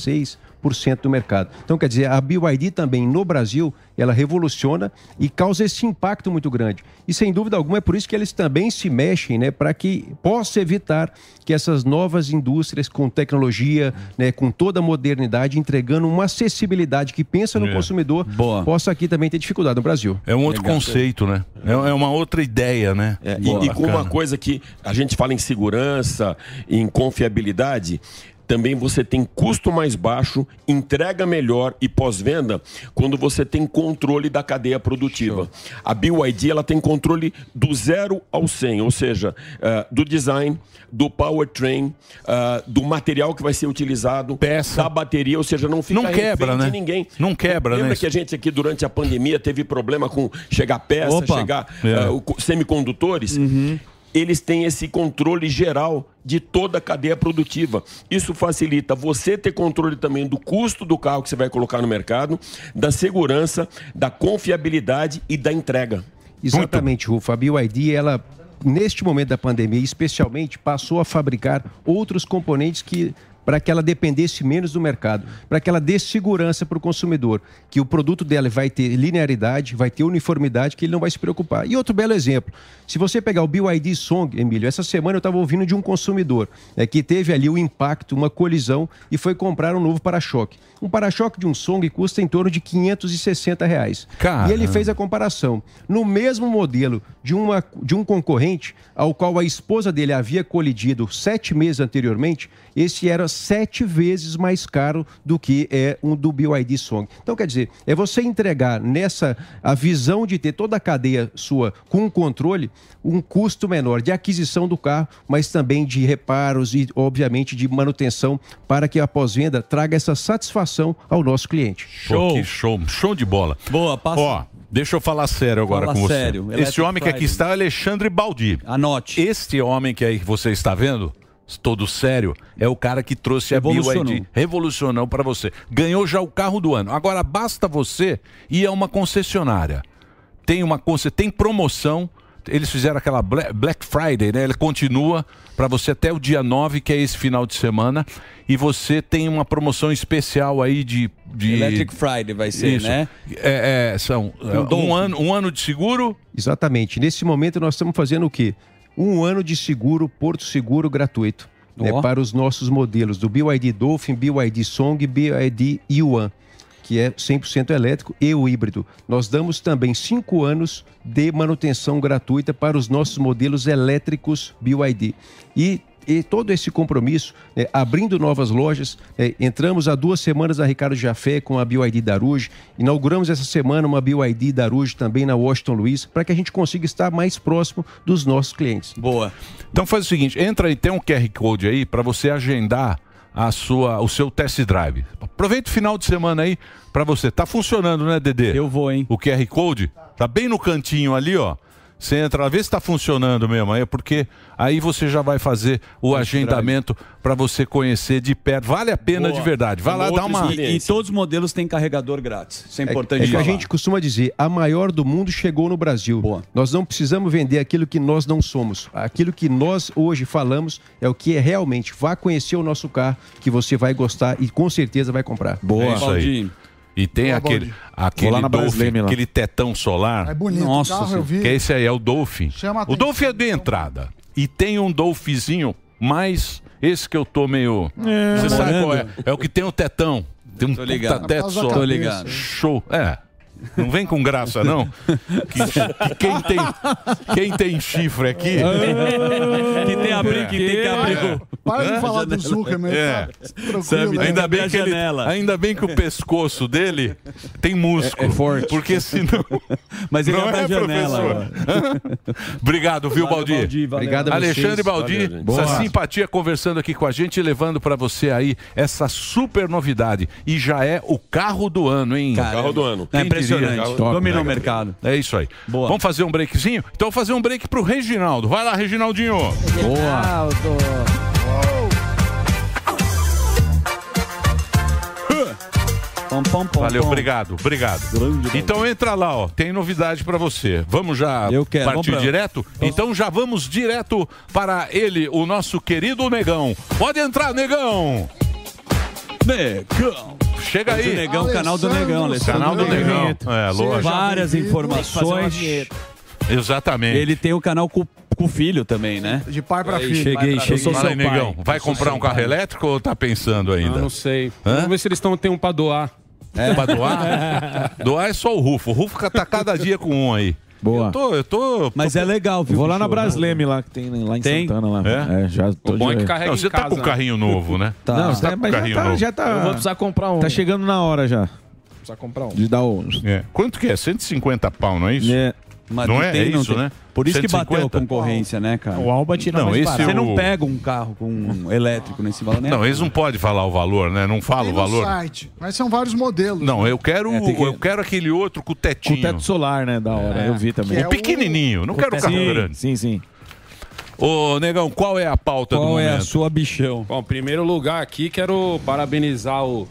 [SPEAKER 21] 3,6% do mercado. Então, quer dizer, a BYD também no Brasil, ela revoluciona e causa esse impacto muito grande. E sem dúvida alguma é por isso que eles também se mexem, né, para que possa evitar que essas novas indústrias com tecnologia, né, com toda a modernidade entregando uma acessibilidade que pensa no
[SPEAKER 5] É.
[SPEAKER 21] consumidor possa aqui também ter dificuldade no Brasil.
[SPEAKER 5] É um outro conceito, né? É, é uma outra ideia, né?
[SPEAKER 20] É, e, e com uma coisa que a gente fala em segurança, em confiabilidade, também você tem custo mais baixo, entrega melhor e pós-venda quando você tem controle da cadeia produtiva. A BYD ela tem controle do zero ao 100, ou seja, eh, do design, do powertrain, ah, do material que vai ser utilizado, da bateria, ou seja, não fica
[SPEAKER 5] Não quebra,
[SPEAKER 20] refém de
[SPEAKER 5] né?
[SPEAKER 20] ninguém.
[SPEAKER 5] Não quebra,
[SPEAKER 20] Lembra
[SPEAKER 5] né?
[SPEAKER 20] que a gente aqui durante a pandemia teve problema com chegar peça,
[SPEAKER 5] Opa.
[SPEAKER 20] chegar
[SPEAKER 5] É. Uhum.
[SPEAKER 20] ah, o co- semicondutores? Eles têm esse controle geral de toda a cadeia produtiva. Isso facilita você ter controle também do custo do carro que você vai colocar no mercado, da segurança, da confiabilidade e da entrega.
[SPEAKER 21] Exatamente, Rufo. A BYD, ela, neste momento da pandemia, especialmente, passou a fabricar outros componentes que para que ela dependesse menos do mercado, para que ela dê segurança para o consumidor, que o produto dela vai ter linearidade, vai ter uniformidade, que ele não vai se preocupar. E outro belo exemplo, se você pegar o BYD Song, Emílio, essa semana eu estava ouvindo de um consumidor é, que teve ali um impacto, uma colisão e foi comprar um novo para-choque. Um para-choque de um Song custa em torno de 560 reais. E ele
[SPEAKER 5] Caramba.
[SPEAKER 21] fez a comparação. No mesmo modelo de, uma, de um concorrente ao qual a esposa dele havia colidido sete meses anteriormente, esse era sete vezes mais caro do que é um do BYD Song. Então, quer dizer, é você entregar nessa a visão de ter toda a cadeia sua com controle, um custo menor de aquisição do carro, mas também de reparos e, obviamente, de manutenção para que a pós-venda traga essa satisfação ao nosso cliente.
[SPEAKER 5] Show. que show, show de bola. Boa, passa. Ó, deixa eu falar sério agora
[SPEAKER 14] Fala
[SPEAKER 5] com você.
[SPEAKER 14] sério,
[SPEAKER 5] Esse
[SPEAKER 14] Electric
[SPEAKER 5] homem que aqui
[SPEAKER 14] Friday.
[SPEAKER 5] está é Alexandre Baldi. Anote. Este homem que aí você está vendo, todo sério, é o cara que trouxe a BYD.
[SPEAKER 14] Revolucionou.
[SPEAKER 5] Revolucionou para você. Ganhou já o carro do ano. Agora basta você ir a uma concessionária. Tem uma conce... tem promoção. Eles fizeram aquela Bla- Black Friday, né? Ele continua para você até o dia 9, que é esse final de semana. E você tem uma promoção especial aí de. de...
[SPEAKER 14] Electric Friday vai ser,
[SPEAKER 5] Isso.
[SPEAKER 14] né?
[SPEAKER 5] É, é, são é, um,
[SPEAKER 21] dobro.
[SPEAKER 5] ano, um ano de seguro.
[SPEAKER 21] Exatamente. Nesse momento nós estamos fazendo o quê? Um ano de seguro, Porto Seguro gratuito. né,
[SPEAKER 5] Ó.
[SPEAKER 21] para os nossos modelos do BYD Dolphin, BYD Song e BYD Yuan, que é 100% elétrico e o híbrido. Nós damos também cinco anos de manutenção gratuita para os nossos modelos elétricos BYD. E, e todo esse compromisso, né, abrindo novas lojas, né, entramos há duas semanas na Ricardo Jafé com a BYD Daruge, inauguramos essa semana uma BYD Daruge também na Washington Luiz, para que a gente consiga estar mais próximo dos nossos clientes.
[SPEAKER 5] Boa. Então faz o seguinte, entra aí, tem um QR Code aí para você agendar a sua, o seu test drive. Aproveita o final de semana aí para você. Tá funcionando, né, Dedê? Eu vou, hein? O QR Code tá bem no cantinho ali, ó. Você entra lá, vê se tá funcionando mesmo aí, porque aí você já vai fazer o agendamento para você conhecer de perto. Vale a pena
[SPEAKER 14] Boa.
[SPEAKER 5] de verdade. Vai lá
[SPEAKER 14] Outra
[SPEAKER 5] dar uma.
[SPEAKER 14] experiência. E, e todos os modelos têm carregador grátis. Isso é importante
[SPEAKER 21] É que a
[SPEAKER 14] falar.
[SPEAKER 21] gente costuma dizer, a maior do mundo chegou no Brasil. Nós não precisamos vender aquilo que nós não somos. Aquilo que nós hoje falamos é o que é realmente. Vá conhecer o nosso carro, que você vai gostar e com certeza vai comprar.
[SPEAKER 5] É isso aí. E tem
[SPEAKER 21] Boa,
[SPEAKER 5] aquele,
[SPEAKER 21] Baldinho.
[SPEAKER 5] aquele,
[SPEAKER 21] Vou lá na
[SPEAKER 5] Dolphin,
[SPEAKER 21] Brasileira, lá.
[SPEAKER 5] aquele tetão solar.
[SPEAKER 21] É bonito o Nossa carro, eu vi.
[SPEAKER 5] Que é esse aí, é o Dolphin.
[SPEAKER 21] Chama
[SPEAKER 5] o
[SPEAKER 21] atenção.
[SPEAKER 5] Dolphin é de entrada. E tem um Dolphinzinho, mas esse que eu tô meio...
[SPEAKER 14] É,
[SPEAKER 5] Você sabe
[SPEAKER 14] namorando.
[SPEAKER 5] qual é? É o que tem o tetão. Tem um
[SPEAKER 14] Tô ligado.
[SPEAKER 5] puta teto
[SPEAKER 14] Por causa da
[SPEAKER 5] solar.
[SPEAKER 14] Tô ligado.
[SPEAKER 5] Show. É. Não vem com graça, não. Que- que quem, tem, quem tem chifre aqui...
[SPEAKER 21] Ah.
[SPEAKER 14] que tem abrigo, que tem que abrigo.
[SPEAKER 12] Para de
[SPEAKER 5] Hã?
[SPEAKER 12] falar do Zuckerman,
[SPEAKER 5] É.
[SPEAKER 12] tá? Tranquilo,
[SPEAKER 5] Sabe,
[SPEAKER 12] né?
[SPEAKER 5] ainda,
[SPEAKER 12] Abre
[SPEAKER 5] bem
[SPEAKER 12] a
[SPEAKER 5] que ele-
[SPEAKER 12] janela.
[SPEAKER 5] ainda bem que o pescoço dele tem músculo.
[SPEAKER 14] É- é forte.
[SPEAKER 5] Porque senão.
[SPEAKER 14] Mas ele
[SPEAKER 5] não
[SPEAKER 14] abre
[SPEAKER 5] é
[SPEAKER 14] a janela,
[SPEAKER 5] professor. Obrigado, viu,
[SPEAKER 14] Valeu,
[SPEAKER 5] Baldi?
[SPEAKER 14] Baldi, valeu. Obrigado a vocês.
[SPEAKER 5] Alexandre Baldi,
[SPEAKER 14] Valeu, gente.
[SPEAKER 5] essa
[SPEAKER 14] Boa.
[SPEAKER 5] simpatia conversando aqui com a gente, levando pra você aí essa super novidade. E já é o carro do ano, hein?
[SPEAKER 14] Caramba. Carro do ano. É impressionante. Top, Dominou né? o mercado.
[SPEAKER 5] É isso aí. Vamos fazer um breakzinho? Então, fazer um break pro Reginaldo. Vai lá, Reginaldinho. Valeu, obrigado, obrigado. então entra lá, ó, tem novidade pra você. Vamos já
[SPEAKER 14] quero,
[SPEAKER 5] partir
[SPEAKER 14] vamos pra-
[SPEAKER 5] direto? Então já vamos direto para ele, o nosso querido Negão. Pode entrar, Negão. Negão. Chega aí.
[SPEAKER 14] Do Negão, canal do Negão, Alessandro.
[SPEAKER 5] Canal do Negão. É, lógico.
[SPEAKER 14] Várias informações.
[SPEAKER 5] Exatamente.
[SPEAKER 14] Ele tem o canal com, com o filho também, né?
[SPEAKER 12] De pai
[SPEAKER 5] pra filho. Fala aí, Negão.
[SPEAKER 8] é
[SPEAKER 5] Vai comprar um carro elétrico ou tá pensando ainda?
[SPEAKER 8] Eu Ah, não sei.
[SPEAKER 5] Hã?
[SPEAKER 8] Vamos ver se eles estão tem um pra doar.
[SPEAKER 5] É. Pra doar? doar é só o Rufo. O Rufo tá cada dia com um aí. Boa. Eu tô, eu tô.
[SPEAKER 10] Mas é legal, viu? Vou lá na Brasleme lá que tem né, lá em
[SPEAKER 5] Tem?
[SPEAKER 10] Santana lá.
[SPEAKER 5] É?
[SPEAKER 10] já tô
[SPEAKER 5] O bom é
[SPEAKER 10] de-
[SPEAKER 5] que carrega Não, em você tá casa, com um né? carrinho novo, né?
[SPEAKER 10] Tá.
[SPEAKER 5] Não,
[SPEAKER 10] Não,
[SPEAKER 5] você tá
[SPEAKER 10] tá,
[SPEAKER 5] com
[SPEAKER 10] mas
[SPEAKER 5] carrinho
[SPEAKER 10] já tá,
[SPEAKER 5] novo.
[SPEAKER 10] já tá.
[SPEAKER 5] Eu vou precisar
[SPEAKER 10] comprar um. Tá chegando na hora já.
[SPEAKER 5] Precisa comprar um.
[SPEAKER 10] De dar o.
[SPEAKER 5] É. Quanto que é? 150 pau, não é isso? É.
[SPEAKER 10] Mas
[SPEAKER 5] não,
[SPEAKER 10] não
[SPEAKER 5] é,
[SPEAKER 10] tem,
[SPEAKER 5] é
[SPEAKER 10] não
[SPEAKER 5] isso,
[SPEAKER 10] tem.
[SPEAKER 5] né?
[SPEAKER 10] Por isso que bateu a
[SPEAKER 14] concorrência, né, cara?
[SPEAKER 10] O Alba tira
[SPEAKER 5] Não,
[SPEAKER 10] mais
[SPEAKER 5] esse
[SPEAKER 10] barato.
[SPEAKER 5] é
[SPEAKER 10] Você
[SPEAKER 5] o-
[SPEAKER 10] não pega um carro com um elétrico nesse valor, né?
[SPEAKER 5] Não, eles não podem falar o valor, né? Não fala
[SPEAKER 12] Tem
[SPEAKER 5] o
[SPEAKER 12] no
[SPEAKER 5] valor.
[SPEAKER 12] site. Mas são vários modelos.
[SPEAKER 5] Não, eu quero,
[SPEAKER 12] É, tem que-
[SPEAKER 5] eu quero aquele outro com o tetinho.
[SPEAKER 12] teto
[SPEAKER 5] solar, né? Da hora,
[SPEAKER 12] eu vi também. Que é
[SPEAKER 5] o
[SPEAKER 12] o-
[SPEAKER 5] pequenininho, não
[SPEAKER 10] o
[SPEAKER 5] quero o carro
[SPEAKER 10] tetinho.
[SPEAKER 5] grande.
[SPEAKER 10] Sim, sim.
[SPEAKER 5] Ô, Negão, qual é a pauta do
[SPEAKER 22] Qual é
[SPEAKER 5] momento?
[SPEAKER 22] a
[SPEAKER 10] sua bichão?
[SPEAKER 22] Bom, em primeiro lugar aqui, quero parabenizar o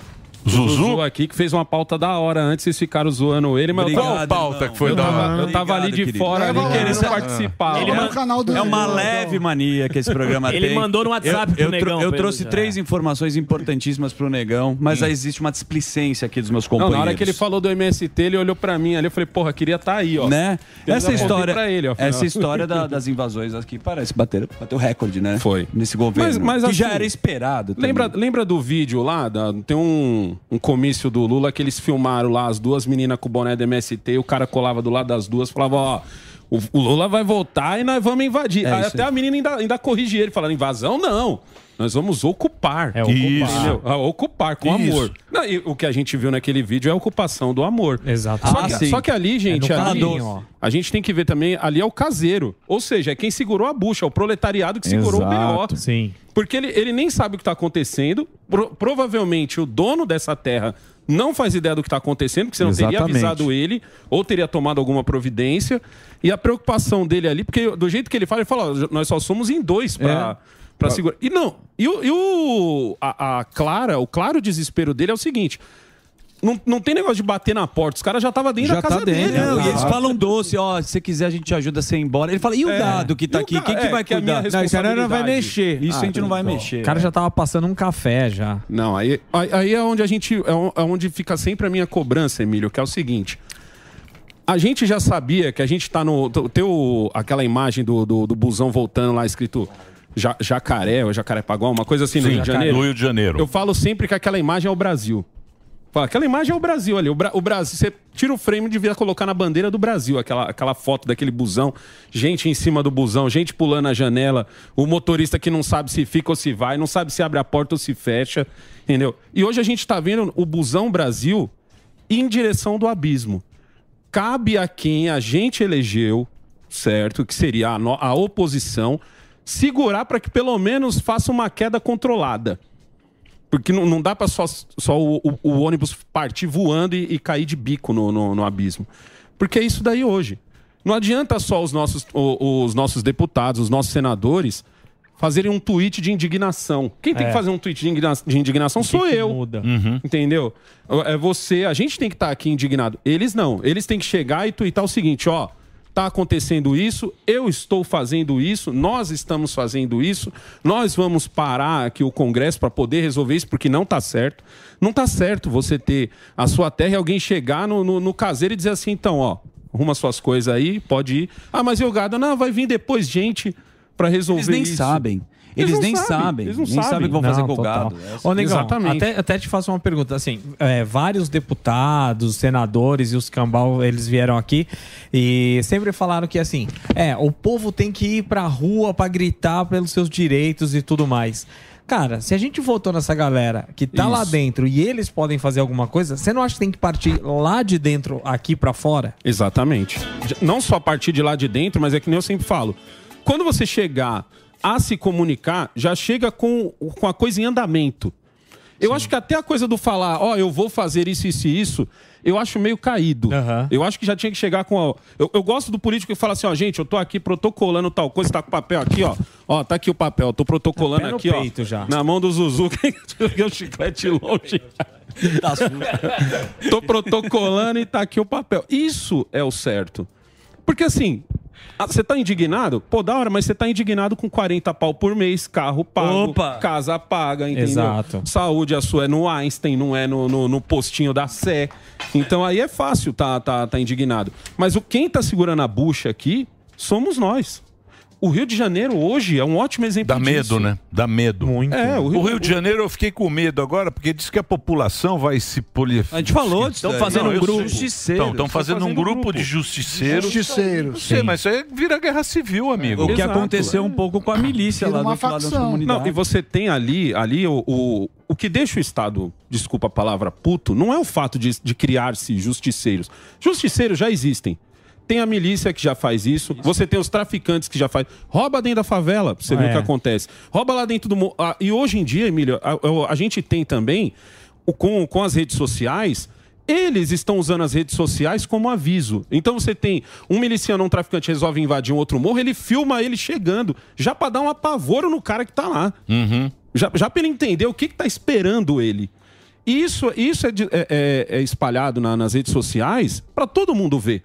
[SPEAKER 5] Zuzu?
[SPEAKER 22] aqui, que fez uma pauta da hora antes, vocês ficaram zoando ele, mas...
[SPEAKER 5] Obrigado, Qual pauta irmão. que foi
[SPEAKER 22] eu
[SPEAKER 5] da
[SPEAKER 22] tava-
[SPEAKER 5] hora?
[SPEAKER 22] Eu tava ali de
[SPEAKER 5] Obrigado,
[SPEAKER 22] fora,
[SPEAKER 5] querido.
[SPEAKER 22] ali,
[SPEAKER 5] Leva lá.
[SPEAKER 22] querendo
[SPEAKER 5] Ah.
[SPEAKER 22] participar.
[SPEAKER 14] Ele
[SPEAKER 22] Olha,
[SPEAKER 14] man- é uma leve mania que esse programa
[SPEAKER 22] Ele
[SPEAKER 14] tem.
[SPEAKER 22] mandou no WhatsApp
[SPEAKER 14] eu,
[SPEAKER 22] pro
[SPEAKER 14] eu, tro-
[SPEAKER 22] Negão,
[SPEAKER 14] Eu
[SPEAKER 22] Pedro,
[SPEAKER 14] trouxe
[SPEAKER 22] já.
[SPEAKER 14] três informações importantíssimas pro Negão, mas aí existe uma displicência aqui dos meus
[SPEAKER 22] Hum. Não,
[SPEAKER 14] companheiros.
[SPEAKER 22] na hora que ele falou do MST, ele olhou pra mim ali, eu falei, porra, queria estar aí, ó.
[SPEAKER 14] Né?
[SPEAKER 22] Eu
[SPEAKER 14] Essa
[SPEAKER 22] apontei
[SPEAKER 14] história,
[SPEAKER 22] pra ele, ó, afinal.
[SPEAKER 14] essa história da- das invasões aqui parece bater, bateu recorde, né? Foi. Nesse governo.
[SPEAKER 22] Mas, mas
[SPEAKER 14] que já
[SPEAKER 22] assim,
[SPEAKER 14] era esperado. também.
[SPEAKER 22] Lembra, lembra do vídeo lá? da- tem um, um comício do Lula que eles filmaram lá as duas meninas com o boné do MST e o cara colava do lado das duas e falava, ó. O o Lula vai voltar e nós vamos invadir.
[SPEAKER 10] É
[SPEAKER 22] Aí
[SPEAKER 10] isso
[SPEAKER 22] até
[SPEAKER 10] aí.
[SPEAKER 22] a menina ainda, ainda corrige ele, falando: invasão não. Nós vamos ocupar. É
[SPEAKER 10] ocupar.
[SPEAKER 22] Entendeu? Ah, ocupar com
[SPEAKER 10] Isso.
[SPEAKER 22] amor. Não, e o que a gente viu naquele vídeo é a ocupação do amor. Exato. Só,
[SPEAKER 10] Ah,
[SPEAKER 22] que,
[SPEAKER 10] sim.
[SPEAKER 22] só que ali, gente,
[SPEAKER 10] É no
[SPEAKER 22] ali,
[SPEAKER 10] caminho, ó.
[SPEAKER 22] a gente tem que ver também, ali é o caseiro. Ou seja, é quem segurou a bucha, é o proletariado que segurou o
[SPEAKER 10] Exato.
[SPEAKER 22] BO. Sim. Porque ele, ele nem sabe o que está acontecendo. Pro- provavelmente o dono dessa terra não faz ideia do que está acontecendo, porque senão teria
[SPEAKER 10] Exatamente.
[SPEAKER 22] avisado ele ou teria tomado alguma providência. E a preocupação dele ali, porque do jeito que ele fala, ele fala: "Ó, nós só somos em dois para para segurar. E não, e o, e o- a, a Clara, o claro desespero dele é o seguinte. Não, não tem negócio de bater na porta, os caras já estavam dentro
[SPEAKER 14] Já
[SPEAKER 22] da casa
[SPEAKER 14] tá dentro.
[SPEAKER 22] dele.
[SPEAKER 14] Não, e eles
[SPEAKER 22] Ah.
[SPEAKER 14] falam doce, ó, se você quiser a gente te ajuda a ser embora. Ele fala, e o
[SPEAKER 22] É.
[SPEAKER 14] dado que tá
[SPEAKER 22] E o
[SPEAKER 14] aqui?
[SPEAKER 22] dado,
[SPEAKER 14] Quem que
[SPEAKER 22] é,
[SPEAKER 14] vai
[SPEAKER 22] que é a
[SPEAKER 14] cuidar?
[SPEAKER 22] minha
[SPEAKER 14] Não, isso aí não vai mexer. Isso a gente não vai mexer. né?
[SPEAKER 9] O cara já tava passando um café já.
[SPEAKER 22] Não, aí, aí aí é onde a gente. É on- é onde fica sempre a minha cobrança, Emílio, que é o seguinte. A gente já sabia que a gente tá no. t- Tem o- aquela imagem do, do, do busão voltando lá escrito ja, jacaré ou jacarepaguá, uma coisa assim no
[SPEAKER 5] Sim,
[SPEAKER 22] Rio de Janeiro.
[SPEAKER 5] do Rio de Janeiro.
[SPEAKER 22] Eu falo sempre que aquela imagem é o Brasil. Fala, Aquela imagem é o Brasil ali. O, Bra- o Brasil, você tira o frame e devia colocar na bandeira do Brasil aquela, aquela foto daquele busão, gente em cima do busão, gente pulando a janela, o motorista que não sabe se fica ou se vai, não sabe se abre a porta ou se fecha, entendeu? E hoje a gente tá vendo o busão Brasil em direção do abismo. Cabe a quem a gente elegeu, certo? Que seria a, no- a oposição, segurar para que pelo menos faça uma queda controlada. Porque não, não dá pra só, só o, o- o ônibus partir voando e, e cair de bico no, no- no abismo. Porque é isso daí hoje. Não adianta só os nossos, o- os nossos deputados, os nossos senadores fazerem um tweet de indignação. Quem tem
[SPEAKER 10] É.
[SPEAKER 22] que fazer um tweet de, indigna- de indignação sou eu. Entendeu? É você, a gente tem que estar aqui indignado. Eles não. Eles têm que chegar e tweetar o seguinte, ó, tá acontecendo isso, eu estou fazendo isso, nós estamos fazendo isso, nós vamos parar aqui o Congresso para poder resolver isso, porque não tá certo. Não tá certo você ter a sua terra e alguém chegar no, no, no caseiro e dizer assim, então, ó, arruma suas coisas aí, pode ir. Ah, mas eu gado, não, vai vir depois gente para resolver
[SPEAKER 14] Eles nem
[SPEAKER 22] isso.
[SPEAKER 14] sabem. Eles
[SPEAKER 22] não
[SPEAKER 14] nem sabem.
[SPEAKER 22] Eles não
[SPEAKER 14] Nem sabem o que vão
[SPEAKER 9] Não,
[SPEAKER 14] fazer com o
[SPEAKER 9] total.
[SPEAKER 14] gado. É
[SPEAKER 9] Ô, Negão,
[SPEAKER 14] Exatamente.
[SPEAKER 9] Até, até te faço uma pergunta. Assim, é, vários deputados, senadores e os cambal, eles vieram aqui e sempre falaram que, assim, é, o povo tem que ir pra rua pra gritar pelos seus direitos e tudo mais. Cara, se a gente votou nessa galera que tá lá
[SPEAKER 10] Isso.
[SPEAKER 9] dentro e eles podem fazer alguma coisa, você não acha que tem que partir lá de dentro aqui pra fora?
[SPEAKER 22] Exatamente. De- Não só a partir de lá de dentro, mas é que nem eu sempre falo. Quando você chegar a se comunicar, já chega com, com a coisa em andamento. Eu acho que até a coisa do falar, ó, eu vou fazer isso, isso e isso, eu acho meio caído. Eu acho que já tinha que chegar com. A, eu, eu gosto do político que fala assim, ó, gente, eu tô aqui protocolando tal coisa, tá com o papel aqui, ó. Ó, tá aqui o papel, tô protocolando
[SPEAKER 14] Tá
[SPEAKER 9] Pé no
[SPEAKER 22] aqui, ó.
[SPEAKER 9] peito já.
[SPEAKER 22] Na mão do Zuzu, que eu o chiclete longe.
[SPEAKER 10] Tá
[SPEAKER 22] Tô protocolando e tá aqui o papel. Isso é o certo. Porque assim, ah, você tá indignado? Pô, da hora, mas você tá indignado com 40 pau por mês, carro pago,
[SPEAKER 10] Opa!
[SPEAKER 22] casa paga, entendeu?
[SPEAKER 10] Exato.
[SPEAKER 22] Saúde a sua é no Einstein, não é no, no, no postinho da Sé. Então aí é fácil tá, tá, tá indignado. Mas o quem tá segurando a bucha aqui somos nós. O- O Rio de Janeiro hoje é um ótimo exemplo
[SPEAKER 5] Dá medo,
[SPEAKER 22] disso.
[SPEAKER 5] né? Dá medo.
[SPEAKER 22] Muito. É,
[SPEAKER 5] o,
[SPEAKER 22] o
[SPEAKER 5] Rio...
[SPEAKER 22] Rio-
[SPEAKER 5] de Janeiro eu fiquei com medo agora, porque diz que a população vai se poliar.
[SPEAKER 22] A gente falou disso
[SPEAKER 5] estão
[SPEAKER 22] daí. Não, eu sei.
[SPEAKER 5] Justiceiros. Estão
[SPEAKER 22] um Estão
[SPEAKER 5] fazendo, um
[SPEAKER 22] fazendo
[SPEAKER 5] grupo,
[SPEAKER 22] grupo.
[SPEAKER 5] de justiceiros.
[SPEAKER 12] Justiceiros.
[SPEAKER 5] Não sei,
[SPEAKER 22] Sim.
[SPEAKER 5] mas isso aí vira guerra civil, amigo.
[SPEAKER 22] O que aconteceu um pouco com a milícia
[SPEAKER 12] Vira
[SPEAKER 22] lá do
[SPEAKER 12] uma
[SPEAKER 22] outro lado da
[SPEAKER 12] facção.
[SPEAKER 22] comunidade. Não, e você tem ali, ali o, o, o que deixa o Estado, desculpa a palavra, puto, não é o fato de, de criar-se justiceiros. Justiceiros já existem. Tem a milícia que já faz isso, você tem os traficantes que já faz. Rouba dentro da favela, pra você ver
[SPEAKER 9] É.
[SPEAKER 22] o que acontece. Rouba lá dentro do. mo- ah, e hoje em dia, Emílio, a, a- a gente tem também, o- com, com as redes sociais, eles estão usando as redes sociais como aviso. Então você tem um miliciano, um traficante resolve invadir um outro morro, ele filma ele chegando, já pra dar um apavoro no cara que tá lá. Já, já pra ele entender o que, que tá esperando ele. E isso, isso é, de- é- é- é espalhado na- nas redes sociais pra todo mundo ver.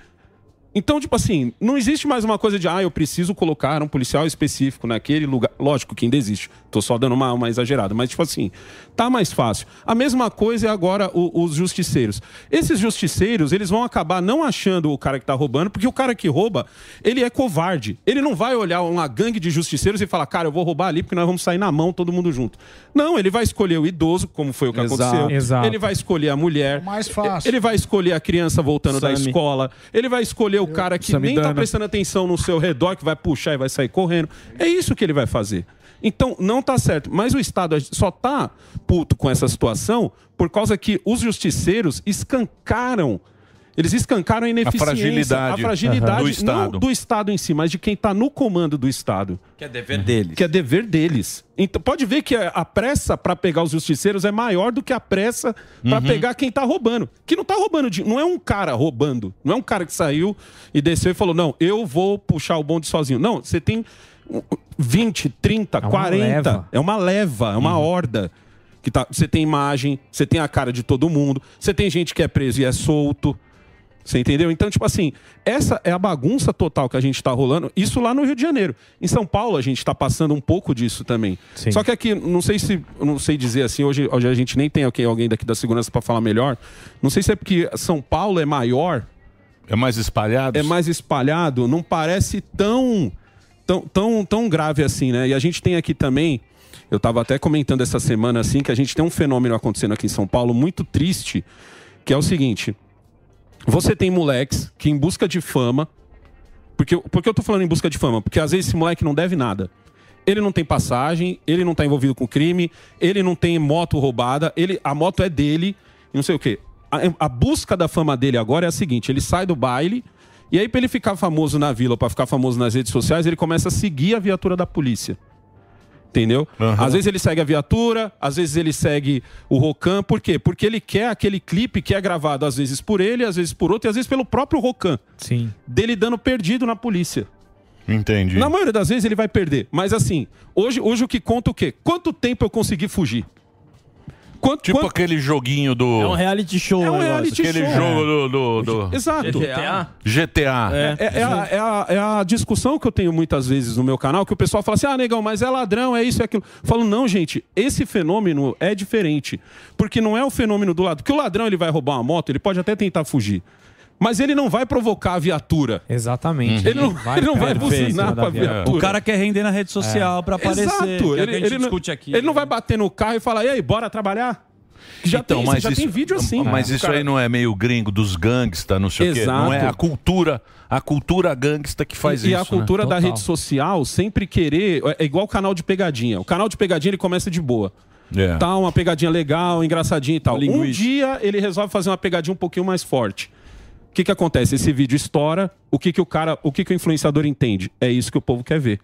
[SPEAKER 22] Então, tipo assim, não existe mais uma coisa de, ah, eu preciso colocar um policial específico naquele lugar. Lógico que ainda existe. Tô só dando uma, uma exagerada. Mas, tipo assim, tá mais fácil. A mesma coisa é agora o- os justiceiros. Esses justiceiros, eles vão acabar não achando o cara que tá roubando, porque o cara que rouba, ele é covarde. Ele não vai olhar uma gangue de justiceiros e falar, cara, eu vou roubar ali porque nós vamos sair na mão todo mundo junto. Não, ele vai escolher o idoso, como foi o que
[SPEAKER 10] Exato.
[SPEAKER 22] aconteceu.
[SPEAKER 10] Exato.
[SPEAKER 22] Ele vai escolher a mulher.
[SPEAKER 12] Mais fácil.
[SPEAKER 22] Ele vai escolher a criança voltando da
[SPEAKER 10] Sammy.
[SPEAKER 22] escola escola, ele vai escolher o cara que nem
[SPEAKER 10] Samidana.
[SPEAKER 22] tá prestando atenção no seu redor, que vai puxar e vai sair correndo. É isso que ele vai fazer. Então, não tá certo. Mas o Estado só tá puto com essa situação por causa que os justiceiros escancaram. Eles escancaram a ineficiência,
[SPEAKER 5] fragilidade.
[SPEAKER 22] a fragilidade
[SPEAKER 5] Aham. Do
[SPEAKER 22] não
[SPEAKER 5] Estado.
[SPEAKER 22] do Estado em si, mas de quem está no comando do Estado.
[SPEAKER 14] Que é dever deles.
[SPEAKER 22] Que é dever deles. Então, pode ver que a a pressa para pegar os justiceiros é maior do que a pressa para
[SPEAKER 5] Uhum.
[SPEAKER 22] pegar quem tá roubando. Que não tá roubando, de, não é um cara roubando. Não é um cara que saiu e desceu e falou: não, eu vou puxar o bonde sozinho. Não, você tem uh, 20, 30,
[SPEAKER 9] uma
[SPEAKER 22] 40.
[SPEAKER 9] leva.
[SPEAKER 22] É uma leva, é uma
[SPEAKER 14] Uhum.
[SPEAKER 22] horda. Que tá, você tem imagem, você tem a cara de todo mundo, você tem gente que é preso e é solto. Você entendeu? Então, tipo assim, essa é a bagunça total que a gente tá rolando. Isso lá no Rio de Janeiro. Em São Paulo, a gente tá passando um pouco disso também. Só que aqui, não sei se. Não sei dizer assim, hoje, hoje a gente nem tem ok, alguém daqui da segurança para falar melhor. Não sei se é porque São Paulo é maior.
[SPEAKER 5] É mais espalhado?
[SPEAKER 22] É mais espalhado, não parece tão, tão, tão, tão grave assim, né? E a gente tem aqui também. Eu estava até comentando essa semana assim que a gente tem um fenômeno acontecendo aqui em São Paulo muito triste, que é o seguinte: você tem moleques que em busca de fama. Porque, porque eu tô falando em busca de fama? Porque às vezes esse moleque não deve nada. Ele não tem passagem, ele não tá envolvido com crime, ele não tem moto roubada, ele, a moto é dele, e não sei o quê. A, a busca da fama dele agora é a seguinte: ele sai do baile, e aí, pra ele ficar famoso na vila, pra ficar famoso nas redes sociais, ele começa a seguir a viatura da polícia. Entendeu? Às vezes ele segue a viatura, às vezes ele segue o Rocan. Por quê? Porque ele quer aquele clipe que é gravado às vezes por ele, às vezes por outro e às vezes pelo próprio Rocan.
[SPEAKER 9] Sim.
[SPEAKER 22] Dele dando perdido na polícia.
[SPEAKER 5] Entendi.
[SPEAKER 22] Na maioria das vezes ele vai perder. Mas assim, hoje, hoje o que conta o quê? Quanto tempo eu consegui fugir? Quanto,
[SPEAKER 5] Tipo aquele joguinho do.
[SPEAKER 22] É um
[SPEAKER 7] reality show,
[SPEAKER 5] né,
[SPEAKER 22] É um reality
[SPEAKER 5] Aquele
[SPEAKER 22] show.
[SPEAKER 5] jogo do. do, do-
[SPEAKER 22] É. Exato. GTA?
[SPEAKER 5] GTA.
[SPEAKER 22] É, é- é a, é a- é a discussão que eu tenho muitas vezes no meu canal, que o pessoal fala assim, ah, negão, mas é ladrão, é isso, é aquilo. Eu falo, não, gente, esse fenômeno é diferente. Porque não é o fenômeno do lado. Porque o ladrão, ele vai roubar uma moto, ele pode até tentar fugir. Mas ele não vai provocar a viatura.
[SPEAKER 9] Exatamente.
[SPEAKER 22] Ele não vai, ele não vai
[SPEAKER 9] Perfeito,
[SPEAKER 22] buzinar
[SPEAKER 9] nada
[SPEAKER 22] pra
[SPEAKER 9] a ver.
[SPEAKER 22] viatura.
[SPEAKER 14] O cara quer render na rede social pra aparecer.
[SPEAKER 22] Exato.
[SPEAKER 14] que é o
[SPEAKER 22] Ele,
[SPEAKER 14] que a gente
[SPEAKER 22] ele não,
[SPEAKER 14] discute aqui.
[SPEAKER 22] ele não vai bater no carro e falar, e aí, bora trabalhar? Já, tem, já tem vídeo assim.
[SPEAKER 5] Então, Mas
[SPEAKER 22] O
[SPEAKER 5] isso
[SPEAKER 22] cara-
[SPEAKER 5] aí não é meio gringo dos gangsta, não sei o quê. Não é
[SPEAKER 22] Exato.
[SPEAKER 5] a cultura, a cultura gangsta que faz
[SPEAKER 22] e,
[SPEAKER 5] isso.
[SPEAKER 22] e a cultura
[SPEAKER 5] né?
[SPEAKER 22] da rede social sempre querer. É igual o canal de pegadinha. O canal de pegadinha ele começa de boa.
[SPEAKER 5] É.
[SPEAKER 22] Tá uma pegadinha legal, engraçadinha e tal. Um
[SPEAKER 5] Linguiça.
[SPEAKER 22] dia ele resolve fazer uma pegadinha um pouquinho mais forte. O que, que acontece? Esse vídeo estoura. O que, que o cara, o que, que o influenciador entende? É isso que o povo quer ver.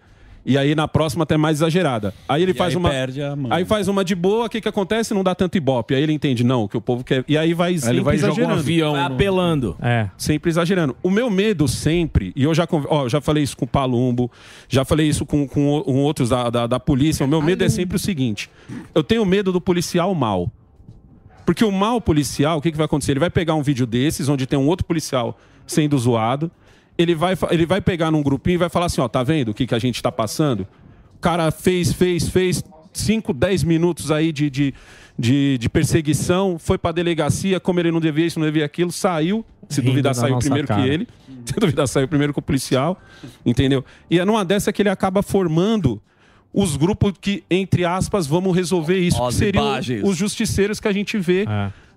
[SPEAKER 22] E aí na próxima até mais exagerada. Aí ele
[SPEAKER 14] E
[SPEAKER 22] faz
[SPEAKER 14] aí
[SPEAKER 22] uma
[SPEAKER 14] perde a mão.
[SPEAKER 22] aí faz uma de boa, o que que acontece? Não dá tanto ibope. Aí ele entende não, o que o povo quer. E aí vai sempre
[SPEAKER 14] ele vai jogar um
[SPEAKER 22] exagerando.
[SPEAKER 14] avião Vai no-
[SPEAKER 7] apelando.
[SPEAKER 9] É.
[SPEAKER 22] Sempre exagerando. O meu medo sempre, e eu já, conv- ó, eu já falei isso com o Palumbo, já falei isso com, com o- com outros da, da, da polícia. O meu medo é sempre o seguinte: eu tenho medo do policial mal. Porque o mal policial, o que, que vai acontecer? Ele vai pegar um vídeo desses, onde tem um outro policial sendo zoado, ele vai, fa- ele vai pegar num grupinho e vai falar assim: ó, tá vendo o que, que a gente tá passando? O cara fez, fez, fez 5, 10 minutos aí de, de, de, de perseguição, foi pra delegacia, como ele não devia isso, não devia aquilo, saiu, se
[SPEAKER 9] Rindo
[SPEAKER 22] duvidar,
[SPEAKER 9] da
[SPEAKER 22] saiu
[SPEAKER 9] nossa
[SPEAKER 22] primeiro
[SPEAKER 9] cara.
[SPEAKER 22] que ele. Tendo vida Uhum. saiu primeiro com o policial, entendeu? E é numa dessa que ele acaba formando os grupos que, entre aspas, vamos resolver isso, que seriam
[SPEAKER 14] imagens.
[SPEAKER 22] os justiceiros que a gente vê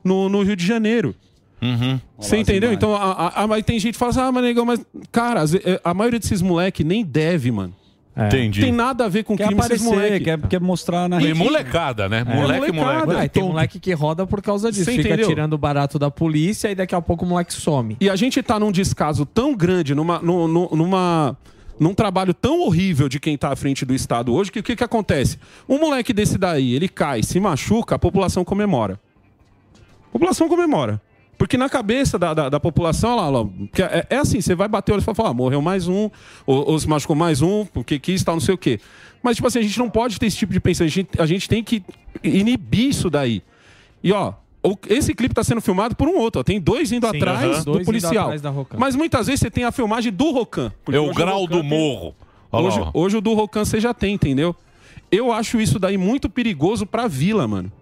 [SPEAKER 22] no, no Rio de Janeiro.
[SPEAKER 5] Uhum.
[SPEAKER 22] Você entendeu? Então, a, a, a- aí tem gente que fala assim, ah, mas negão, mas, cara, as- eh, a maioria desses moleque nem deve, mano.
[SPEAKER 5] Entendi.
[SPEAKER 22] Tem nada a ver com
[SPEAKER 5] Quer
[SPEAKER 22] crime esses
[SPEAKER 5] aparecer,
[SPEAKER 22] moleque.
[SPEAKER 5] quer-
[SPEAKER 22] quer mostrar
[SPEAKER 5] na E rede. molecada, né? Moleque, moleque.
[SPEAKER 9] Ué, É. tem moleque que roda por causa disso.
[SPEAKER 22] Você
[SPEAKER 9] Fica
[SPEAKER 22] entendeu?
[SPEAKER 9] tirando o barato da polícia e daqui a pouco o moleque some.
[SPEAKER 22] E a gente tá num descaso tão grande, numa, nu- nu- numa, num trabalho tão horrível de quem tá à frente do Estado hoje, que o que, que acontece? Um moleque desse daí, ele cai, se machuca, a população comemora. A população comemora. Porque na cabeça da, da, da população, olha lá, olha lá, que é, é assim, você vai bater o olho e fala, fala, ah, morreu mais um, ou, ou se machucou mais um, porque quis, tal, não sei o quê. Mas, tipo assim, a gente não pode ter esse tipo de pensamento, a gente, a gente tem que inibir isso daí. E, ó, o- esse clipe tá sendo filmado por um outro, ó, tem dois indo
[SPEAKER 9] Sim,
[SPEAKER 22] atrás
[SPEAKER 9] aham.
[SPEAKER 22] do
[SPEAKER 9] Dois indo
[SPEAKER 22] policial.
[SPEAKER 9] atrás da Rocan.
[SPEAKER 22] Mas muitas vezes você tem a filmagem do Rocan. porque
[SPEAKER 5] É o
[SPEAKER 22] hoje
[SPEAKER 5] grau
[SPEAKER 22] Rocan
[SPEAKER 5] do
[SPEAKER 22] tem-
[SPEAKER 5] morro. Olha lá,
[SPEAKER 22] Hoje,
[SPEAKER 5] ó.
[SPEAKER 22] hoje o do Rocan você já tem, entendeu? Eu acho isso daí muito perigoso pra vila, mano.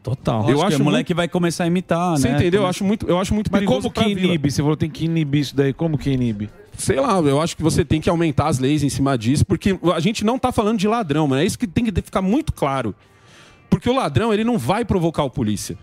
[SPEAKER 14] Total.
[SPEAKER 22] Eu
[SPEAKER 14] Eu acho
[SPEAKER 22] acho
[SPEAKER 14] que o moleque vai começar a imitar,
[SPEAKER 22] Você
[SPEAKER 10] Ah,
[SPEAKER 14] né?
[SPEAKER 22] entendeu? Eu acho muito, eu acho muito
[SPEAKER 14] Mas
[SPEAKER 22] perigoso
[SPEAKER 14] como
[SPEAKER 22] pra
[SPEAKER 14] que
[SPEAKER 22] vila.
[SPEAKER 14] inibe?
[SPEAKER 8] Você falou tem que inibir isso daí. Como que inibe?
[SPEAKER 22] Sei lá, eu acho que você tem que aumentar as leis em cima disso, porque a gente não tá falando de ladrão, mano. É isso que tem que ficar muito claro. Porque o ladrão, ele não vai provocar o polícia.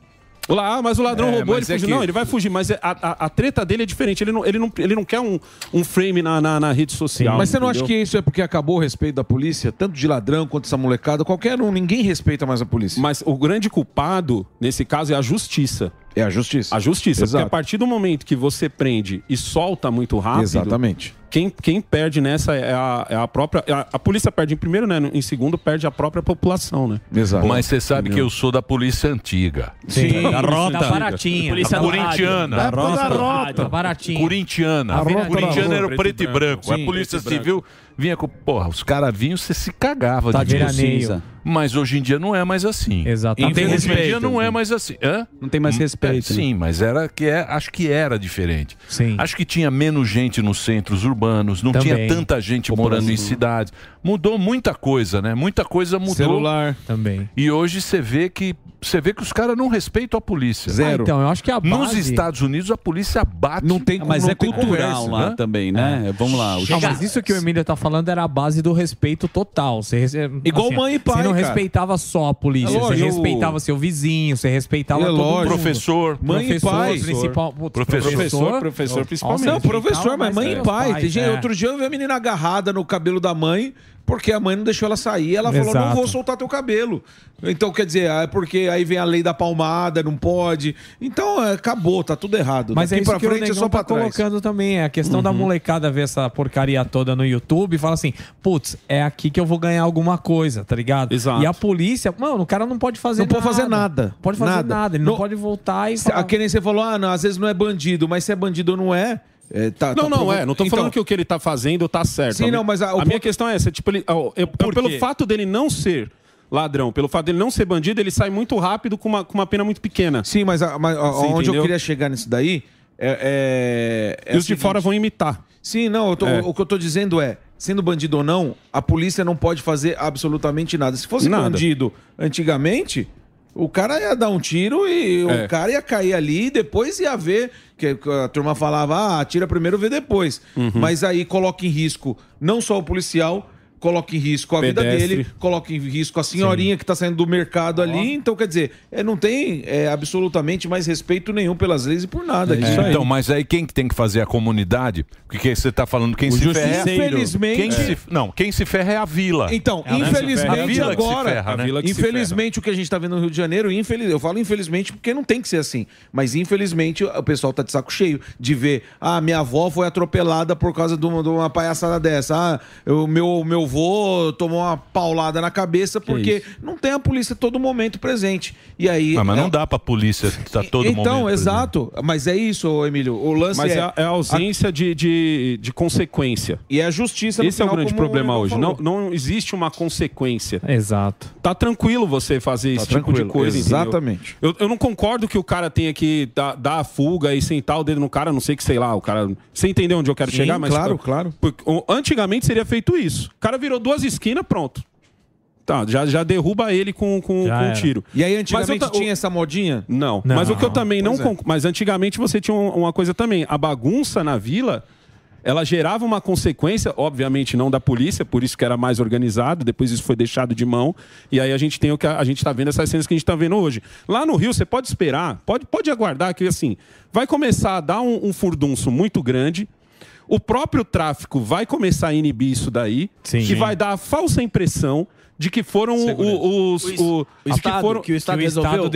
[SPEAKER 22] O la- ah, mas o ladrão
[SPEAKER 5] É,
[SPEAKER 22] roubou, ele
[SPEAKER 5] mas é
[SPEAKER 22] fugiu.
[SPEAKER 5] que-
[SPEAKER 22] Não, ele vai fugir, mas a, a- a treta dele é diferente. Ele não, ele não, ele não quer um, um frame na, na, na rede social.
[SPEAKER 8] Mas você não acha
[SPEAKER 22] entendeu?
[SPEAKER 8] que isso é porque acabou o respeito da polícia? Tanto de ladrão quanto essa molecada, qualquer um, ninguém respeita mais a polícia.
[SPEAKER 22] Mas o grande culpado, nesse caso, é a justiça.
[SPEAKER 8] É a justiça.
[SPEAKER 22] A justiça.
[SPEAKER 8] Exato.
[SPEAKER 22] Porque a partir do momento que você prende e solta muito rápido.
[SPEAKER 8] Exatamente.
[SPEAKER 22] Quem, quem perde nessa é a, é a própria. A, a polícia perde em primeiro, né? Em segundo, perde a própria população, né?
[SPEAKER 8] Exato.
[SPEAKER 5] Mas você sabe que eu sou da polícia antiga.
[SPEAKER 22] Sim, é
[SPEAKER 5] da
[SPEAKER 9] tá
[SPEAKER 5] rota.
[SPEAKER 22] da baratinha.
[SPEAKER 5] Polícia
[SPEAKER 22] Da
[SPEAKER 5] corintiana.
[SPEAKER 22] rádio. Da rota. Da
[SPEAKER 9] rota. tá Baratinha.
[SPEAKER 5] Corintiana.
[SPEAKER 9] A rota
[SPEAKER 5] corintiana
[SPEAKER 9] da
[SPEAKER 5] era
[SPEAKER 9] rua.
[SPEAKER 5] o preto e branco.
[SPEAKER 9] Sim,
[SPEAKER 5] a polícia
[SPEAKER 9] preto e branco.
[SPEAKER 5] civil vinha com... Porra, os caras vinham, você se cagava
[SPEAKER 9] Tá
[SPEAKER 5] de
[SPEAKER 9] veraneio.
[SPEAKER 5] cinza. Mas hoje em dia não é mais assim.
[SPEAKER 9] Exatamente.
[SPEAKER 5] Hoje
[SPEAKER 9] Não tem
[SPEAKER 5] em dia
[SPEAKER 9] respeito.
[SPEAKER 5] não é mais assim. Hã?
[SPEAKER 14] Não tem mais respeito,
[SPEAKER 5] Sim, mas era que é, acho que era diferente. Sim. Acho que tinha menos gente nos centros urbanos, não
[SPEAKER 14] Também.
[SPEAKER 5] tinha tanta gente morando em cidades. Mudou muita coisa, né? Muita coisa mudou.
[SPEAKER 8] Celular.
[SPEAKER 9] Também.
[SPEAKER 5] E hoje você vê que você vê que os caras não respeitam a polícia.
[SPEAKER 14] Zero. Ah, então, eu acho que a
[SPEAKER 5] Nos
[SPEAKER 14] base-
[SPEAKER 5] Estados Unidos a polícia bate.
[SPEAKER 14] Não
[SPEAKER 8] Ah,
[SPEAKER 14] tem Mas como- é não tem cultural conversa, lá né? também,
[SPEAKER 5] É.
[SPEAKER 14] né? Vamos lá, o
[SPEAKER 9] Não,
[SPEAKER 14] Chega.
[SPEAKER 9] mas isso que o Emílio tá falando era a base do respeito total. Você, rece-
[SPEAKER 14] Igual mãe e pai,
[SPEAKER 9] Assim, Você não
[SPEAKER 14] cara.
[SPEAKER 9] respeitava só a polícia.
[SPEAKER 14] É lógico.
[SPEAKER 9] você respeitava seu vizinho, você respeitava
[SPEAKER 14] É
[SPEAKER 9] todo mundo.
[SPEAKER 14] lógico. Professor. Mãe e pai.
[SPEAKER 9] Principal, putz,
[SPEAKER 14] Professor.
[SPEAKER 8] Professor,
[SPEAKER 9] Nossa,
[SPEAKER 8] Não,
[SPEAKER 9] respeitava
[SPEAKER 8] professor,
[SPEAKER 9] mais
[SPEAKER 8] mas mãe
[SPEAKER 9] que
[SPEAKER 8] e
[SPEAKER 9] os
[SPEAKER 8] pai.
[SPEAKER 9] pais,
[SPEAKER 8] Tem gente,
[SPEAKER 9] é.
[SPEAKER 8] Outro dia eu vi a menina agarrada no cabelo da mãe, porque a mãe não deixou ela sair. Ela falou:
[SPEAKER 9] Exato.
[SPEAKER 8] não vou soltar teu cabelo. Então, quer dizer, ah, é porque aí vem a lei da palmada, não pode. Então, é, acabou, tá tudo errado.
[SPEAKER 9] Mas é
[SPEAKER 8] Daqui
[SPEAKER 9] isso
[SPEAKER 8] pra
[SPEAKER 9] que
[SPEAKER 8] frente
[SPEAKER 9] o
[SPEAKER 8] é
[SPEAKER 9] Negão
[SPEAKER 8] só
[SPEAKER 9] tá
[SPEAKER 8] pra trás. Uhum.
[SPEAKER 9] colocando também. É a questão da molecada ver essa porcaria toda no YouTube e fala assim, putz, é aqui que eu vou ganhar alguma coisa, tá ligado?
[SPEAKER 8] Exato.
[SPEAKER 9] E a polícia, mano, o cara não pode fazer
[SPEAKER 8] Não
[SPEAKER 9] nada.
[SPEAKER 8] pode fazer nada.
[SPEAKER 9] Pode fazer nada.
[SPEAKER 8] Nada.
[SPEAKER 9] Ele não,
[SPEAKER 8] Não-
[SPEAKER 9] pode voltar e
[SPEAKER 8] Se-
[SPEAKER 9] falar,
[SPEAKER 8] A que nem você falou, ah, não, às vezes não é bandido, mas se é bandido ou não é. é, tá-
[SPEAKER 22] Não, não,
[SPEAKER 8] tá provo-
[SPEAKER 22] é. Não tô
[SPEAKER 8] Então,
[SPEAKER 22] falando que o que ele tá fazendo tá certo.
[SPEAKER 8] Sim,
[SPEAKER 22] A mi-
[SPEAKER 8] não, mas a-
[SPEAKER 22] a,
[SPEAKER 8] o
[SPEAKER 22] minha
[SPEAKER 8] ponto-
[SPEAKER 22] questão é essa. Tipo, ele, ó, eu- eu-
[SPEAKER 8] quê?
[SPEAKER 22] pelo fato dele não ser ladrão, pelo fato dele não ser bandido, ele sai muito rápido com uma, com uma pena muito pequena.
[SPEAKER 8] Sim, mas, onde eu queria chegar nisso daí é. é- é
[SPEAKER 22] E
[SPEAKER 8] o
[SPEAKER 22] os de
[SPEAKER 8] seguinte.
[SPEAKER 22] fora vão imitar.
[SPEAKER 8] Sim, não, eu tô-
[SPEAKER 22] É.
[SPEAKER 8] o que eu tô dizendo é, sendo bandido ou não, a polícia não pode fazer absolutamente nada. Se fosse
[SPEAKER 22] Nada.
[SPEAKER 8] bandido antigamente, o cara ia dar um tiro e
[SPEAKER 22] É.
[SPEAKER 8] o cara ia cair ali e depois ia ver. Que a turma falava, ah, atira primeiro, vê depois.
[SPEAKER 22] Uhum.
[SPEAKER 8] Mas aí coloca em risco não só o policial, coloca em risco a vida
[SPEAKER 22] Pedestre.
[SPEAKER 8] dele, coloca em risco a senhorinha que tá saindo do mercado ali. Então, quer dizer, é, não tem é, absolutamente mais respeito nenhum pelas leis e por nada. É.
[SPEAKER 5] Então, mas aí quem que tem que fazer a comunidade? Porque você tá falando quem
[SPEAKER 8] O
[SPEAKER 5] se ferra.
[SPEAKER 8] justiceiro. Infelizmente-
[SPEAKER 5] Quem se- não, quem se ferra é a vila.
[SPEAKER 8] Então,
[SPEAKER 5] É a vila que se ferra. A
[SPEAKER 8] infelizmente
[SPEAKER 5] vila que se
[SPEAKER 8] agora,
[SPEAKER 5] ferra, né?
[SPEAKER 8] infelizmente o que a gente tá vendo no Rio de Janeiro, infeliz, eu falo infelizmente porque não tem que ser assim, mas infelizmente o pessoal tá de saco cheio de ver, ah, minha avó foi atropelada por causa de uma, de uma palhaçada dessa, ah, o meu meu avô tomou uma paulada na cabeça porque não tem a polícia todo momento presente. E aí
[SPEAKER 5] Ah, mas não
[SPEAKER 8] é-
[SPEAKER 5] dá pra polícia estar todo
[SPEAKER 8] então,
[SPEAKER 5] momento.
[SPEAKER 8] exato, mas é isso, ô, Emílio, o lance
[SPEAKER 22] Mas
[SPEAKER 8] é,
[SPEAKER 22] é, a- é a ausência de, de, de consequência.
[SPEAKER 8] E é a justiça no
[SPEAKER 22] Esse é o
[SPEAKER 8] final,
[SPEAKER 22] grande
[SPEAKER 8] como o
[SPEAKER 22] problema
[SPEAKER 8] Negão
[SPEAKER 22] hoje. Não,
[SPEAKER 8] falou.
[SPEAKER 22] não existe uma consequência.
[SPEAKER 9] Exato.
[SPEAKER 22] Tá tranquilo você fazer esse tipo de
[SPEAKER 8] Tá tranquilo,
[SPEAKER 22] coisa, entendeu?
[SPEAKER 8] exatamente.
[SPEAKER 22] Eu, eu não concordo que o cara tenha que dar, dar a fuga e sentar o dedo no cara, a não sei que, sei lá, o cara... Você entendeu onde eu quero
[SPEAKER 8] Sim,
[SPEAKER 22] chegar? Mas,
[SPEAKER 8] claro,
[SPEAKER 22] tipo,
[SPEAKER 8] claro.
[SPEAKER 22] porque, o- antigamente seria feito isso. O cara virou duas esquinas, pronto. Tá, já, já derruba ele com, com,
[SPEAKER 8] Já
[SPEAKER 22] com um
[SPEAKER 8] era.
[SPEAKER 22] tiro.
[SPEAKER 8] E aí
[SPEAKER 22] Mas eu
[SPEAKER 8] antigamente
[SPEAKER 22] ta-
[SPEAKER 8] tinha essa modinha?
[SPEAKER 22] Não. Mas o que eu também não. conc- Mas antigamente você tinha um- uma coisa também. A bagunça na vila ela gerava uma consequência, obviamente não da polícia, por isso que era mais organizado, depois isso foi deixado de mão, e aí a gente tem o que a, a gente está vendo, essas cenas que a gente está vendo hoje. Lá no Rio, você pode esperar, pode, pode aguardar que, assim, vai começar a dar um, um furdunço muito grande, o próprio tráfico vai começar a inibir isso daí, e vai dar a falsa impressão de que foram o- os. o- de
[SPEAKER 7] Estado, que o Estado resolveu?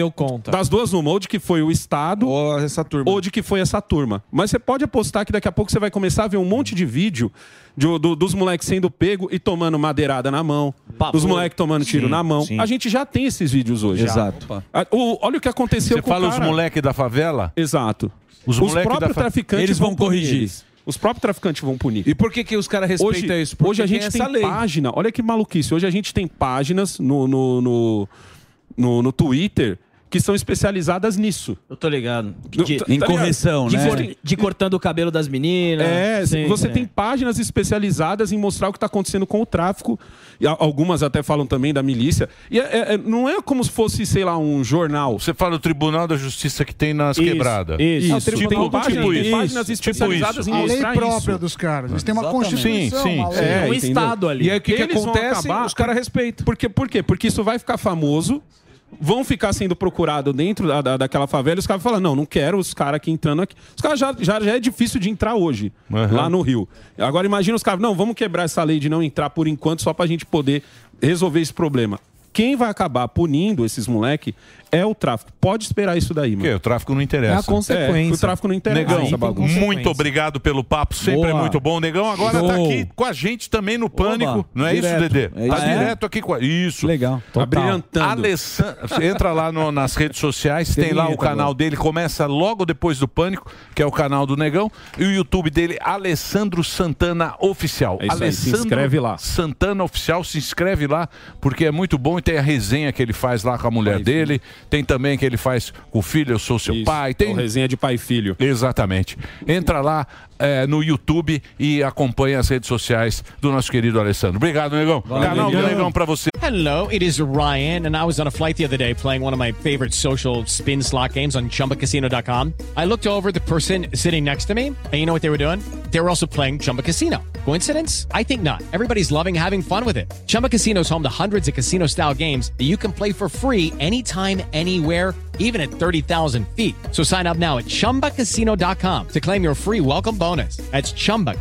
[SPEAKER 22] Das duas, uma. Ou de que foi o Estado. Ou essa turma. Ou de que foi essa turma. Mas você pode apostar que daqui a pouco você vai começar a ver um monte de vídeo de- do- dos moleques sendo pego e tomando madeirada na mão.
[SPEAKER 14] Pavor.
[SPEAKER 22] Dos moleques tomando tiro
[SPEAKER 14] Sim,
[SPEAKER 22] na mão.
[SPEAKER 14] sim.
[SPEAKER 22] A gente já tem esses vídeos hoje.
[SPEAKER 14] Exato.
[SPEAKER 22] Já. Ah, o- olha o que aconteceu
[SPEAKER 5] Você
[SPEAKER 22] com o
[SPEAKER 5] fala os
[SPEAKER 22] cara.
[SPEAKER 5] moleque da favela?
[SPEAKER 22] Exato.
[SPEAKER 5] Os
[SPEAKER 22] Os,
[SPEAKER 5] moleque
[SPEAKER 22] próprios
[SPEAKER 5] da fa-
[SPEAKER 22] traficantes
[SPEAKER 5] Eles vão
[SPEAKER 22] punir
[SPEAKER 5] corrigir.
[SPEAKER 22] eles. Os próprios traficantes vão punir.
[SPEAKER 8] E por que, que os caras respeitam
[SPEAKER 22] hoje,
[SPEAKER 8] Tá, isso? Porque
[SPEAKER 22] hoje a gente tem,
[SPEAKER 8] essa lei.
[SPEAKER 22] página, olha que maluquice. Hoje a gente tem páginas no, no, no, no- no Twitter que são especializadas nisso.
[SPEAKER 7] Eu tô ligado.
[SPEAKER 22] De- Em correção,
[SPEAKER 7] de
[SPEAKER 22] né?
[SPEAKER 7] cor- de cortando o cabelo das meninas.
[SPEAKER 22] É,
[SPEAKER 7] Sim,
[SPEAKER 22] você
[SPEAKER 7] é.
[SPEAKER 22] tem páginas especializadas em mostrar o que está acontecendo com o tráfico. E a- algumas até falam também da milícia. E é- é- não é como se fosse, sei lá, um jornal.
[SPEAKER 5] Você fala o Tribunal da Justiça que tem nas quebradas.
[SPEAKER 22] Isso.
[SPEAKER 5] Tipo,
[SPEAKER 22] Tem um páginas-
[SPEAKER 5] tipo
[SPEAKER 22] tem
[SPEAKER 5] isso.
[SPEAKER 22] páginas
[SPEAKER 5] Tipo
[SPEAKER 22] especializadas
[SPEAKER 5] isso.
[SPEAKER 22] em
[SPEAKER 12] A lei
[SPEAKER 22] mostrar
[SPEAKER 12] própria
[SPEAKER 22] isso.
[SPEAKER 12] dos caras. Eles têm uma
[SPEAKER 22] Exatamente.
[SPEAKER 12] constituição, uma lei.
[SPEAKER 22] É, entendeu?
[SPEAKER 8] E aí o que, que
[SPEAKER 22] Eles vão
[SPEAKER 8] acontece?
[SPEAKER 22] acabar-
[SPEAKER 8] Os caras respeitam.
[SPEAKER 22] Por quê? Por quê? Porque isso vai ficar famoso, vão ficar sendo procurado dentro da, da- daquela favela e os caras falam, não, não quero os caras aqui entrando aqui. Os caras já, já, já é difícil de entrar hoje, lá no Rio. Agora imagina os caras, não, vamos quebrar essa lei de não entrar por enquanto só pra gente poder resolver esse problema. Quem vai acabar punindo esses moleque é o tráfico. Pode esperar isso daí, mano. Porque
[SPEAKER 5] o tráfico não interessa.
[SPEAKER 22] É, o tráfico não interessa.
[SPEAKER 5] Negão,
[SPEAKER 22] essa bagunça.
[SPEAKER 5] muito obrigado pelo papo, sempre
[SPEAKER 22] Boa.
[SPEAKER 5] é muito bom. Negão agora
[SPEAKER 22] Show.
[SPEAKER 5] tá aqui com a gente também no Pânico.
[SPEAKER 22] Oba,
[SPEAKER 5] não é
[SPEAKER 22] direto.
[SPEAKER 5] isso, Dedê?
[SPEAKER 22] É
[SPEAKER 5] tá
[SPEAKER 22] isso.
[SPEAKER 5] direto aqui com a... Isso.
[SPEAKER 14] Legal.
[SPEAKER 22] Abrilhantando.
[SPEAKER 5] Alessandro, você entra lá no- nas redes sociais, tem,
[SPEAKER 14] Tem
[SPEAKER 5] lá o
[SPEAKER 14] vinheta
[SPEAKER 5] canal
[SPEAKER 14] agora.
[SPEAKER 5] dele, começa logo depois do Pânico, que é o canal do Negão, e o YouTube dele, Alessandro Santana Oficial.
[SPEAKER 22] É isso aí, se
[SPEAKER 5] Alessandro
[SPEAKER 22] inscreve lá.
[SPEAKER 5] Santana Oficial, se inscreve lá, porque é muito bom e tem a resenha que ele faz lá com a mulher dele, tem também que ele faz com o filho, eu sou seu pai, tem...
[SPEAKER 22] É o resenha de pai e filho.
[SPEAKER 5] Exatamente. Entra lá é, no YouTube e acompanha as redes sociais do nosso querido Alessandro. Obrigado, Negão. canal do Negão pra você.
[SPEAKER 16] Hello, it is Ryan, and I was on a flight the other day playing one of my favorite social spin slot games on chumbacasino.com. I looked over at the person sitting next to me, and you know what they were doing? They were also playing Chumba Casino. Coincidence? I think not. Everybody's loving having fun with it. Chumba Casino is home to hundreds of casino style games that you can play for free anytime, anywhere even at 30,000 feet. So sign up now at ChumbaCasino.com to claim your free welcome bonus. That's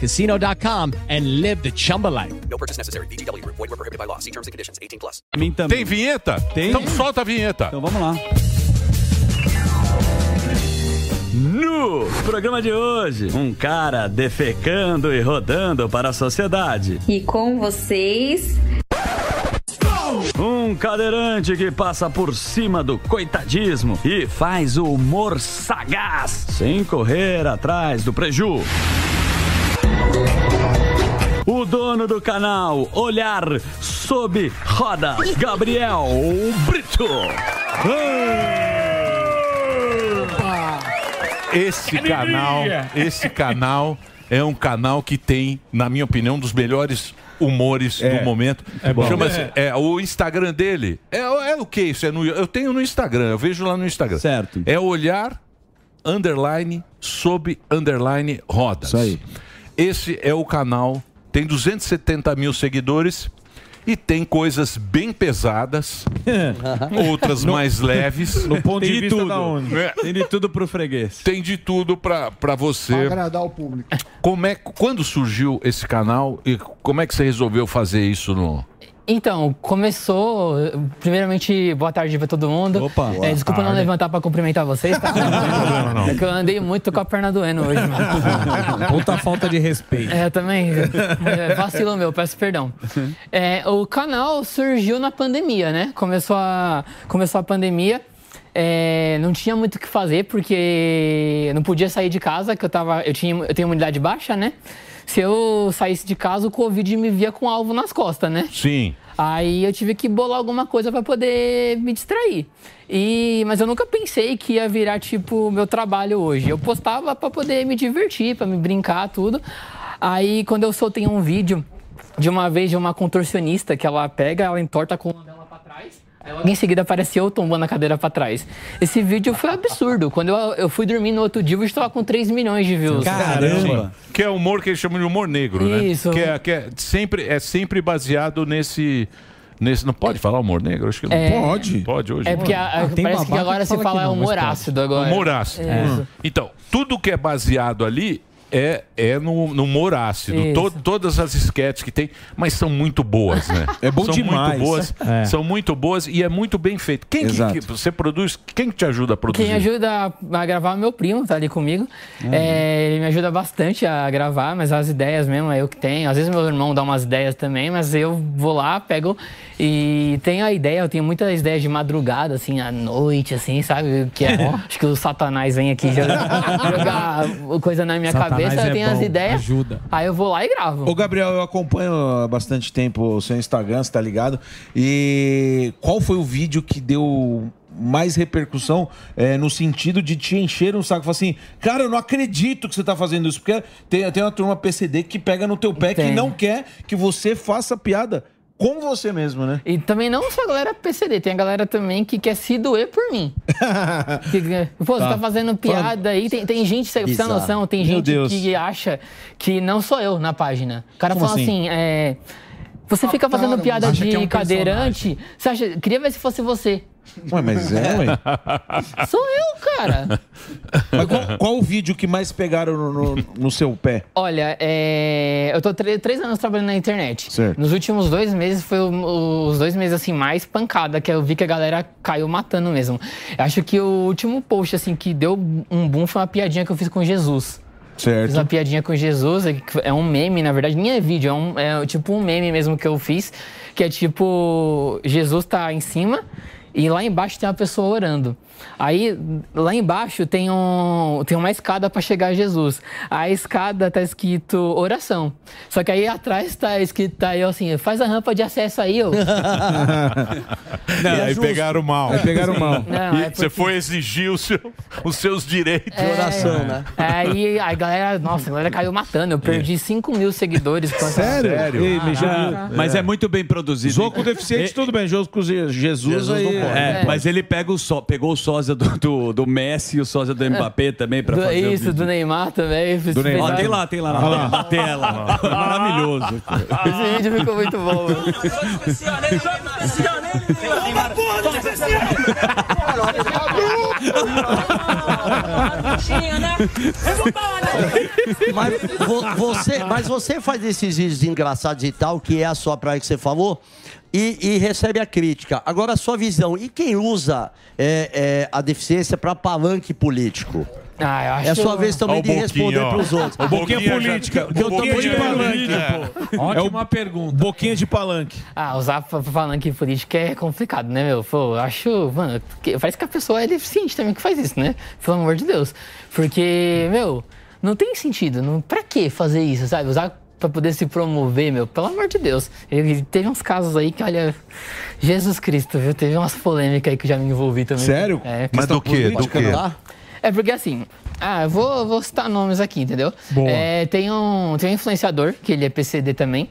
[SPEAKER 16] ChumbaCasino.com and live the Chumba life.
[SPEAKER 23] No purchase necessary. VGW Group. Void were prohibited by law. See terms and conditions. 18 plus.
[SPEAKER 5] Tem vinheta? Tem. Então solta a vinheta. Então
[SPEAKER 14] vamos lá. No programa de hoje, um cara defecando e rodando para a sociedade.
[SPEAKER 1] E com vocês,
[SPEAKER 14] Um cadeirante que passa por cima do coitadismo e faz o humor sagaz, sem correr atrás do preju. O dono do canal Olhar Sob Rodas, Gabriel Brito.
[SPEAKER 5] Esse canal, esse canal é um canal que tem, na minha opinião, um dos melhores humores do momento.
[SPEAKER 14] É bom.
[SPEAKER 5] Chama-se,
[SPEAKER 14] É.
[SPEAKER 5] é, o Instagram dele. É, é o que isso? É no, eu tenho no Instagram, eu vejo lá no Instagram. Certo. É olhar underline sob underline rodas. Isso aí. Esse é o canal, tem 270 mil seguidores e tem coisas bem pesadas, outras
[SPEAKER 14] No-
[SPEAKER 5] mais leves.
[SPEAKER 14] No ponto de vista da
[SPEAKER 5] tudo. É.
[SPEAKER 14] ONU. Tem de tudo pro freguês.
[SPEAKER 5] Tem de tudo pra, pra
[SPEAKER 12] Pra
[SPEAKER 5] você.
[SPEAKER 12] agradar o público.
[SPEAKER 5] Como é, quando surgiu esse canal e como é que você resolveu fazer isso no.
[SPEAKER 3] Então, começou. Primeiramente, boa tarde pra todo mundo. Opa,
[SPEAKER 5] boa
[SPEAKER 3] desculpa não
[SPEAKER 5] tarde.
[SPEAKER 3] levantar pra cumprimentar vocês, tá? É que eu andei muito com a perna doendo hoje, mano.
[SPEAKER 9] Puta falta de respeito.
[SPEAKER 3] É, também. É, vacilo meu, peço perdão. É, o canal surgiu na pandemia, né? Começou a, começou a pandemia. é, não tinha muito o que fazer, porque eu não podia sair de casa, que eu tava. Eu, tinha, eu tenho imunidade baixa, né? Se eu saísse de casa, o Covid me via com alvo nas costas, né?
[SPEAKER 5] Sim.
[SPEAKER 3] Aí eu tive que bolar alguma coisa pra poder me distrair. E, mas eu nunca pensei que ia virar tipo meu trabalho hoje. Eu postava pra poder me divertir, pra me brincar, tudo. Aí quando eu soltei um vídeo de uma vez de uma contorcionista que ela pega, ela entorta a coluna dela pra trás. Logo em seguida apareceu eu tombando a cadeira pra trás. Esse vídeo foi um absurdo. Quando eu, eu fui dormir no outro dia, eu estava com 3 milhões de views.
[SPEAKER 5] Sim. Que é o humor que eles chamam de humor negro, né?
[SPEAKER 3] Isso.
[SPEAKER 5] Que é, que é sempre, é sempre baseado nesse, nesse. Não pode falar humor negro? Acho que não
[SPEAKER 3] É.
[SPEAKER 5] pode. Pode hoje.
[SPEAKER 3] É porque a- a- parece que agora se fala é humor ácido agora. É.
[SPEAKER 5] Humor ácido.
[SPEAKER 3] Isso.
[SPEAKER 5] Então, tudo que é baseado ali é, é no, no humor ácido.
[SPEAKER 3] Isso.
[SPEAKER 5] To- todas as esquetes que tem, mas são muito boas, né?
[SPEAKER 8] É bom
[SPEAKER 5] são
[SPEAKER 8] demais.
[SPEAKER 5] Muito boas,
[SPEAKER 8] É.
[SPEAKER 5] São muito boas e é muito bem feito. Quem que-
[SPEAKER 8] Exato.
[SPEAKER 5] que você produz? Quem que te ajuda a produzir?
[SPEAKER 3] Quem ajuda a a gravar é meu primo, tá ali comigo. É, ele me ajuda bastante a gravar, mas as ideias mesmo é eu que tenho. Às vezes meu irmão dá umas ideias também, mas eu vou lá, pego e tenho a ideia. Eu tenho muitas ideias de madrugada, assim, à noite, assim, sabe? Que é, acho que o satanás vem aqui já jogar coisa na minha cabeça, eu tenho as ideias. Aí eu vou lá e gravo.
[SPEAKER 8] Ô, Gabriel, eu acompanho há bastante tempo o seu Instagram, você tá ligado? E qual foi o vídeo que deu mais repercussão é, no sentido de te encher um saco? Falar assim, cara, eu não acredito que você tá fazendo isso, porque tem, tem uma turma PCD que pega no teu pé que
[SPEAKER 3] Tem.
[SPEAKER 8] não quer que você faça piada com você mesmo, né?
[SPEAKER 3] E também não só a galera é PCD, tem a galera também que quer se doer por mim. Que- que- pô,
[SPEAKER 2] Tá.
[SPEAKER 3] você tá fazendo piada aí. Tem, tem gente, você tem
[SPEAKER 2] Bizarro.
[SPEAKER 3] noção, tem
[SPEAKER 2] Meu
[SPEAKER 3] gente
[SPEAKER 2] Deus.
[SPEAKER 3] que acha que não sou eu na página. O cara
[SPEAKER 2] Como
[SPEAKER 3] fala assim,
[SPEAKER 2] assim?
[SPEAKER 3] é, Você fica fazendo
[SPEAKER 2] Adaptaram,
[SPEAKER 3] piada
[SPEAKER 2] Ah, acha
[SPEAKER 3] de
[SPEAKER 2] que é um
[SPEAKER 3] cadeirante. Você acha. Queria ver se fosse você.
[SPEAKER 8] Ué, mas é, ué.
[SPEAKER 3] Sou eu, cara.
[SPEAKER 8] Mas qual, qual o vídeo que mais pegaram no, no- no seu pé?
[SPEAKER 3] Olha, é, eu tô tre- três anos trabalhando na internet.
[SPEAKER 8] Certo.
[SPEAKER 3] Nos últimos dois meses foi o- os dois meses assim mais pancada que eu vi que a galera caiu matando mesmo. Eu acho que o último post assim que deu um boom foi uma piadinha que eu fiz com Jesus. Fiz uma
[SPEAKER 8] Certo.
[SPEAKER 3] piadinha com Jesus, é que é um meme, na verdade, nem é vídeo, é, um- é tipo um meme mesmo que eu fiz, que é tipo, Jesus tá em cima e lá embaixo tem uma pessoa orando. Aí, lá embaixo tem, um, tem uma escada pra chegar a Jesus. A escada tá escrito oração. Só que aí atrás tá escrito, tá eu assim, faz a rampa de acesso aí, ô.
[SPEAKER 5] Não, aí
[SPEAKER 3] justo.
[SPEAKER 5] pegaram mal.
[SPEAKER 3] Aí pegaram mal. Não,
[SPEAKER 5] E
[SPEAKER 3] é porque-
[SPEAKER 5] Você foi exigir o seu- os seus direitos.
[SPEAKER 3] É, Aí a galera, nossa, a galera caiu matando. Eu perdi 5 mil seguidores. quando- Ah,
[SPEAKER 14] Ih, me
[SPEAKER 3] Caraca.
[SPEAKER 14] julgou. mas é muito bem produzido. É. Jogo
[SPEAKER 8] com deficiente, tudo bem. Jogo com Jesus, Jesus aí...
[SPEAKER 14] É, mas ele pega o só, pegou o sósia do, do, do Messi e o sósia do Mbappé também pra
[SPEAKER 3] Do-
[SPEAKER 14] fazer o
[SPEAKER 3] isso,
[SPEAKER 14] vídeo.
[SPEAKER 3] do Neymar também.
[SPEAKER 14] Do Neymar. Ó, tem lá, tem lá na, na tela. Maravilhoso.
[SPEAKER 3] Esse vídeo ficou muito bom, mano.
[SPEAKER 14] Tá.
[SPEAKER 13] Mas, vo- você, mas você faz esses vídeos engraçados e tal, que é a sua praia que você falou, e, e recebe a crítica. Agora, a sua visão. E quem usa é, é, a deficiência para palanque político?
[SPEAKER 3] Ah, eu acho
[SPEAKER 13] É sua vez também
[SPEAKER 3] Ó o
[SPEAKER 13] de responder
[SPEAKER 3] Boquinha, ó.
[SPEAKER 13] para os outros.
[SPEAKER 3] O Boquinha Boquinha já- política,
[SPEAKER 8] que eu Boquinha também de palanque, palanque, pô. É o- Ótima
[SPEAKER 3] pergunta.
[SPEAKER 8] Boquinha de palanque.
[SPEAKER 3] Ah, usar fa- palanque político é complicado, né, meu? Pô, eu acho. Mano, que- parece que a pessoa é deficiente também que faz isso, né? Pelo amor de Deus. Porque, meu, não tem sentido. Não, pra que fazer isso, sabe? Usar pra poder se promover, meu? Pelo amor de Deus. E teve uns casos aí que, olha. Jesus Cristo, viu? Teve umas polêmicas aí que eu já me envolvi também.
[SPEAKER 5] Sério?
[SPEAKER 3] É,
[SPEAKER 5] Mas do quê? Do
[SPEAKER 3] política,
[SPEAKER 5] quê?
[SPEAKER 3] não. É porque assim, ah, eu vou, vou citar nomes aqui, entendeu? É, tem, um, tem um influenciador, que ele é PCD também.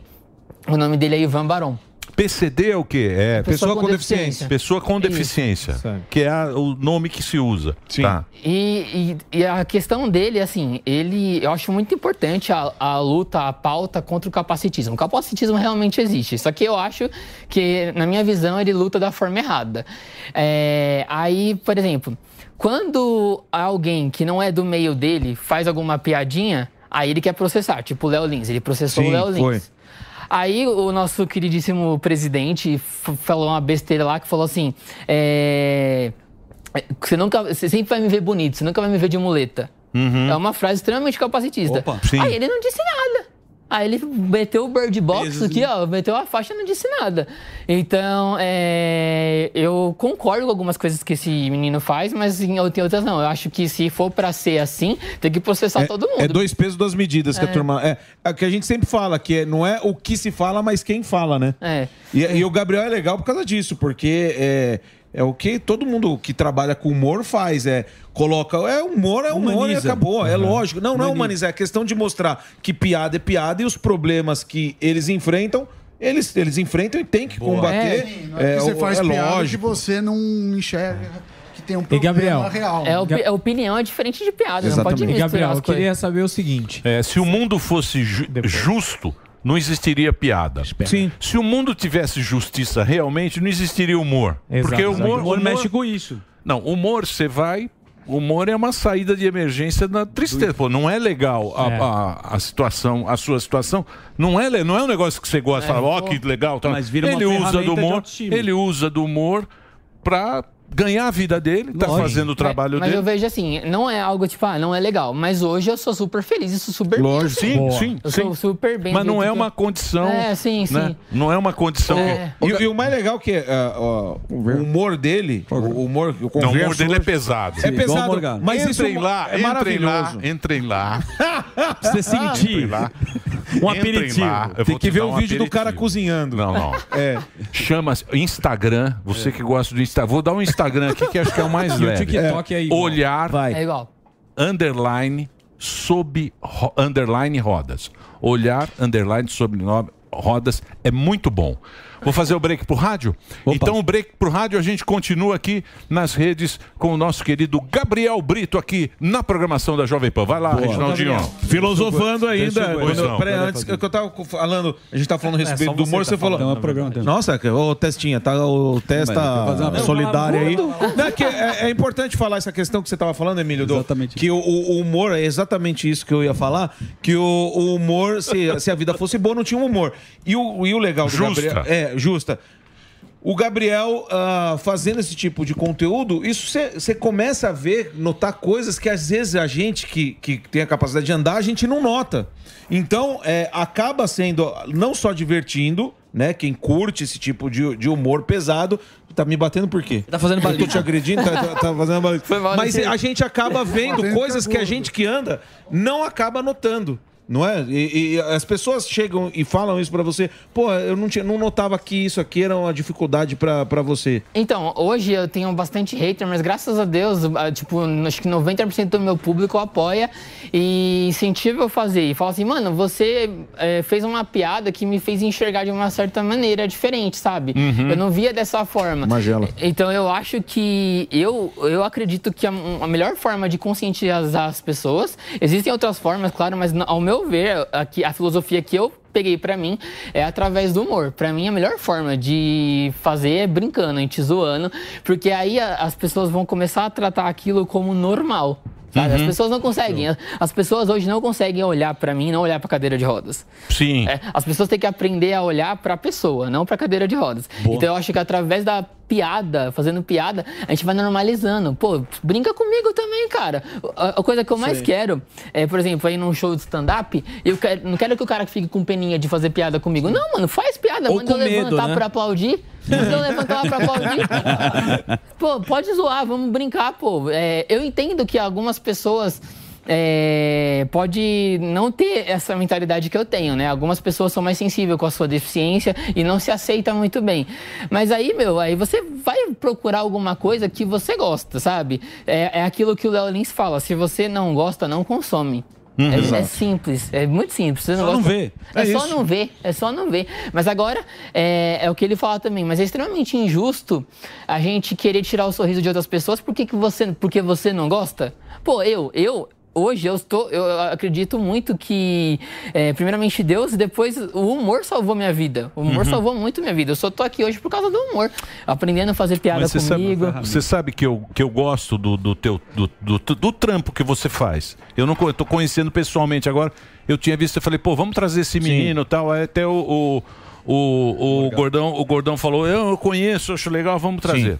[SPEAKER 3] O nome dele é Ivan Barão.
[SPEAKER 5] PCD é o quê? É
[SPEAKER 3] Pessoa com deficiência.
[SPEAKER 5] Pessoa com deficiência, que é a- o nome que se usa. tá? Sim.
[SPEAKER 3] E, e- e a questão dele, assim, ele. Eu acho muito importante a, a luta, a pauta contra o capacitismo. O capacitismo realmente existe. Só que eu acho que, na minha visão, ele luta da forma errada. É, aí, por exemplo, quando alguém que não é do meio dele faz alguma piadinha, aí ele quer processar. Tipo o Léo Lins, ele processou
[SPEAKER 2] Sim,
[SPEAKER 3] o Léo Lins.
[SPEAKER 2] foi.
[SPEAKER 3] Aí o nosso queridíssimo presidente f- falou uma besteira lá que falou assim: é, você nunca, você sempre vai me ver bonito, você nunca vai me ver de muleta. É uma frase extremamente capacitista.
[SPEAKER 2] Opa, sim.
[SPEAKER 3] Aí ele não disse nada. Aí ele meteu o bird box aqui, ó, meteu a faixa e não disse nada. Então, é, eu concordo com algumas coisas que esse menino faz, mas em out- em outras não. Eu acho que se for pra ser assim, tem que processar todo mundo.
[SPEAKER 8] É dois pesos, duas medidas que a
[SPEAKER 3] É.
[SPEAKER 8] turma. É, é o que a gente sempre fala, que é- não é o que se fala, mas quem fala, né?
[SPEAKER 3] É.
[SPEAKER 8] E, e o Gabriel é legal por causa disso, porque é, é o que todo mundo que trabalha com humor faz, é coloca, é humor, é humor
[SPEAKER 14] Humaniza.
[SPEAKER 8] e acabou, é
[SPEAKER 14] Uhum.
[SPEAKER 8] lógico. Não, não é
[SPEAKER 14] Humaniza.
[SPEAKER 8] humanizar, é questão de mostrar que piada é piada e os problemas que eles enfrentam Eles, eles enfrentam e tem que
[SPEAKER 12] Boa.
[SPEAKER 8] combater. É,
[SPEAKER 12] você faz
[SPEAKER 8] é
[SPEAKER 12] piada
[SPEAKER 8] lógico.
[SPEAKER 12] que você não enxerga que tem um
[SPEAKER 9] E,
[SPEAKER 12] problema
[SPEAKER 9] Gabriel,
[SPEAKER 12] real.
[SPEAKER 3] É, opi- é opinião é diferente de piada, não pode
[SPEAKER 9] E,
[SPEAKER 3] misturar
[SPEAKER 9] Gabriel,
[SPEAKER 3] as
[SPEAKER 9] eu
[SPEAKER 3] coisas.
[SPEAKER 9] queria saber o seguinte.
[SPEAKER 5] É, se o mundo fosse ju- justo, não existiria piada. Sim. Se o mundo tivesse justiça realmente, não existiria humor.
[SPEAKER 14] Exato,
[SPEAKER 5] Porque o
[SPEAKER 14] exato.
[SPEAKER 5] humor,
[SPEAKER 14] O humor mexe com
[SPEAKER 5] isso. Não, humor você vai. Humor é uma saída de emergência da tristeza. Pô, não é legal a,
[SPEAKER 14] É.
[SPEAKER 5] a- a situação, a sua situação. Não é, le- não é um negócio que você gosta,
[SPEAKER 14] É,
[SPEAKER 5] fala, ó,
[SPEAKER 14] pô,
[SPEAKER 5] que legal. tá?"
[SPEAKER 14] mas vira uma
[SPEAKER 5] ele usa
[SPEAKER 14] ferramenta
[SPEAKER 5] do
[SPEAKER 14] de
[SPEAKER 5] humor,
[SPEAKER 14] autoestima.
[SPEAKER 5] ele usa do humor para ganhar a vida dele, tá
[SPEAKER 3] Lógico.
[SPEAKER 5] fazendo o trabalho
[SPEAKER 3] mas
[SPEAKER 5] dele.
[SPEAKER 3] eu vejo assim, não é algo tipo, ah, não é legal, mas hoje eu sou super feliz, isso super
[SPEAKER 5] Lógico.
[SPEAKER 3] bem.
[SPEAKER 5] Sim,
[SPEAKER 3] Boa.
[SPEAKER 5] sim,
[SPEAKER 3] Eu
[SPEAKER 5] sim.
[SPEAKER 3] sou super bem.
[SPEAKER 5] Mas
[SPEAKER 3] do
[SPEAKER 5] não
[SPEAKER 3] jeito
[SPEAKER 5] é
[SPEAKER 3] que
[SPEAKER 5] uma
[SPEAKER 3] eu-
[SPEAKER 5] condição.
[SPEAKER 3] É, sim,
[SPEAKER 5] né?
[SPEAKER 3] sim.
[SPEAKER 5] Não é uma condição.
[SPEAKER 3] É.
[SPEAKER 8] E, e o mais legal que é ah, ó, o humor dele, o o humor que eu
[SPEAKER 5] Não,
[SPEAKER 8] converso...
[SPEAKER 5] o humor dele é pesado.
[SPEAKER 8] É pesado, mas isso
[SPEAKER 5] entrem lá,
[SPEAKER 8] é
[SPEAKER 5] entrem lá,
[SPEAKER 8] maravilhoso.
[SPEAKER 5] entrem lá.
[SPEAKER 8] Você
[SPEAKER 3] Ah,
[SPEAKER 8] sentir.
[SPEAKER 5] Entrem lá.
[SPEAKER 8] Um
[SPEAKER 5] Entrem
[SPEAKER 8] aperitivo.
[SPEAKER 5] lá, eu
[SPEAKER 8] Tem
[SPEAKER 5] vou
[SPEAKER 8] que
[SPEAKER 5] te
[SPEAKER 8] ver
[SPEAKER 5] dar
[SPEAKER 8] o
[SPEAKER 5] um
[SPEAKER 8] vídeo do
[SPEAKER 5] aperitivo.
[SPEAKER 8] cara cozinhando.
[SPEAKER 5] Não, não.
[SPEAKER 8] É.
[SPEAKER 5] Chama Instagram, você que gosta do Instagram. Vou dar um Instagram aqui que acho que é o mais
[SPEAKER 14] E o
[SPEAKER 5] leve.
[SPEAKER 14] TikTok é igual.
[SPEAKER 5] Olhar.
[SPEAKER 3] É igual.
[SPEAKER 5] Underline sob ro- underline rodas. Olhar underline sob no- rodas é muito bom. Vou fazer o break pro rádio? Então o break pro rádio a gente continua aqui nas redes com o nosso querido Gabriel Brito aqui na programação da Jovem Pan. Vai lá,
[SPEAKER 8] Boa.
[SPEAKER 5] Reginaldinho.
[SPEAKER 8] Filosofando ainda.
[SPEAKER 5] Pois não.
[SPEAKER 8] Quando, peraí, antes que eu tava falando, a gente tava falando a
[SPEAKER 14] É,
[SPEAKER 8] respeito
[SPEAKER 14] só
[SPEAKER 8] do
[SPEAKER 14] você
[SPEAKER 8] humor,
[SPEAKER 14] tá
[SPEAKER 8] você falou.
[SPEAKER 14] falando, na verdade.
[SPEAKER 8] Nossa, que- ô testinha, tá o
[SPEAKER 14] Vai, vou fazer
[SPEAKER 8] testa
[SPEAKER 14] uma-
[SPEAKER 8] solidária aí.
[SPEAKER 14] Não,
[SPEAKER 8] Não, é, que é- é importante falar essa questão que você tava falando, Emílio. do- Que o, o humor é exatamente isso que eu ia falar. Que o, o humor, se, se a vida fosse boa, não tinha um humor. E o, e o legal do
[SPEAKER 5] Justa.
[SPEAKER 8] Gabriel. É, justa. O Gabriel ah, fazendo esse tipo de conteúdo, isso você começa a ver, notar coisas que às vezes a gente que, que tem a capacidade de andar, a gente não nota. Então, é, acaba sendo ah, não só divertindo, né? Quem curte esse tipo de, de humor pesado. Tá me batendo por quê? Tá fazendo barulho. Eu tô te agredindo, tá, tá- tá fazendo barulho.
[SPEAKER 14] mal,
[SPEAKER 8] Mas
[SPEAKER 14] não sei.
[SPEAKER 8] a gente acaba vendo
[SPEAKER 14] Batendo
[SPEAKER 8] coisas que a
[SPEAKER 14] cagou.
[SPEAKER 8] gente gente que anda não acaba notando. Não é? E, e as pessoas chegam e falam isso pra você. Pô, eu não, tinha, não notava que isso aqui era uma dificuldade pra pra você.
[SPEAKER 3] Então, hoje eu tenho bastante hater, mas graças a Deus, ah, tipo, acho que 90% do meu público apoia e incentiva eu fazer. E fala assim, mano, você eh, fez uma piada que me fez enxergar de uma certa maneira diferente, sabe?
[SPEAKER 6] Uhum.
[SPEAKER 3] Eu não via dessa forma.
[SPEAKER 6] Magela.
[SPEAKER 3] Então eu acho que eu, eu acredito que a, a melhor forma de conscientizar as pessoas, existem outras formas, claro, mas na- ao meu ver, a, que- a filosofia que eu peguei pra mim é através do humor. Pra mim a melhor forma de fazer é brincando, a gente zoando, porque aí a- as pessoas vão começar a tratar aquilo como normal. sabe? As
[SPEAKER 5] Uhum.
[SPEAKER 3] pessoas não conseguem. as- As pessoas hoje não conseguem olhar pra mim, não olhar pra cadeira de rodas.
[SPEAKER 5] Sim.
[SPEAKER 3] É, as pessoas têm que aprender a olhar pra pessoa, não pra cadeira de rodas.
[SPEAKER 5] Boa.
[SPEAKER 3] Então eu acho que através da piada, fazendo piada, a gente vai normalizando. Pô, brinca comigo também, cara. A, a coisa que eu mais
[SPEAKER 6] aí.
[SPEAKER 3] quero é, por exemplo, aí num show de stand-up, eu quero- não quero que o cara fique com peninha de fazer piada comigo. Não, mano, faz piada,
[SPEAKER 6] Ou
[SPEAKER 3] manda eu
[SPEAKER 6] com medo,
[SPEAKER 3] levantar
[SPEAKER 6] né?
[SPEAKER 3] pra aplaudir. Manda eu levantar pra aplaudir. Pô, pode zoar, vamos brincar, pô. É, eu entendo que algumas pessoas. É, pode não ter essa mentalidade que eu tenho, né? Algumas pessoas são mais sensíveis com a sua deficiência e não se aceita muito bem. Mas aí, meu, aí você vai procurar alguma coisa que você gosta, sabe? É, é aquilo que o Léo Lins fala: se você não gosta, não consome.
[SPEAKER 6] Uhum.
[SPEAKER 3] É- é,
[SPEAKER 6] Exato.
[SPEAKER 3] simples, é muito simples. Você não
[SPEAKER 6] Só não
[SPEAKER 3] gosta-
[SPEAKER 6] vê.
[SPEAKER 3] É,
[SPEAKER 6] É
[SPEAKER 3] só
[SPEAKER 6] isso.
[SPEAKER 3] não ver, é só não ver. Mas agora, é, é o que ele fala também, mas é extremamente injusto a gente querer tirar o sorriso de outras pessoas porque, que você, porque você não gosta. Pô, eu, eu. Hoje eu estou, eu acredito muito que, é, primeiramente Deus e depois o humor salvou minha vida. O humor
[SPEAKER 5] Uhum.
[SPEAKER 3] salvou muito minha vida. Eu só tô aqui hoje por causa do humor, aprendendo a fazer piada
[SPEAKER 5] você
[SPEAKER 3] comigo.
[SPEAKER 5] Sabe, Ah, você sabe que eu, que eu gosto do, do teu do, do, do trampo que você faz. Eu não co- eu tô conhecendo pessoalmente agora. Eu tinha visto, eu falei, pô, vamos trazer esse menino e tal. Aí Até o, o, o, o gordão o gordão falou, eu, eu conheço, acho legal, vamos trazer.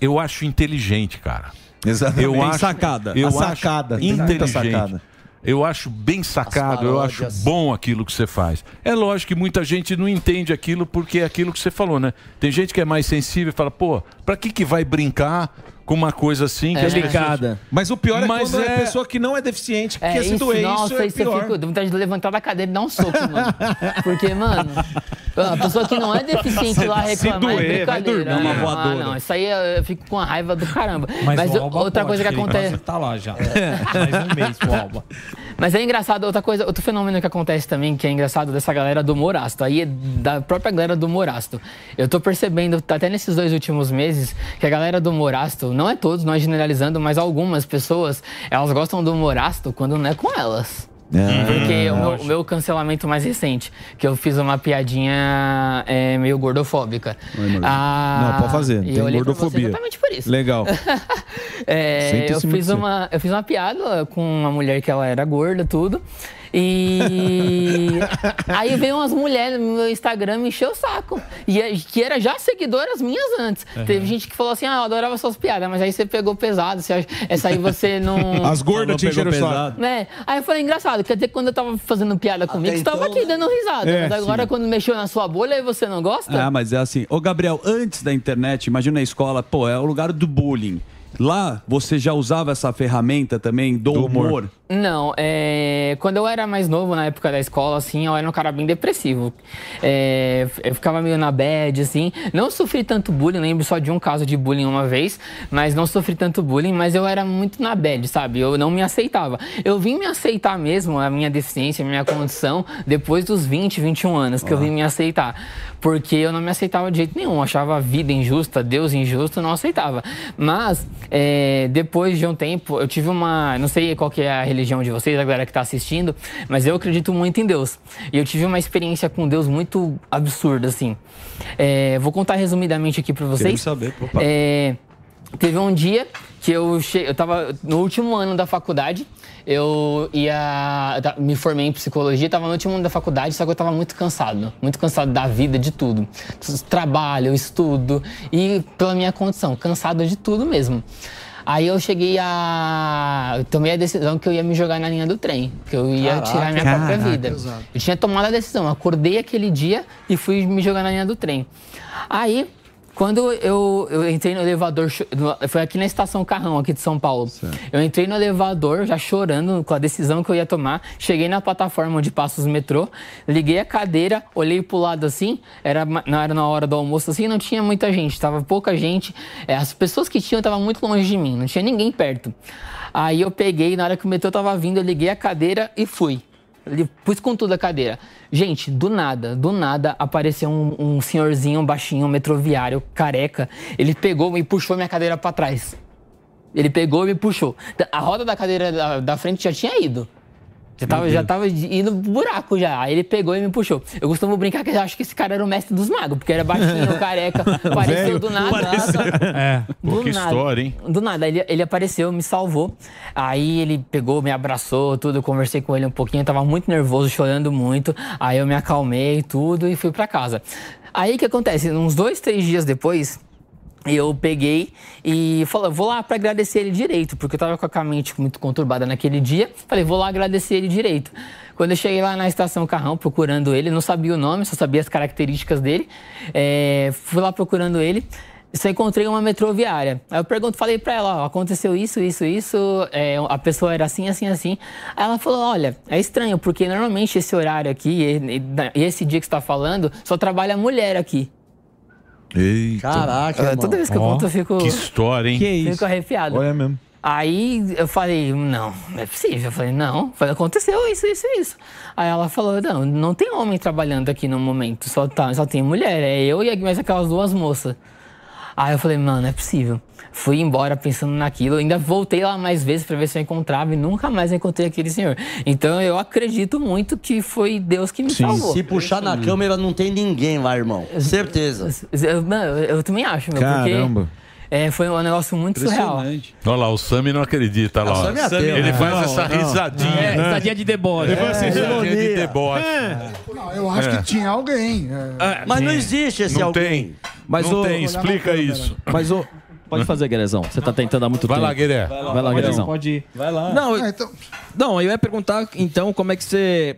[SPEAKER 5] Eu acho inteligente, cara.
[SPEAKER 8] Exatamente.
[SPEAKER 5] Eu
[SPEAKER 8] Tem
[SPEAKER 5] acho,
[SPEAKER 8] sacada.
[SPEAKER 5] Eu
[SPEAKER 8] A
[SPEAKER 5] acho
[SPEAKER 8] sacada, tem muita
[SPEAKER 5] inteligente.
[SPEAKER 8] sacada.
[SPEAKER 5] Eu acho bem sacado, eu acho bom aquilo que você faz. É lógico que muita gente não entende aquilo porque é aquilo que você falou, né? Tem gente que é mais sensível e fala, pô, pra que que vai brincar com uma coisa assim? Que
[SPEAKER 8] É.
[SPEAKER 5] as pessoas-
[SPEAKER 8] Delicada. Mas o pior é
[SPEAKER 5] Mas
[SPEAKER 8] quando é...
[SPEAKER 5] é-
[SPEAKER 8] pessoa que não é deficiente,
[SPEAKER 3] É,
[SPEAKER 8] porque se
[SPEAKER 3] isso,
[SPEAKER 8] doer
[SPEAKER 3] nossa,
[SPEAKER 8] isso é
[SPEAKER 3] isso eu
[SPEAKER 8] pior.
[SPEAKER 3] fico, dá vontade de levantar da cadeira e dar um soco, mano. Porque, mano, A pessoa que não é deficiente lá
[SPEAKER 2] Se
[SPEAKER 3] reclamar
[SPEAKER 2] doer,
[SPEAKER 3] é
[SPEAKER 2] vai
[SPEAKER 3] brincadeira.
[SPEAKER 2] dormir, uma
[SPEAKER 3] né? ah,
[SPEAKER 2] voadora.
[SPEAKER 3] não, isso aí eu fico com a raiva do caramba. Mas,
[SPEAKER 9] o é
[SPEAKER 3] o-
[SPEAKER 9] Alba
[SPEAKER 3] outra
[SPEAKER 9] pode,
[SPEAKER 3] coisa que
[SPEAKER 9] filho,
[SPEAKER 3] acontece. É.
[SPEAKER 9] Você tá lá já. Mais um mês pro Alba.
[SPEAKER 3] Mas é engraçado, outra coisa, outro fenômeno que acontece também, que é engraçado dessa galera do Morasto, aí é da própria galera do Morasto. Eu tô percebendo, tá até nesses dois últimos meses, que a galera do Morasto, não é todos, não é generalizando, mas algumas pessoas, elas gostam do Morasto quando não é com elas. Porque o meu, o meu cancelamento mais recente, que eu fiz uma piadinha é, meio gordofóbica.
[SPEAKER 8] Ai,
[SPEAKER 3] Ah,
[SPEAKER 8] não, pode fazer,
[SPEAKER 3] e
[SPEAKER 8] não
[SPEAKER 3] eu
[SPEAKER 8] tem
[SPEAKER 3] olhei pra você
[SPEAKER 8] gordofobia.
[SPEAKER 3] Exatamente por isso.
[SPEAKER 8] Legal.
[SPEAKER 3] É,
[SPEAKER 8] Sente
[SPEAKER 3] eu,
[SPEAKER 8] isso muito
[SPEAKER 3] fiz
[SPEAKER 8] certo.
[SPEAKER 3] uma, eu fiz uma piada com uma mulher que ela era gorda, tudo. E aí veio umas mulheres no meu Instagram me encher o saco. E é- que era já seguidoras minhas antes.
[SPEAKER 2] Aham.
[SPEAKER 3] Teve gente que falou assim: ah, eu adorava suas piadas, mas aí você pegou pesado. Você, acha- essa aí você não.
[SPEAKER 8] As gordas te encheram o saco.
[SPEAKER 3] Né? Aí eu falei, engraçado, quer dizer, quando eu tava fazendo piada comigo, você tava aqui dando risada.
[SPEAKER 14] É,
[SPEAKER 3] mas agora,
[SPEAKER 14] sim.
[SPEAKER 3] quando mexeu na sua bolha, aí você não gosta?
[SPEAKER 14] Ah, mas é assim. Ô, Gabriel, antes da internet, imagina a escola, pô, é o lugar do bullying. Lá você já usava essa ferramenta também do, humor.
[SPEAKER 3] Não, é, quando eu era mais novo, na época da escola, assim, eu era um cara bem depressivo. É, eu ficava meio na bad, assim. Não sofri tanto bullying, lembro só de um caso de bullying uma vez, mas não sofri tanto bullying, mas eu era muito na bad, sabe? Eu não me aceitava. Eu vim me aceitar mesmo, a minha deficiência, a minha condição, depois dos 20, 21 anos que eu vim me aceitar. Porque eu não me aceitava de jeito nenhum, achava a vida injusta, Deus injusto, não aceitava. Mas, é, depois de um tempo, eu tive uma. Não sei qual que é a religião de vocês, a galera que tá assistindo, mas eu acredito muito em Deus. E eu tive uma experiência com Deus muito absurda, assim. É, vou contar resumidamente aqui pra vocês.
[SPEAKER 14] Queremos saber, pô.
[SPEAKER 3] É, teve um dia que eu che... eu tava no último ano da faculdade. Eu ia. eu ta- Me formei em psicologia, tava no último ano da faculdade, só que eu tava muito cansado. Muito cansado da vida, de tudo. Trabalho, estudo e pela minha condição, cansado de tudo mesmo. Aí eu cheguei a. Eu tomei a decisão que eu ia me jogar na linha do trem. Que eu ia
[SPEAKER 2] Caraca.
[SPEAKER 3] tirar minha própria
[SPEAKER 2] Caraca,
[SPEAKER 3] vida.
[SPEAKER 2] exato.
[SPEAKER 3] Eu tinha tomado a decisão, acordei aquele dia e fui me jogar na linha do trem. Aí, quando eu, eu entrei no elevador, cho- no- foi aqui na estação Carrão, aqui de São Paulo. Eu entrei no elevador já chorando com a decisão que eu ia tomar. Cheguei na plataforma onde passa os metrô, liguei a cadeira, olhei pro lado assim, era, ma- na- era na hora do almoço assim, não tinha muita gente, tava pouca gente. É, as pessoas que tinham estavam muito longe de mim, não tinha ninguém perto. Aí eu peguei, na hora que o metrô tava vindo, eu liguei a cadeira e fui. Ele pus com tudo a cadeira. Gente, do nada, do nada, apareceu um, um senhorzinho baixinho, metroviário, careca. Ele pegou e puxou minha cadeira pra trás. Ele pegou e me puxou. Da- A roda da cadeira da, da frente já tinha ido. Já tava, já tava indo pro buraco já. Aí ele pegou e me puxou. Eu costumo brincar que eu acho que esse cara era o mestre dos magos, porque era baixinho, careca, pareceu
[SPEAKER 2] Velho,
[SPEAKER 3] do nada.
[SPEAKER 5] É. Pô,
[SPEAKER 3] Do
[SPEAKER 5] que
[SPEAKER 3] nada.
[SPEAKER 5] história, hein?
[SPEAKER 3] Do nada, ele, ele apareceu, me salvou. Aí ele pegou, me abraçou, tudo. Eu conversei com ele um pouquinho, eu tava muito nervoso, chorando muito. Aí eu me acalmei, tudo, e fui pra casa. Aí o que acontece? Uns dois, três dias depois, eu peguei e falei, vou lá pra agradecer ele direito, porque eu tava com a mente muito conturbada naquele dia. Falei, vou lá agradecer ele direito. Quando eu cheguei lá na estação Carrão procurando ele, não sabia o nome, só sabia as características dele. É, fui lá procurando ele. Só encontrei uma metroviária. Aí eu pergunto, falei pra ela, ó, aconteceu isso, isso, isso, é, a pessoa era assim, assim, assim. Aí ela falou, olha, é estranho, porque normalmente esse horário aqui, e- e- e esse dia que você tá falando, só trabalha mulher aqui.
[SPEAKER 5] Eita.
[SPEAKER 3] Caraca, É, irmão. toda vez que eu Ó, conto, eu fico-
[SPEAKER 5] Que história, hein?
[SPEAKER 3] Que isso? Fico arrepiado. Olha
[SPEAKER 5] mesmo.
[SPEAKER 3] Aí eu falei, não, não é possível. Eu falei, não, falei, aconteceu isso, isso, isso. Aí ela falou, não, não tem homem trabalhando aqui no momento, só, tá, só tem mulher, é eu e mais aquelas duas moças. Aí eu falei, mano, não é possível. Fui embora pensando naquilo, ainda voltei lá mais vezes pra ver se eu encontrava e nunca mais encontrei aquele senhor. Então eu acredito muito que foi Deus que me salvou.
[SPEAKER 13] Se puxar na câmera, não tem ninguém lá, irmão. Certeza.
[SPEAKER 3] Eu, mano, eu também acho, meu,
[SPEAKER 5] Caramba.
[SPEAKER 3] porque é, foi um negócio muito surreal.
[SPEAKER 5] Olha lá, o Sami não acredita. Olha
[SPEAKER 3] O
[SPEAKER 5] lá, ó.
[SPEAKER 3] Sami é ateu,
[SPEAKER 5] Ele
[SPEAKER 3] né?
[SPEAKER 5] faz
[SPEAKER 3] Não,
[SPEAKER 5] essa
[SPEAKER 3] não.
[SPEAKER 5] risadinha.
[SPEAKER 3] É,
[SPEAKER 5] né?
[SPEAKER 3] risadinha de deboche.
[SPEAKER 5] Ele faz essa
[SPEAKER 3] É,
[SPEAKER 5] risadinha de
[SPEAKER 3] ironia.
[SPEAKER 5] deboche.
[SPEAKER 12] Não, eu acho
[SPEAKER 5] É.
[SPEAKER 12] que tinha alguém.
[SPEAKER 7] Ah,
[SPEAKER 12] é.
[SPEAKER 13] Mas não existe esse
[SPEAKER 5] Não
[SPEAKER 13] alguém.
[SPEAKER 5] tem.
[SPEAKER 13] Mas
[SPEAKER 5] não
[SPEAKER 13] o-
[SPEAKER 5] tem, explica isso.
[SPEAKER 7] Mas ô, Pode fazer, Guerezão. Você tá tentando há muito
[SPEAKER 5] Vai
[SPEAKER 7] tempo.
[SPEAKER 5] lá, Gueré.
[SPEAKER 7] Vai
[SPEAKER 5] Vai
[SPEAKER 7] lá,
[SPEAKER 5] lá,
[SPEAKER 7] Vai
[SPEAKER 5] pode ir,
[SPEAKER 7] Guerezão.
[SPEAKER 5] pode
[SPEAKER 7] ir. Vai lá. Não, eu- não, eu ia perguntar, então, como é que você...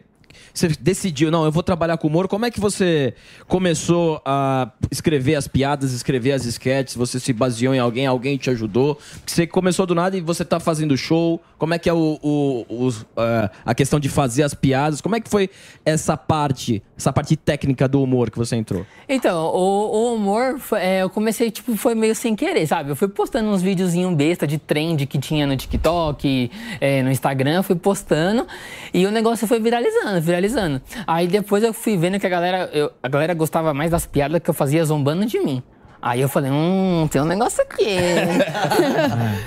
[SPEAKER 7] Você decidiu, não, eu vou trabalhar com humor. Como é que você começou a escrever as piadas, escrever as sketches? Você se baseou em alguém, alguém te ajudou? Porque Você começou do nada e você tá fazendo show. Como é que é o, o- os, ah, a questão de fazer as piadas? Como é que foi essa parte essa parte técnica do humor que você entrou?
[SPEAKER 3] Então, o, o humor, foi- é, eu comecei, tipo, foi meio sem querer, sabe? Eu fui postando uns videozinhos besta de trend que tinha no TikTok, é, no Instagram, fui postando e o negócio foi viralizando, viralizando. Aí depois eu fui vendo que a galera, eu- a galera gostava mais das piadas que eu fazia zombando de mim. Aí eu falei, hum, tem um negócio aqui. hein?"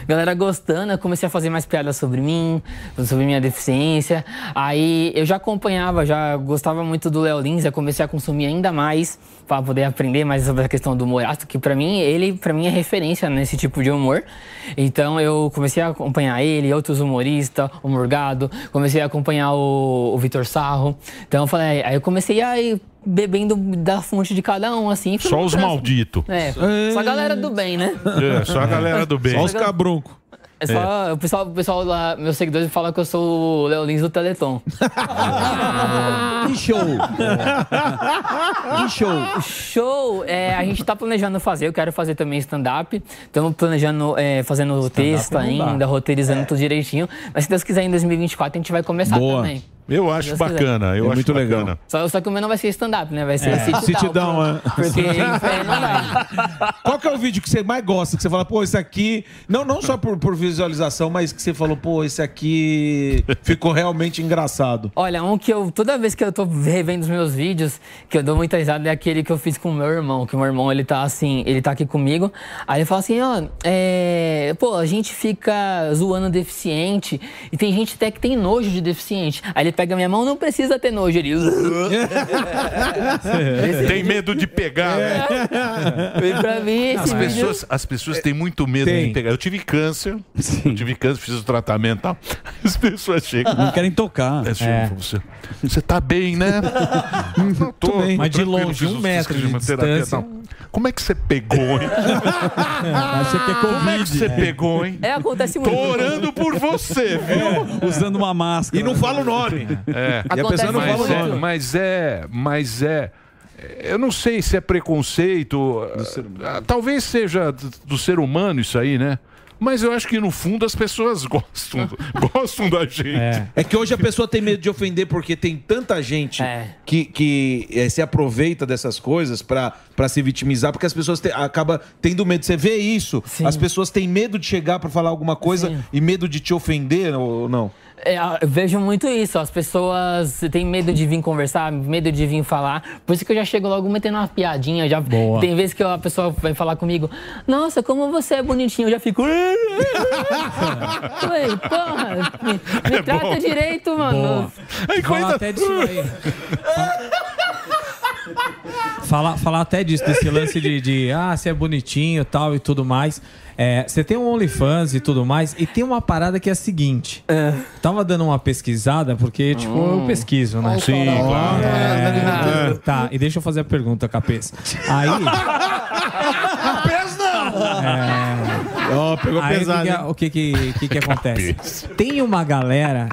[SPEAKER 3] galera gostando, eu comecei a fazer mais piadas sobre mim, sobre minha deficiência. Aí eu já acompanhava, já gostava muito do Léo Lins, eu comecei a consumir ainda mais para poder aprender mais sobre a questão do Morato, que para mim, ele para mim é referência nesse tipo de humor. Então eu comecei a acompanhar ele, outros humoristas, o Morgado, comecei a acompanhar o, o Vitor Sarro. Então eu falei, aí eu comecei a ir bebendo da fonte de cada um assim. fui
[SPEAKER 5] Só os
[SPEAKER 3] trans-
[SPEAKER 5] malditos.
[SPEAKER 3] É, só a galera do bem, né?
[SPEAKER 5] É, só a galera do bem.
[SPEAKER 3] Só os
[SPEAKER 5] cabroncos.
[SPEAKER 3] É só, o, pessoal, o pessoal lá, meus seguidores falam que eu sou o Léo Lins do Teleton. Ah.
[SPEAKER 2] Que
[SPEAKER 7] show!
[SPEAKER 3] E show? Show! é, a gente tá planejando fazer, eu quero fazer também stand-up. Estamos planejando, é, fazendo o texto
[SPEAKER 5] não dá.
[SPEAKER 3] ainda, roteirizando tudo direitinho. Mas se Deus quiser, em 2024 a gente vai começar
[SPEAKER 5] Boa.
[SPEAKER 3] também.
[SPEAKER 5] Eu
[SPEAKER 3] Se
[SPEAKER 5] acho
[SPEAKER 3] Deus
[SPEAKER 5] bacana.
[SPEAKER 3] quiser.
[SPEAKER 5] Eu acho muito legal.
[SPEAKER 3] Só, só que o meu não vai ser stand-up, né? Vai ser
[SPEAKER 8] É,
[SPEAKER 3] sit-down.
[SPEAKER 8] sit-down, é.
[SPEAKER 3] Porque
[SPEAKER 8] Qual que é o vídeo que você mais gosta? Que você fala, pô, esse aqui. Não, não só por, por visualização, mas que você falou, pô, esse aqui ficou realmente engraçado.
[SPEAKER 3] Olha, um que eu, toda vez que eu tô revendo os meus vídeos, que eu dou muita risada, é aquele que eu fiz com o meu irmão. Que o meu irmão, ele tá assim, ele tá aqui comigo. Aí ele fala assim, ó, é, pô, a gente fica zoando deficiente. E tem gente até que tem nojo de deficiente. Aí ele pega minha mão, não precisa ter nojo. Ele...
[SPEAKER 5] Tem medo de pegar,
[SPEAKER 14] É.
[SPEAKER 5] né?
[SPEAKER 3] Vem pra mim esse
[SPEAKER 5] as
[SPEAKER 3] vídeo.
[SPEAKER 5] pessoas, as pessoas têm muito medo de pegar. Eu tive câncer, eu tive câncer, fiz o tratamento e tal. As pessoas chegam.
[SPEAKER 14] Não querem tocar.
[SPEAKER 5] É, tipo,
[SPEAKER 14] É.
[SPEAKER 5] Você, você tá bem, né? Tô,
[SPEAKER 14] bem.
[SPEAKER 5] tô
[SPEAKER 14] Mas de
[SPEAKER 5] tranquilo,
[SPEAKER 14] longe,
[SPEAKER 5] fiz
[SPEAKER 14] um
[SPEAKER 5] os-
[SPEAKER 14] metro
[SPEAKER 5] fiz
[SPEAKER 14] de
[SPEAKER 5] quimioterapia e
[SPEAKER 14] distância.
[SPEAKER 5] tal. Como é que você pegou, hein? Como é que você pegou, hein?
[SPEAKER 3] É, acontece
[SPEAKER 5] Tô
[SPEAKER 3] muito.
[SPEAKER 5] orando por você, viu?
[SPEAKER 14] É, Usando uma máscara.
[SPEAKER 5] E não fala o nome. É.
[SPEAKER 3] E a pessoa não
[SPEAKER 5] mas
[SPEAKER 3] fala o
[SPEAKER 5] é,
[SPEAKER 3] nome.
[SPEAKER 5] Mas é, mas é. Eu não sei se é preconceito. ah, Talvez seja do do ser humano isso aí, né? Mas eu acho que no fundo as pessoas gostam, gostam da gente.
[SPEAKER 8] É que hoje a pessoa tem medo de ofender porque tem tanta gente
[SPEAKER 3] É.
[SPEAKER 8] que, que, eh, se aproveita dessas coisas pra pra se vitimizar, porque as pessoas te, acaba tendo medo. Você vê isso, as pessoas têm medo de chegar pra falar alguma coisa e medo de te ofender ou não.
[SPEAKER 3] É, ah, eu vejo muito isso. As pessoas têm medo de vir conversar, medo de vir falar. Por isso que eu já chego logo metendo uma piadinha. Já
[SPEAKER 2] Boa.
[SPEAKER 3] Tem vezes que a pessoa vai falar comigo, nossa, como você é bonitinho. Eu já fico. Ué, porra, me, me
[SPEAKER 2] É
[SPEAKER 3] trata
[SPEAKER 2] bom.
[SPEAKER 3] direito, mano.
[SPEAKER 9] Boa. Fala
[SPEAKER 8] É
[SPEAKER 9] até disso aí. Falar falar até disso, desse lance de, de, ah, você é bonitinho tal e tudo mais. É, você tem um OnlyFans e tudo mais, e tem uma parada que é a seguinte. Tava dando uma pesquisada, porque, tipo, eu pesquiso, né? Sim, claro. tá, e deixa eu fazer a pergunta, cabeça. Aí.
[SPEAKER 2] Rapaz, não!
[SPEAKER 9] É.
[SPEAKER 8] Ó, pegou
[SPEAKER 9] Aí,
[SPEAKER 8] pesado,
[SPEAKER 9] o que que- O
[SPEAKER 8] hein?
[SPEAKER 9] que que, que, que acontece? Tem uma galera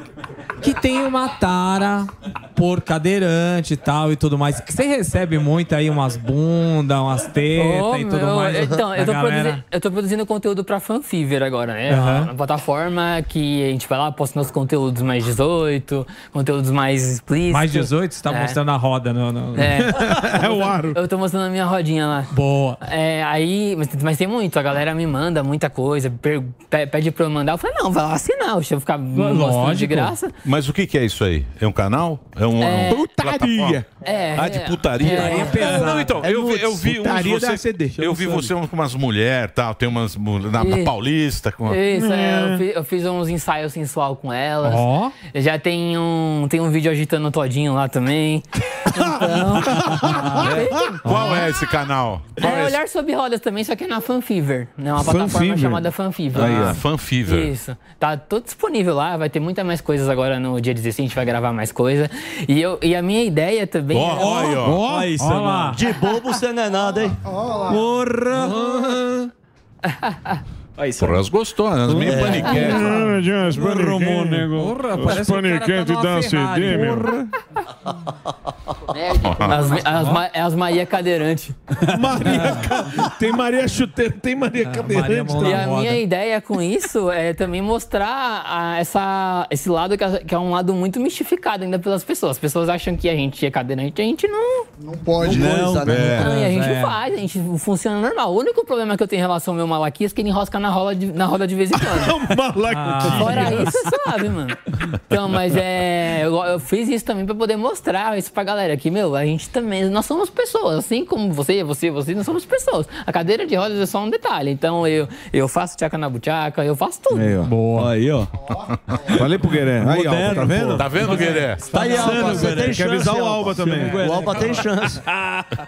[SPEAKER 9] que tem uma tara por cadeirante e tal e tudo mais. Você recebe muito aí umas bundas, umas tetas
[SPEAKER 3] Ô,
[SPEAKER 9] e tudo
[SPEAKER 3] Oh, meu,
[SPEAKER 9] mais.
[SPEAKER 3] Então, eu
[SPEAKER 9] da
[SPEAKER 3] tô,
[SPEAKER 9] galera.
[SPEAKER 3] produzindo, eu tô produzindo conteúdo pra fanfiver agora, né?
[SPEAKER 9] Aham.
[SPEAKER 3] Uma plataforma que a gente vai lá, posta nossos conteúdos mais 18, conteúdos mais explícitos.
[SPEAKER 9] Mais 18, você tá
[SPEAKER 3] É.
[SPEAKER 9] mostrando a roda. No, no-
[SPEAKER 3] É. o aro. Eu tô mostrando a minha rodinha lá.
[SPEAKER 9] Boa.
[SPEAKER 3] É, aí, mas, mas tem muito. A galera me manda muita coisa, per- pe- pede pra eu mandar. Eu falei, não, vai lá assinar. Deixa eu
[SPEAKER 8] Hum.
[SPEAKER 3] ficar mostrando de graça.
[SPEAKER 5] Mas o que, que é isso aí? É um canal? É um.
[SPEAKER 3] É.
[SPEAKER 5] é um- plataforma?
[SPEAKER 3] É,
[SPEAKER 5] Ah, de putaria?
[SPEAKER 3] É,
[SPEAKER 5] É, não, então, eu, vi- eu vi uns
[SPEAKER 8] Putaria da
[SPEAKER 5] você,
[SPEAKER 8] CD, chama
[SPEAKER 5] eu vi
[SPEAKER 8] Sandro.
[SPEAKER 5] você com umas mulheres tal, tem umas mulher- na, na
[SPEAKER 3] Ih.
[SPEAKER 5] Paulista. Com
[SPEAKER 3] Isso, é, eu, fi- eu fiz uns ensaios sensual com elas.
[SPEAKER 5] Ó.
[SPEAKER 3] Eu Já tem um, tem um vídeo agitando todinho lá também. Ah,
[SPEAKER 5] É. Qual é esse canal? Qual
[SPEAKER 3] É,
[SPEAKER 5] esse-
[SPEAKER 3] olhar sob rodas também, só que é na Fanfever. Né? Uma plataforma
[SPEAKER 5] Fanfever.
[SPEAKER 3] chamada Fanfever.
[SPEAKER 5] Aí, ó. Fanfever.
[SPEAKER 3] Isso. Tá tudo disponível lá, vai ter muita mais coisas agora no dia 16, a gente vai gravar mais coisa. E, eu, e a minha ideia também. é
[SPEAKER 5] Ó, ó, aí, ó. Ó, Ó isso, ó lá. mano.
[SPEAKER 3] De bobo você não é nada, hein?
[SPEAKER 5] Porra! Porra, elas gostou, elas meio
[SPEAKER 2] É.
[SPEAKER 5] paniquete.
[SPEAKER 2] Ah,
[SPEAKER 5] Arrumou,
[SPEAKER 2] nego. Os paniquete da CD, meu.
[SPEAKER 3] As, as, ma- é as Maria Cadeirante.
[SPEAKER 4] Tem Maria Chuteira, tem Maria
[SPEAKER 8] Ah.
[SPEAKER 4] Cadeirante.
[SPEAKER 3] E a minha ideia com isso é também mostrar a- essa, esse lado que é, que é um lado muito mistificado ainda pelas pessoas. As pessoas acham que a gente é cadeirante, a gente não.
[SPEAKER 12] Não pode.
[SPEAKER 3] Não,
[SPEAKER 12] Não, é.
[SPEAKER 3] e a gente
[SPEAKER 12] É.
[SPEAKER 3] não faz, a gente funciona normal. O único problema que eu tenho em relação ao meu malaquias é que ele enrosca na, rola de- na roda de vez em quando.
[SPEAKER 2] Malaquias.
[SPEAKER 3] Fora isso, é suave, mano. Então, mas é. Eu, eu fiz isso também pra poder mostrar isso pra galera que, meu, a gente também. Nós somos pessoas, assim como você, você, você, nós somos pessoas. A cadeira de rodas é só um detalhe. Então, eu, eu faço tchaca na butiaca, eu faço tudo.
[SPEAKER 8] Aí, ó. Boa. Aí, ó. Falei pro Gueré. Aí, ó. Tá
[SPEAKER 5] Moderno,
[SPEAKER 8] vendo?
[SPEAKER 5] pô. Tá vendo, Gueré?
[SPEAKER 8] Tá aí, Alba. Você tem
[SPEAKER 9] que É. avisar o Alba também.
[SPEAKER 13] O Alba tem chance.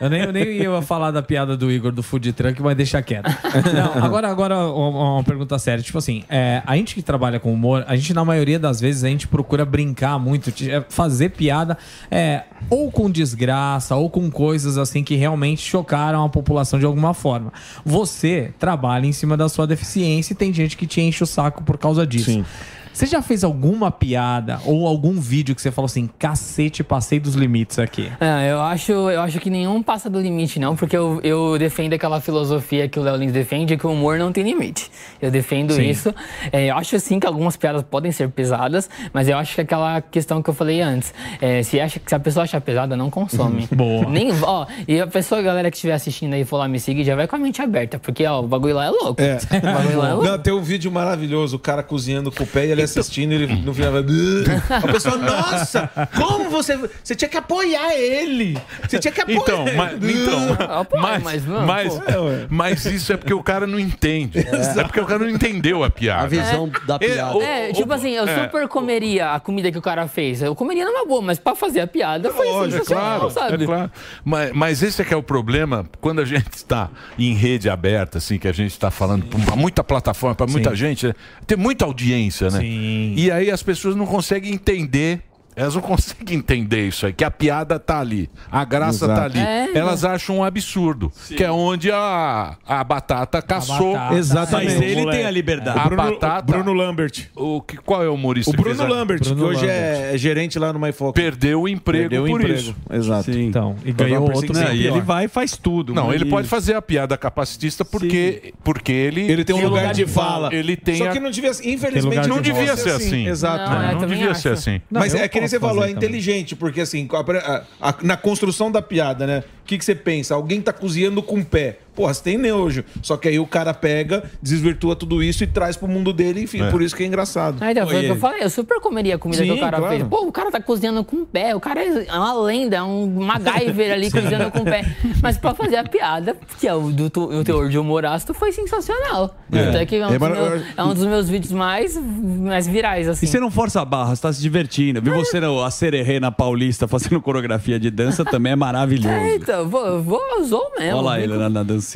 [SPEAKER 9] Eu nem, eu nem ia falar da piada do Igor do food truck, mas deixa quieto. Não, agora, agora uma, uma pergunta séria. Tipo assim, é, a gente que trabalha com humor, a gente, na maioria das vezes, a gente procura brincar muito, te- é, fazer piada, é, ou com desgraça, ou com coisas assim que realmente chocaram a população de alguma forma. Você trabalha em cima da sua deficiência e tem gente que te enche o saco por causa disso. Você já fez alguma piada ou algum vídeo que você falou assim, cacete, passei dos limites aqui?
[SPEAKER 3] Não, É, eu acho, eu acho que nenhum passa do limite, não, porque eu, eu defendo aquela filosofia que o Léo Lins defende, que o humor não tem limite. Eu defendo
[SPEAKER 6] Sim.
[SPEAKER 3] isso. É, eu acho sim que algumas piadas podem ser pesadas, mas eu acho que aquela questão que eu falei antes. é, se, acha, se a pessoa achar pesada, não consome.
[SPEAKER 6] Boa.
[SPEAKER 3] Nem, ó, e a pessoa, a galera que estiver assistindo aí for lá me seguir, já vai com a mente aberta, porque ó, o bagulho lá é louco.
[SPEAKER 8] É.
[SPEAKER 3] O bagulho lá é louco.
[SPEAKER 8] Não, tem um vídeo maravilhoso, o cara cozinhando com o pé e ele assistindo, ele no final vai. "Ugh". A pessoa, nossa, como você. Você tinha que apoiar ele! Você tinha que é apoiar
[SPEAKER 5] Então,
[SPEAKER 8] ele.
[SPEAKER 5] mas,
[SPEAKER 3] Ah,
[SPEAKER 5] então,
[SPEAKER 8] Apoia,
[SPEAKER 5] mas,
[SPEAKER 8] mas
[SPEAKER 5] mas,
[SPEAKER 8] não,
[SPEAKER 5] mas,
[SPEAKER 8] pô. É, ué.
[SPEAKER 5] isso é porque o cara não entende. É, porque o cara não entendeu a piada. A
[SPEAKER 13] visão da
[SPEAKER 3] É, tipo assim, eu
[SPEAKER 5] é.
[SPEAKER 3] super comeria a comida que o cara fez. Eu comeria numa boa, mas pra fazer a piada foi
[SPEAKER 5] Lógico,
[SPEAKER 3] sensacional,
[SPEAKER 5] claro,
[SPEAKER 3] sabe?
[SPEAKER 5] é claro. Mas, mas esse é que é o problema quando a gente está em rede aberta, assim, que a gente está falando para muita plataforma, para muita
[SPEAKER 10] Sim.
[SPEAKER 5] gente, né? tem muita audiência, né? E aí as pessoas não conseguem entender. Elas não conseguem entender isso aí, que a piada tá ali, a graça
[SPEAKER 8] Exato.
[SPEAKER 5] tá ali.
[SPEAKER 8] É.
[SPEAKER 5] Elas acham um absurdo, que é onde a, a batata caçou.
[SPEAKER 8] batata. Exatamente. Mas ele tem a liberdade.
[SPEAKER 5] A
[SPEAKER 8] O Bruno-
[SPEAKER 5] batata. Bruno
[SPEAKER 8] Lambert.
[SPEAKER 5] O que, qual é o humorista?
[SPEAKER 8] O
[SPEAKER 5] que
[SPEAKER 8] Bruno
[SPEAKER 5] fez a-
[SPEAKER 8] Lambert, que hoje é gerente lá no MyFoco.
[SPEAKER 5] Perdeu o emprego
[SPEAKER 8] Perdeu o
[SPEAKER 5] por
[SPEAKER 8] emprego.
[SPEAKER 5] isso.
[SPEAKER 8] Exato.
[SPEAKER 9] Então, e
[SPEAKER 8] Foi
[SPEAKER 9] ganhou
[SPEAKER 8] uma
[SPEAKER 9] outro
[SPEAKER 8] perseguição.
[SPEAKER 9] bem
[SPEAKER 8] Não, e
[SPEAKER 9] pior.
[SPEAKER 8] ele vai e faz tudo,
[SPEAKER 5] Não,
[SPEAKER 8] mas é
[SPEAKER 5] ele
[SPEAKER 8] ele-
[SPEAKER 5] pode fazer a piada capacitista porque, porque ele.
[SPEAKER 8] Ele tem um lugar, de fala.
[SPEAKER 5] Ele tem.
[SPEAKER 8] Só
[SPEAKER 5] a-
[SPEAKER 8] que não devia,
[SPEAKER 5] Tem lugar
[SPEAKER 8] infelizmente,
[SPEAKER 5] de não devia ser assim.
[SPEAKER 8] Exato.
[SPEAKER 5] Não, é, Não também devia acho. ser assim. Não,
[SPEAKER 8] Mas
[SPEAKER 5] eu
[SPEAKER 8] é que nem
[SPEAKER 5] posso
[SPEAKER 8] você falou,
[SPEAKER 5] fazer
[SPEAKER 8] é
[SPEAKER 5] também.
[SPEAKER 8] inteligente, porque assim, a- a- a- na construção da piada, né? O que, que você pensa? Alguém tá cozinhando com o pé. Porra, você tem nejo. Só que aí o cara pega, desvirtua tudo isso e traz pro mundo dele, enfim,
[SPEAKER 3] É.
[SPEAKER 8] por isso que é engraçado.
[SPEAKER 3] Ah, então, foi o
[SPEAKER 8] Oi,
[SPEAKER 3] que eu
[SPEAKER 8] ele.
[SPEAKER 3] falei, eu super comeria a comida que
[SPEAKER 8] Sim,
[SPEAKER 3] o cara
[SPEAKER 8] claro.
[SPEAKER 3] fez. Pô, o cara tá cozinhando com o pé, o cara é uma lenda, é um MacGyver ali cozinhando com o pé. Mas pra fazer a piada, que é o do, tu- o teor de humor ácido, foi sensacional.
[SPEAKER 10] É.
[SPEAKER 3] Tanto é que é um,
[SPEAKER 10] É,
[SPEAKER 3] dos
[SPEAKER 10] mas-
[SPEAKER 3] meus, é um dos meus vídeos mais, mais virais, assim.
[SPEAKER 14] E você não força a barra, você tá se divertindo. Viu você no, a Sererê na Paulista fazendo coreografia de dança também é
[SPEAKER 3] É,
[SPEAKER 14] maravilhoso.
[SPEAKER 3] então, vou, vou zoou
[SPEAKER 2] é
[SPEAKER 3] mesmo.
[SPEAKER 14] Olha lá ele na, na dancinha.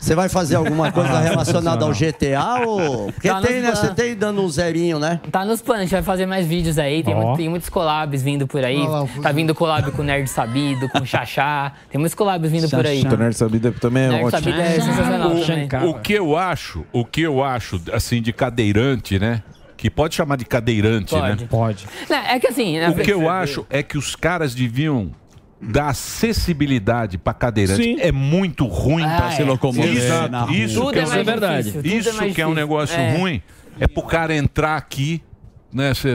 [SPEAKER 13] Você vai fazer alguma
[SPEAKER 9] Ah,
[SPEAKER 13] coisa relacionada ao GTA ou. Porque
[SPEAKER 3] Tá
[SPEAKER 13] tem,
[SPEAKER 3] nos
[SPEAKER 13] né? Você
[SPEAKER 3] planos.
[SPEAKER 13] tem dando um zerinho, né?
[SPEAKER 3] Tá nos planos, a gente vai fazer mais vídeos aí. Tem,
[SPEAKER 13] Ó.
[SPEAKER 3] muito- tem muitos collabs vindo por aí.
[SPEAKER 13] Olha lá, o
[SPEAKER 3] tá vindo collab com o Nerd Sabido, com o Xaxá. Tem muitos collabs vindo por aí.
[SPEAKER 8] Puta, Nerd Sabida também é
[SPEAKER 3] Nerd
[SPEAKER 8] ótimo.
[SPEAKER 3] Sabida é sensacional
[SPEAKER 5] O-
[SPEAKER 3] também.
[SPEAKER 5] O, que eu acho, o que eu acho, assim, de cadeirante, né? Que pode chamar de cadeirante,
[SPEAKER 3] Pode.
[SPEAKER 5] né?
[SPEAKER 9] Pode.
[SPEAKER 3] Não, é que assim... na
[SPEAKER 5] O que eu
[SPEAKER 3] verdade-
[SPEAKER 5] acho é que os caras deviam dar acessibilidade para cadeirante.
[SPEAKER 3] Sim.
[SPEAKER 5] É muito ruim
[SPEAKER 3] Ah,
[SPEAKER 5] para se
[SPEAKER 3] é.
[SPEAKER 5] locomover.
[SPEAKER 3] Sim.
[SPEAKER 5] Isso,
[SPEAKER 3] Na rua.
[SPEAKER 5] isso
[SPEAKER 3] Tudo
[SPEAKER 5] que
[SPEAKER 3] é
[SPEAKER 5] é, um-
[SPEAKER 3] mais difícil, tudo é
[SPEAKER 5] isso
[SPEAKER 3] mais
[SPEAKER 5] que é um
[SPEAKER 3] difícil.
[SPEAKER 5] negócio
[SPEAKER 3] É.
[SPEAKER 5] ruim. É pro cara entrar aqui. Né, Cê-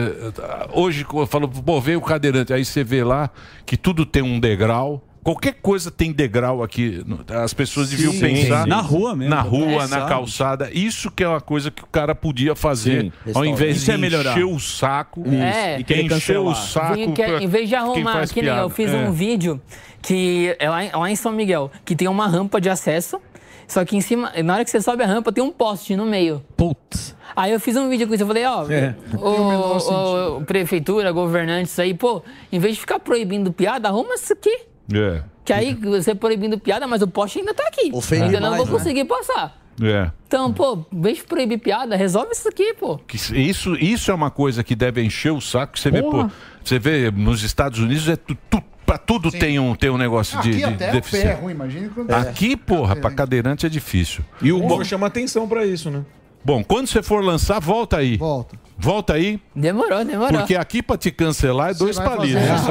[SPEAKER 5] hoje eu falo, pô, veio o cadeirante, aí você vê lá que tudo tem um degrau. Qualquer coisa tem degrau aqui. As pessoas
[SPEAKER 14] Sim,
[SPEAKER 5] deviam
[SPEAKER 14] sim,
[SPEAKER 5] pensar.
[SPEAKER 14] sim. Na rua mesmo.
[SPEAKER 5] Na rua,
[SPEAKER 14] É,
[SPEAKER 5] na
[SPEAKER 14] sabe?
[SPEAKER 5] calçada. Isso que é uma coisa que o cara podia fazer.
[SPEAKER 14] Sim.
[SPEAKER 5] ao
[SPEAKER 14] Restaurante.
[SPEAKER 5] invés
[SPEAKER 14] Isso
[SPEAKER 5] de
[SPEAKER 14] é melhorar.
[SPEAKER 5] encher o saco.
[SPEAKER 3] É,
[SPEAKER 5] e quem encheu o saco.
[SPEAKER 3] Vim que-
[SPEAKER 5] pra
[SPEAKER 3] em vez de
[SPEAKER 5] quem
[SPEAKER 3] arrumar,
[SPEAKER 5] faz
[SPEAKER 3] que nem eu
[SPEAKER 5] piada.
[SPEAKER 3] fiz
[SPEAKER 5] É.
[SPEAKER 3] um vídeo que é lá, em- lá em São Miguel, que tem uma rampa de acesso. Só que em cima, na hora que você sobe a rampa, tem um poste no meio.
[SPEAKER 9] Putz.
[SPEAKER 3] Aí eu fiz um vídeo com isso, eu falei, ó,
[SPEAKER 2] É.
[SPEAKER 3] ô, ô, prefeitura, governantes aí, pô, em vez de ficar proibindo piada, arruma isso aqui.
[SPEAKER 5] É.
[SPEAKER 3] Que aí você proibindo piada, mas o poste ainda tá aqui.
[SPEAKER 5] Ofende
[SPEAKER 3] ainda não
[SPEAKER 5] mais,
[SPEAKER 3] vou
[SPEAKER 5] né?
[SPEAKER 3] conseguir passar.
[SPEAKER 5] É.
[SPEAKER 3] Então, pô, em vez de proibir piada, resolve isso aqui, pô.
[SPEAKER 5] Que se- Isso, isso é uma coisa que deve encher o saco. que Você vê,
[SPEAKER 3] Porra.
[SPEAKER 5] pô, você vê nos Estados Unidos é tu, tu- pra tudo tem um, tem um negócio de,
[SPEAKER 12] Aqui
[SPEAKER 5] de
[SPEAKER 12] até o pé é
[SPEAKER 5] deficiência.
[SPEAKER 12] ruim, imagina quando...
[SPEAKER 5] Aqui, porra, pra cadeirante é difícil.
[SPEAKER 8] E o humor chama atenção pra isso, né?
[SPEAKER 5] Bom, quando você for lançar, volta aí.
[SPEAKER 12] Volta.
[SPEAKER 5] Volta aí.
[SPEAKER 3] Demorou, demorou.
[SPEAKER 5] Porque aqui pra te cancelar é dois
[SPEAKER 12] vai
[SPEAKER 5] palitos.
[SPEAKER 12] fazer-
[SPEAKER 5] É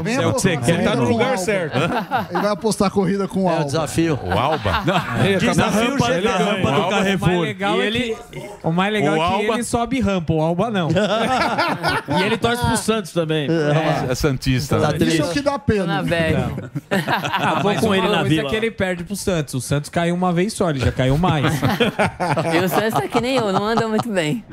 [SPEAKER 12] Vem apostar
[SPEAKER 5] Você tá no
[SPEAKER 12] corrida
[SPEAKER 5] lugar
[SPEAKER 12] com o
[SPEAKER 5] certo.
[SPEAKER 12] Alba. Ele vai apostar corrida com o Alba. É o
[SPEAKER 13] desafio.
[SPEAKER 5] O Alba?
[SPEAKER 9] tá Na rampa- na rampa do Carrefour. O mais legal E é ele- que, o mais legal o é que Alba- ele sobe rampa, o Alba não.
[SPEAKER 3] Tá
[SPEAKER 7] E ele torce pro Santos também. Tá
[SPEAKER 5] É, Santista. né?
[SPEAKER 12] Isso é o que dá pena.
[SPEAKER 3] Tá Na
[SPEAKER 9] Ah,
[SPEAKER 3] velha.
[SPEAKER 7] vou
[SPEAKER 9] né? mas
[SPEAKER 7] com
[SPEAKER 9] uma
[SPEAKER 7] ele na
[SPEAKER 9] coisa
[SPEAKER 7] Vila.
[SPEAKER 9] que ele perde pro Santos. O Santos caiu uma vez só, ele já caiu mais.
[SPEAKER 3] E o Santos tá que nem eu, não anda muito bem.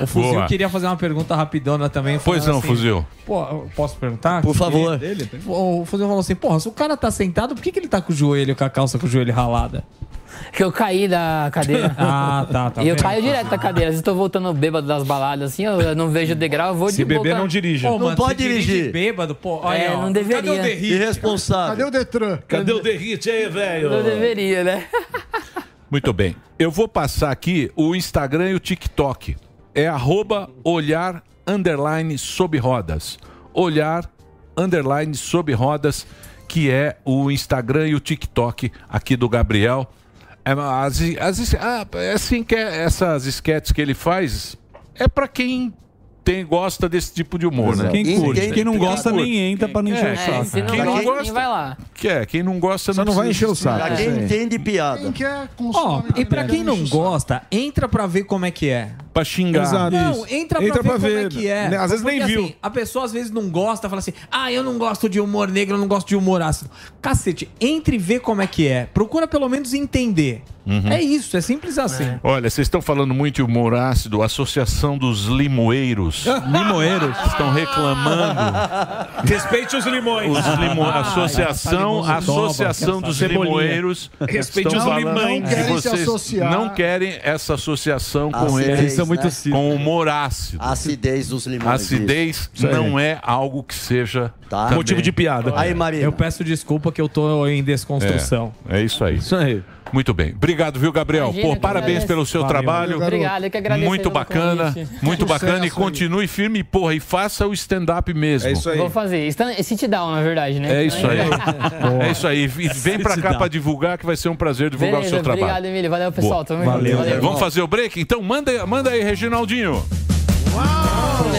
[SPEAKER 9] O Fuzil
[SPEAKER 5] Boa.
[SPEAKER 9] queria fazer uma pergunta rapidona também.
[SPEAKER 5] Pois
[SPEAKER 9] falando assim,
[SPEAKER 5] não, Fuzil.
[SPEAKER 9] Pô, eu posso perguntar?
[SPEAKER 13] Por favor.
[SPEAKER 9] Dele? O Fuzil falou assim, porra, se o cara tá sentado, por que, que ele tá com o joelho, com a calça com o joelho ralada?
[SPEAKER 3] Que eu caí da cadeira.
[SPEAKER 9] Ah, tá, tá
[SPEAKER 3] E eu
[SPEAKER 9] vendo?
[SPEAKER 3] caio direto da cadeira. Às vezes eu tô voltando bêbado das baladas, assim, eu não vejo o degrau, eu vou de boca-
[SPEAKER 9] Pô, mano, você dirige bêbado, pô. Olha,
[SPEAKER 3] É,
[SPEAKER 9] aí, ó.
[SPEAKER 3] não deveria.
[SPEAKER 9] Cadê o derrite?
[SPEAKER 13] Irresponsável.
[SPEAKER 12] Cadê o Detran?
[SPEAKER 5] Cadê o derrite aí, velho?
[SPEAKER 3] Não deveria, né?
[SPEAKER 5] Muito bem. Eu vou passar aqui o Instagram e o TikTok. É arroba olhar underline sob rodas. Olhar underline sob rodas, que é o Instagram e o TikTok aqui do Gabriel. É, uma- as, as- ah, é assim que é- essas esquetes que ele faz é para quem tem, gosta desse tipo de humor, né?
[SPEAKER 14] Quem curte. Quem, não
[SPEAKER 5] Quem
[SPEAKER 14] gosta
[SPEAKER 5] curte.
[SPEAKER 14] nem entra pra não encher o saco.
[SPEAKER 5] Quem não gosta,
[SPEAKER 3] vai lá.
[SPEAKER 5] que é, quem não gosta
[SPEAKER 14] Só não vai
[SPEAKER 5] precisa
[SPEAKER 14] encher o saco, né?
[SPEAKER 5] estudar.
[SPEAKER 14] isso aí.
[SPEAKER 13] Entende piada.
[SPEAKER 12] Quem quer
[SPEAKER 9] Ó,
[SPEAKER 12] consome.
[SPEAKER 9] e pra quem não gosta, entra pra ver como é que é.
[SPEAKER 5] Pra xingar.
[SPEAKER 9] Não, entra pra ver como é que é.
[SPEAKER 14] Né, às vezes
[SPEAKER 9] Porque,
[SPEAKER 14] nem viu.
[SPEAKER 9] assim, a pessoa às vezes não gosta, fala assim, ah, eu não gosto de humor negro, eu não gosto de humor ácido. Cacete, entre e vê como é que é. Procura pelo menos entender.
[SPEAKER 5] Uhum.
[SPEAKER 9] É isso, é simples assim.
[SPEAKER 5] Olha, vocês estão falando muito de humor ácido, Associação dos Limoeiros.
[SPEAKER 13] Ah,
[SPEAKER 5] Limoeiros? Estão reclamando.
[SPEAKER 14] Respeite os limões.
[SPEAKER 13] ah,
[SPEAKER 5] Os limo... Associação, associação dos Limoeiros.
[SPEAKER 14] Respeite
[SPEAKER 5] estão
[SPEAKER 14] os
[SPEAKER 5] falando
[SPEAKER 14] limões.
[SPEAKER 5] que
[SPEAKER 14] Não querem se
[SPEAKER 5] vocês
[SPEAKER 14] associar.
[SPEAKER 5] Não querem essa associação com
[SPEAKER 13] Acidez,
[SPEAKER 5] eles.
[SPEAKER 13] São muito né?
[SPEAKER 5] Com o humor ácido.
[SPEAKER 13] Acidez dos limões.
[SPEAKER 5] Acidez
[SPEAKER 13] isso.
[SPEAKER 5] não é algo que seja
[SPEAKER 13] Tá.
[SPEAKER 5] também-
[SPEAKER 13] Motivo de piada. Aí, Marina.
[SPEAKER 9] Eu peço desculpa que eu tô em desconstrução.
[SPEAKER 5] É, é isso aí. Isso
[SPEAKER 9] aí.
[SPEAKER 5] Muito bem. Obrigado, viu, Gabriel?
[SPEAKER 3] Imagina,
[SPEAKER 5] Pô,
[SPEAKER 3] eu que
[SPEAKER 5] parabéns
[SPEAKER 3] agradeço.
[SPEAKER 5] pelo seu
[SPEAKER 3] Valeu,
[SPEAKER 5] trabalho.
[SPEAKER 3] garoto. Obrigado, eu que agradeço
[SPEAKER 5] Muito
[SPEAKER 3] pelo
[SPEAKER 5] bacana,
[SPEAKER 3] convite.
[SPEAKER 5] muito
[SPEAKER 9] é
[SPEAKER 3] Sucesso
[SPEAKER 5] bacana.
[SPEAKER 3] aí.
[SPEAKER 5] E continue firme, e, porra, e faça o stand-up mesmo.
[SPEAKER 9] É
[SPEAKER 3] Vou fazer. Stand- Sit down, na verdade, né?
[SPEAKER 5] É isso aí.
[SPEAKER 3] Boa.
[SPEAKER 5] é isso aí. E vem pra cá pra divulgar, que vai ser um prazer divulgar
[SPEAKER 3] Beleza,
[SPEAKER 5] o seu trabalho.
[SPEAKER 3] Obrigado, Emílio. Valeu, pessoal.
[SPEAKER 5] Boa.
[SPEAKER 3] Tamo junto.
[SPEAKER 5] Vamos fazer o break? Então manda, manda aí, Reginaldinho. É.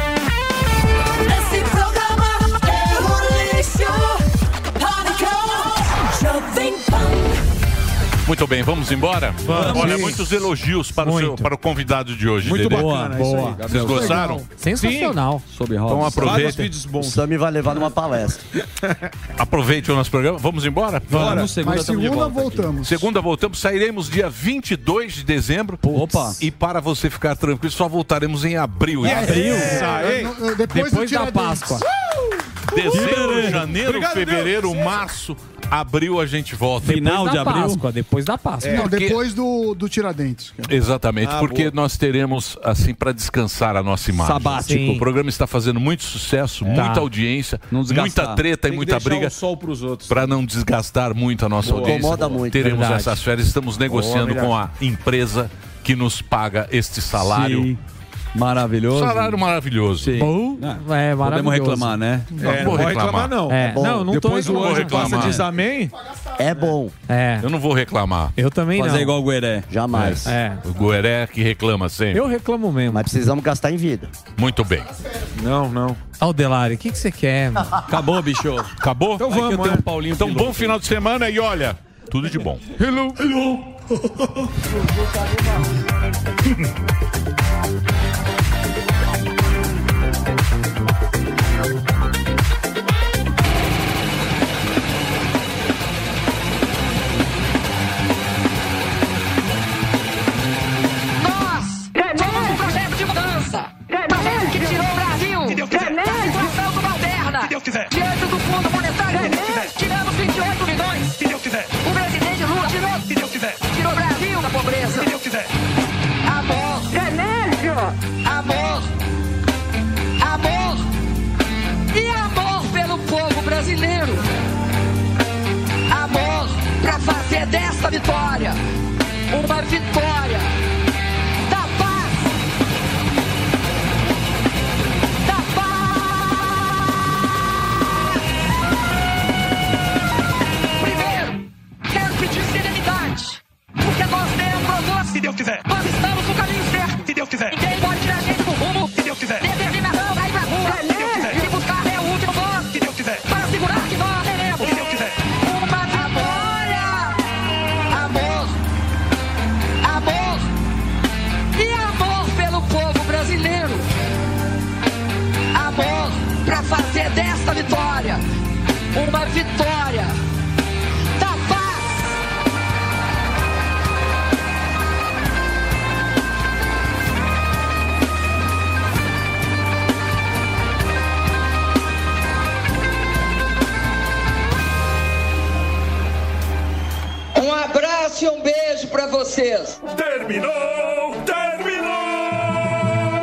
[SPEAKER 2] Esse programa é um lixo. Pânico, Jovem Pan.
[SPEAKER 5] Muito bem, vamos embora?
[SPEAKER 9] Vamos.
[SPEAKER 5] Olha, muitos elogios para, O, seu- para o convidado de hoje.
[SPEAKER 9] Muito
[SPEAKER 5] Dedé.
[SPEAKER 9] bacana, é isso aí, Gabriel.
[SPEAKER 5] Vocês gostaram?
[SPEAKER 9] Sensacional.
[SPEAKER 5] Sobre rodas. Então aproveitem.
[SPEAKER 13] O Sami vai levar numa palestra.
[SPEAKER 5] Aproveite o nosso programa. Vamos embora?
[SPEAKER 13] Bora.
[SPEAKER 5] Vamos.
[SPEAKER 13] Segunda Mas tamo de segunda volta aqui. voltamos.
[SPEAKER 5] Segunda voltamos. Sairemos dia 22 de dezembro. Opa. E para você ficar tranquilo, só voltaremos em abril.
[SPEAKER 12] Yes.
[SPEAKER 5] Abril?
[SPEAKER 12] É, eu- eu- depois do Tiradentes.
[SPEAKER 5] Dezembro,
[SPEAKER 12] Liberando.
[SPEAKER 5] janeiro,
[SPEAKER 12] Obrigado,
[SPEAKER 5] fevereiro,
[SPEAKER 12] Deus.
[SPEAKER 5] março, abril a gente volta.
[SPEAKER 12] Final Depois da de abril? Páscoa,
[SPEAKER 9] depois da Páscoa.
[SPEAKER 12] É, Não,
[SPEAKER 5] É, Porque-
[SPEAKER 12] depois do, do Tiradentes. cara.
[SPEAKER 5] Exatamente,
[SPEAKER 12] Ah,
[SPEAKER 5] porque
[SPEAKER 12] boa.
[SPEAKER 5] nós teremos, assim, para descansar a nossa imagem. Tipo,
[SPEAKER 12] Sabático.
[SPEAKER 5] O programa está fazendo muito sucesso, muita audiência, muita treta e muita briga.
[SPEAKER 14] pros outros.
[SPEAKER 5] Para não desgastar muito a nossa
[SPEAKER 14] Boa.
[SPEAKER 5] audiência,
[SPEAKER 14] Incomoda muito.
[SPEAKER 5] teremos
[SPEAKER 14] Verdade.
[SPEAKER 5] essas férias. Estamos negociando
[SPEAKER 14] Boa,
[SPEAKER 5] com a empresa que nos paga este salário.
[SPEAKER 14] Sim. Maravilhoso.
[SPEAKER 5] Salário maravilhoso.
[SPEAKER 14] Sim. Bom,
[SPEAKER 9] é
[SPEAKER 14] Podemos
[SPEAKER 9] maravilhoso.
[SPEAKER 14] reclamar, né?
[SPEAKER 5] Não, não vou reclamar, não.
[SPEAKER 9] É,
[SPEAKER 5] Bom,
[SPEAKER 9] não, não tô
[SPEAKER 5] depois o
[SPEAKER 9] reclamando.
[SPEAKER 5] anjo passa e diz
[SPEAKER 9] amém?
[SPEAKER 13] É bom.
[SPEAKER 9] É.
[SPEAKER 5] Eu não vou reclamar.
[SPEAKER 9] Eu também
[SPEAKER 5] Fazer
[SPEAKER 9] não.
[SPEAKER 5] igual
[SPEAKER 9] o Gueré.
[SPEAKER 13] Jamais.
[SPEAKER 9] É.
[SPEAKER 5] O Gueré que reclama sempre.
[SPEAKER 9] Eu reclamo mesmo.
[SPEAKER 13] Mas precisamos gastar em vida.
[SPEAKER 5] Muito bem.
[SPEAKER 9] Não, não. Aldelari, o que que você quer? mano?
[SPEAKER 14] Acabou, bicho.
[SPEAKER 5] Acabou?
[SPEAKER 14] Então vamos,
[SPEAKER 5] tenho
[SPEAKER 14] é.
[SPEAKER 9] né?
[SPEAKER 5] um Paulinho Então bom final de semana e olha, tudo de bom. Hello. Hello.
[SPEAKER 2] ó. Amor, amor e amor pelo povo brasileiro. Amor pra fazer dessa vitória uma vitória da paz. Da paz. Primeiro, quero pedir serenidade. Porque nós temos produtos. Se Deus quiser. Nós estamos no caminho certo. Se Deus quiser. Ninguém pode tirar a gente do rumo. Se Deus quiser. Determinação vai pra rua. Se Deus quiser. E buscar até o último voto. Se Deus quiser. Para segurar que nós teremos. Se Deus quiser. Uma vitória. Amor. Amor. E amor pelo povo brasileiro. Amor pra fazer desta vitória uma vitória da paz. Um abraço e um beijo pra vocês. Terminou, terminou.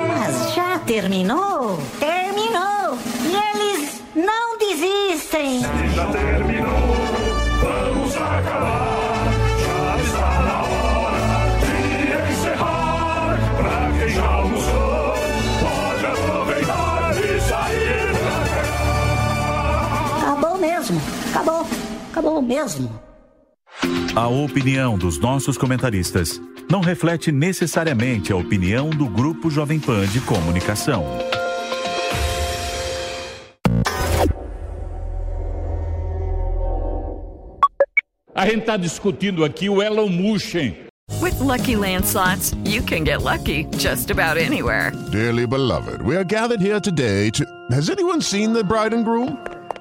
[SPEAKER 21] Mas já terminou? Terminou! E eles não desistem!
[SPEAKER 2] Já terminou, vamos acabar. Já está na hora de encerrar. Pra quem já almoçou, pode aproveitar e sair pra cá.
[SPEAKER 21] Acabou mesmo! Acabou! Acabou mesmo!
[SPEAKER 5] A opinião dos nossos comentaristas não reflete necessariamente a opinião do Grupo Jovem Pan de Comunicação.
[SPEAKER 20] A gente está discutindo aqui o Elon Musk.
[SPEAKER 24] With Lucky Land slots, you can get lucky just about anywhere.
[SPEAKER 25] Dearly beloved, we are gathered here today to. Has anyone seen the bride and groom?